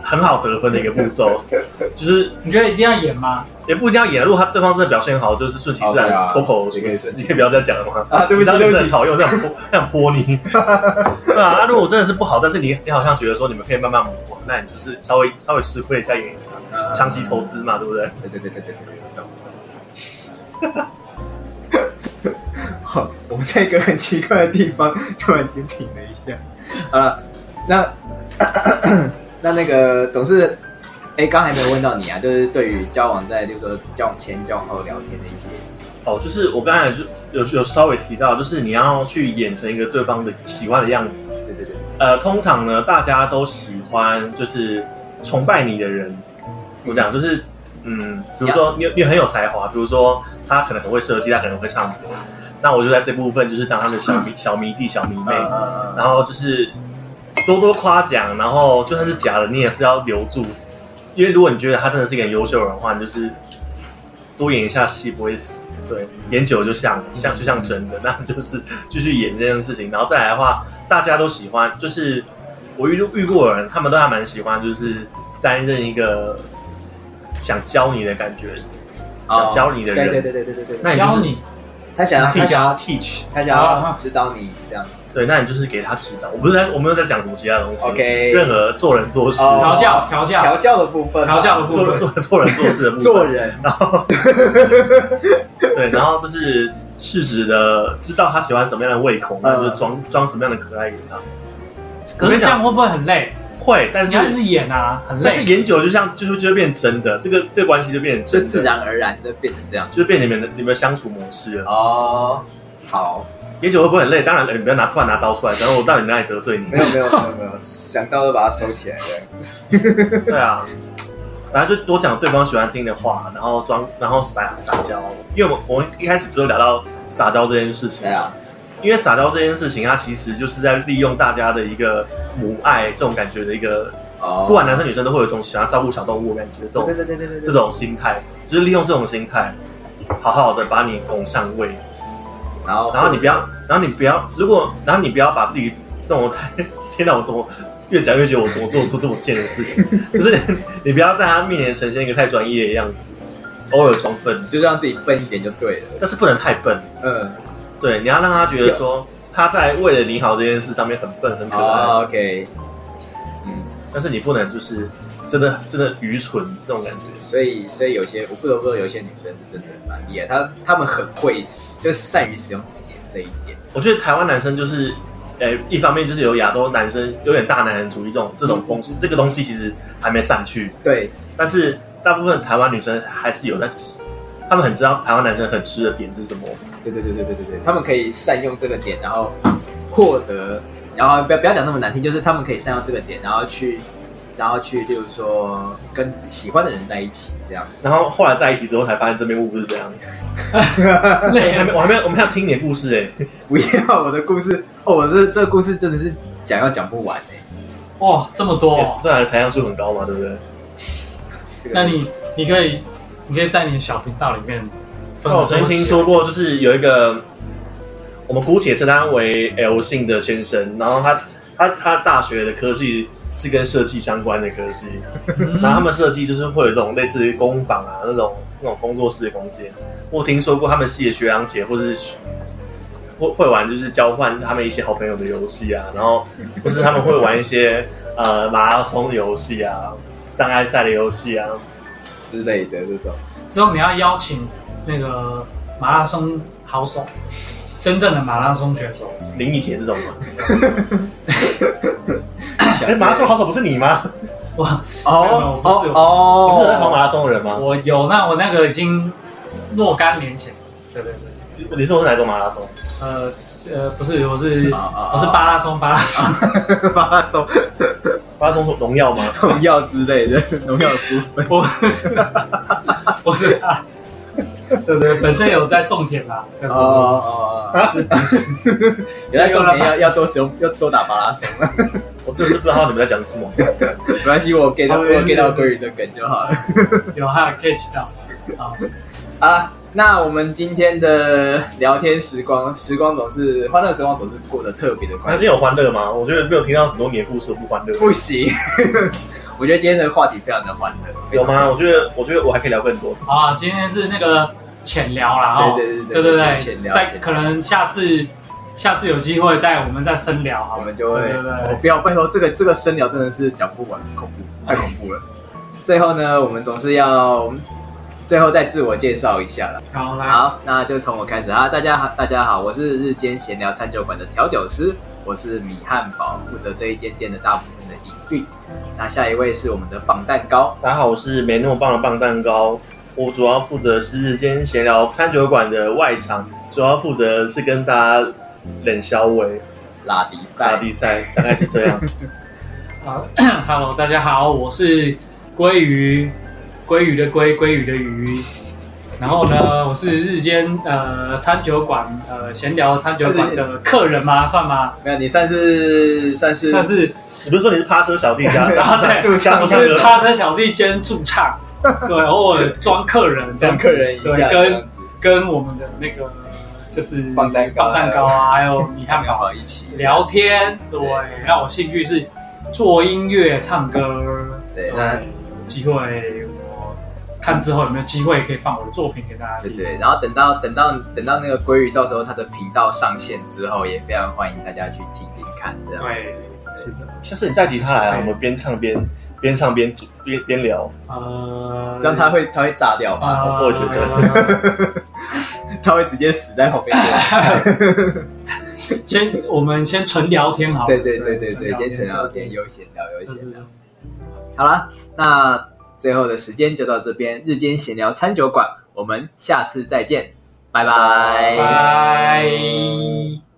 [SPEAKER 2] 很好得分的一个步骤，就是
[SPEAKER 3] 你觉得一定要演吗？
[SPEAKER 2] 也不一定要演。如果他对方真的表现好，就是顺其自
[SPEAKER 1] 哦对啊
[SPEAKER 2] 然，脱口而出
[SPEAKER 1] 也可以顺其
[SPEAKER 2] 你可以不要再讲了吗？
[SPEAKER 1] 啊，对不起，
[SPEAKER 2] 你知
[SPEAKER 1] 对
[SPEAKER 2] 道
[SPEAKER 1] 不
[SPEAKER 2] 你很
[SPEAKER 1] 起，
[SPEAKER 2] 讨厌这种泼那种泼你。对啊，啊如果真的是不好，但是你你好像觉得说你们可以慢慢磨合，那你就是稍微稍微吃亏一下演一下，长期投资嘛，对不对？
[SPEAKER 1] 对对对对对对对，懂。好，我们在一个很奇怪的地方突然间停了一下。啊，那那那个总是，哎，刚才没有问到你啊，就是对于交往在，就是说交往前、交往后聊天的一些，
[SPEAKER 2] 哦，就是我刚才就有有稍微提到，就是你要去演成一个对方的喜欢的样子。
[SPEAKER 1] 对对对，
[SPEAKER 2] 呃，通常呢，大家都喜欢就是崇拜你的人。我讲就是，嗯，比如说你你很有才华，比如说他可能很会设计，他可能会唱歌，那我就在这部分就是当他的小迷小迷弟、小迷妹，
[SPEAKER 1] 嗯
[SPEAKER 2] 然后就是多多夸奖，然后就算是假的，你也是要留住，因为如果你觉得他真的是一个很优秀的人的话，你就是多演一下戏不会死，对，演久了就像
[SPEAKER 1] 嗯
[SPEAKER 2] 像就像真的，那就是继续演这件事情，然后再来的话，大家都喜欢，就是我遇遇过的人，他们都还蛮喜欢，就是担任一个想教你的感觉，想教你的人，
[SPEAKER 1] 对对对对对对对，
[SPEAKER 2] 那你就
[SPEAKER 3] 教
[SPEAKER 2] 是
[SPEAKER 3] 你
[SPEAKER 1] 他想要他想啊要
[SPEAKER 2] teach teach，
[SPEAKER 1] 他想要指导你这样子，
[SPEAKER 2] 对，那你就是给他指导，我不是在我没有在讲什么其他东西
[SPEAKER 1] OK
[SPEAKER 2] 任何做人做事。
[SPEAKER 1] 哦
[SPEAKER 3] 调教，调
[SPEAKER 1] 调
[SPEAKER 3] 教，
[SPEAKER 1] 教的部分嘛，
[SPEAKER 3] 调教的部
[SPEAKER 2] 做
[SPEAKER 3] 分。
[SPEAKER 2] 做做人做事的部分，
[SPEAKER 1] 做人，
[SPEAKER 2] 然后对，然后就是适时的知道
[SPEAKER 1] 嗯
[SPEAKER 2] 他喜欢什么样的胃口，那就是装装什么样的可爱给他。
[SPEAKER 3] 可是这样会不会很累？
[SPEAKER 2] 会，但
[SPEAKER 3] 你
[SPEAKER 2] 是
[SPEAKER 3] 要一直演啊，很
[SPEAKER 2] 但是
[SPEAKER 3] 累。
[SPEAKER 2] 研究就像就是就会变真的，这个这个关系就变成
[SPEAKER 1] 就
[SPEAKER 2] 真的
[SPEAKER 1] 自，然而然的变成这样。
[SPEAKER 2] 就是变你们的你们的相处模式了。
[SPEAKER 1] 哦，好，
[SPEAKER 2] 研究会不会很累？当然，呃你不要拿突然拿刀出来，然后我到底哪里得罪你？
[SPEAKER 5] 没有没有没有没有，想到就把它收起来的。
[SPEAKER 2] 对啊，反正就多讲对方喜欢听的话，然后装，然后撒撒娇。因为我们我们一开始不是有聊到撒娇这件事情，
[SPEAKER 1] 对啊，
[SPEAKER 2] 因为撒娇这件事情，它其实就是在利用大家的一个母爱这种感觉的一个，
[SPEAKER 1] 哦，
[SPEAKER 2] 不管男生女生都会有这种想要照顾小动物的感觉，这种
[SPEAKER 1] 对对对对对，
[SPEAKER 2] 这种心态，就是利用这种心态，好好的把你拱上位，
[SPEAKER 1] 然后
[SPEAKER 2] 然后你不要，然后你不要，如果然后你不要把自己弄得太，天哪，我怎么越讲越觉得我怎么做出这么贱的事情？就是你不要在他面前呈现一个太专业的样子，偶尔装笨，
[SPEAKER 1] 就是让自己笨一点就对了。
[SPEAKER 2] 但是不能太笨。
[SPEAKER 1] 嗯，
[SPEAKER 2] 对，你要让他觉得说他在为了你好这件事上面很笨很可爱，
[SPEAKER 1] 哦，OK，嗯，
[SPEAKER 2] 但是你不能就是真的真的愚蠢那种感觉。
[SPEAKER 1] 所以所以有些我不得不说，有些女生是真的蛮厉害，她她们很会，就善于使用自己的这一点。
[SPEAKER 2] 我觉得台湾男生就是，呃、一方面就是有亚洲男生有点大男人主义这种这种风气，这个东西其实还没散去。
[SPEAKER 1] 对，
[SPEAKER 2] 但是大部分台湾女生还是有在吃，他们很知道台湾男生很吃的点是什么。
[SPEAKER 1] 对对对对对对对，他们可以善用这个点，然后获得，然后不要不要讲那么难听，就是他们可以善用这个点，然后去，然后去，例如说跟喜欢的人在一起这样。
[SPEAKER 2] 然后后来在一起之后才发现真面目不是这样。 哎、还没，我还没有，我们还要听你的故事哎、
[SPEAKER 1] 不要我的故事哦，我这这故事真的是讲要讲不完哎、
[SPEAKER 3] 哇，这么多哦！
[SPEAKER 2] 对啊，采样数很高嘛，对不对？
[SPEAKER 1] 这个
[SPEAKER 3] 那你你可以你可以在你的小频道里面分
[SPEAKER 2] 那我
[SPEAKER 3] 享这么
[SPEAKER 2] 哦曾
[SPEAKER 3] 多集。
[SPEAKER 2] 经听说过，就是有一个，我们姑且称他为 L 姓的先生，然后他他他大学的科系是跟设计相关的科系，
[SPEAKER 3] 嗯，
[SPEAKER 2] 然后他们设计就是会有这种类似于工坊啊那种那种工作室的空间。我听说过他们系的学长姐或是学会会玩就是交换他们一些好朋友的游戏啊，然后或是他们会玩一些呃马拉松的游戏啊、障碍赛的游戏啊。
[SPEAKER 1] 之类的这种，
[SPEAKER 3] 之后你要邀请那个马拉松好手，真正的马拉松选手，
[SPEAKER 2] 林忆杰这种吗？哎，马拉松好手不是你吗？
[SPEAKER 3] 哇，
[SPEAKER 1] 哦
[SPEAKER 3] 没有没有不是
[SPEAKER 1] 哦
[SPEAKER 2] 你不是在跑
[SPEAKER 1] 哦，
[SPEAKER 2] 马拉松的人吗？
[SPEAKER 3] 我有，那我那个已经若干年前，对对对，
[SPEAKER 2] 你是我是哪一种马拉松？
[SPEAKER 3] 呃呃，不是，我是
[SPEAKER 1] 啊啊啊
[SPEAKER 3] 我是巴拉松，巴拉 松，
[SPEAKER 1] 马拉松
[SPEAKER 2] 马拉松是荣耀吗？
[SPEAKER 1] 农药之类的农药的部分，
[SPEAKER 3] 我是我是巴拉，对对，本身有在种田啦，对
[SPEAKER 1] 哦
[SPEAKER 3] 对对
[SPEAKER 1] 哦哦，是不是？原来重点要要多使用，要多打马拉松了。
[SPEAKER 2] 我真的是不知道你们在讲什么。
[SPEAKER 1] 没关系，我给到我给到鲑鱼的梗就好了。
[SPEAKER 3] 有他有 catch 到啊，
[SPEAKER 1] 好了，那我们今天的聊天时光，时光总是欢乐，时光总是过得特别的快。
[SPEAKER 2] 还是有欢乐吗？我觉得没有听到很多你的故事我不欢乐。
[SPEAKER 1] 不行， 我觉得今天的话题非常的欢乐。
[SPEAKER 2] 有吗？我觉得，我觉得我还可以聊更多。
[SPEAKER 3] 好啊，今天是那个浅聊啦，哦，
[SPEAKER 1] 对对
[SPEAKER 3] 对
[SPEAKER 1] 对对
[SPEAKER 3] 对
[SPEAKER 1] 对
[SPEAKER 3] 对
[SPEAKER 1] 浅聊
[SPEAKER 3] 再
[SPEAKER 1] 浅聊
[SPEAKER 3] 可能下次下次有机会再我们再深聊好
[SPEAKER 1] 我
[SPEAKER 3] 了，
[SPEAKER 1] 们就会，哦
[SPEAKER 3] 对对对
[SPEAKER 1] 我不要拜托，这个这个深聊真的是讲不完，很恐怖，太恐怖了。最后呢，我们总是要最后再自我介绍一下了。
[SPEAKER 3] 好来，
[SPEAKER 1] 好，那就从我开始啊！大家好，大家好，我是日间闲聊餐酒馆的调酒师，我是米汉堡，负责这一间店的大部分的营运。那下一位是我们的绑蛋糕，
[SPEAKER 2] 大家好，我是没那么棒的棒蛋糕，我主要负责是日间闲聊餐酒馆的外场，主要负责是跟大家冷消委
[SPEAKER 1] 拉迪
[SPEAKER 2] 打
[SPEAKER 1] 赛，
[SPEAKER 2] 比赛，大概是这样。
[SPEAKER 3] 好 ，Hello，大家好，我是鲑鱼，鲑鱼的鲑，鲑鱼的鱼。然后呢，我是日间呃餐酒馆呃闲聊餐酒馆的客人吗？算吗？
[SPEAKER 1] 没有，你算是算是
[SPEAKER 3] 算是
[SPEAKER 2] 你不是说你是趴车小弟家
[SPEAKER 3] 然后对，
[SPEAKER 2] 家家
[SPEAKER 3] 我
[SPEAKER 2] 族
[SPEAKER 3] 是
[SPEAKER 2] 哥？
[SPEAKER 3] 咖车小弟兼驻唱，对，偶尔装客人这样
[SPEAKER 1] 跟
[SPEAKER 3] 子，
[SPEAKER 1] 客人一
[SPEAKER 3] 对
[SPEAKER 1] 下，这样
[SPEAKER 3] 跟
[SPEAKER 1] 子
[SPEAKER 3] 跟我们的那个就是
[SPEAKER 1] 棒蛋糕
[SPEAKER 3] 棒蛋糕啊，还有米汉
[SPEAKER 1] 刚
[SPEAKER 3] 堡
[SPEAKER 1] 好一起
[SPEAKER 3] 聊天，对，然后我兴趣是做音乐、唱歌，
[SPEAKER 1] 对那
[SPEAKER 3] 那机会我看之后有没有机会可以放我的作品给大家
[SPEAKER 1] 对
[SPEAKER 3] 听。
[SPEAKER 1] 对，然后等到等到等到那个鲑鱼，到时候它的频道上线之后，也非常欢迎大家去听听看，这样。
[SPEAKER 3] 对，是的，
[SPEAKER 2] 下次你带吉他来啊，我们边唱边边唱边边边聊。
[SPEAKER 3] 呃，
[SPEAKER 1] 这样它会它会炸掉吧？
[SPEAKER 3] 呃，
[SPEAKER 2] 我觉
[SPEAKER 3] 得
[SPEAKER 1] 它会直接死在旁边。
[SPEAKER 3] 先我们先纯聊天好了。
[SPEAKER 1] 对对对对对，先纯聊天，悠闲聊悠闲聊。好啦，那最后的时间就到这边，日间闲聊餐酒馆，我们下次再见，拜拜
[SPEAKER 3] 拜。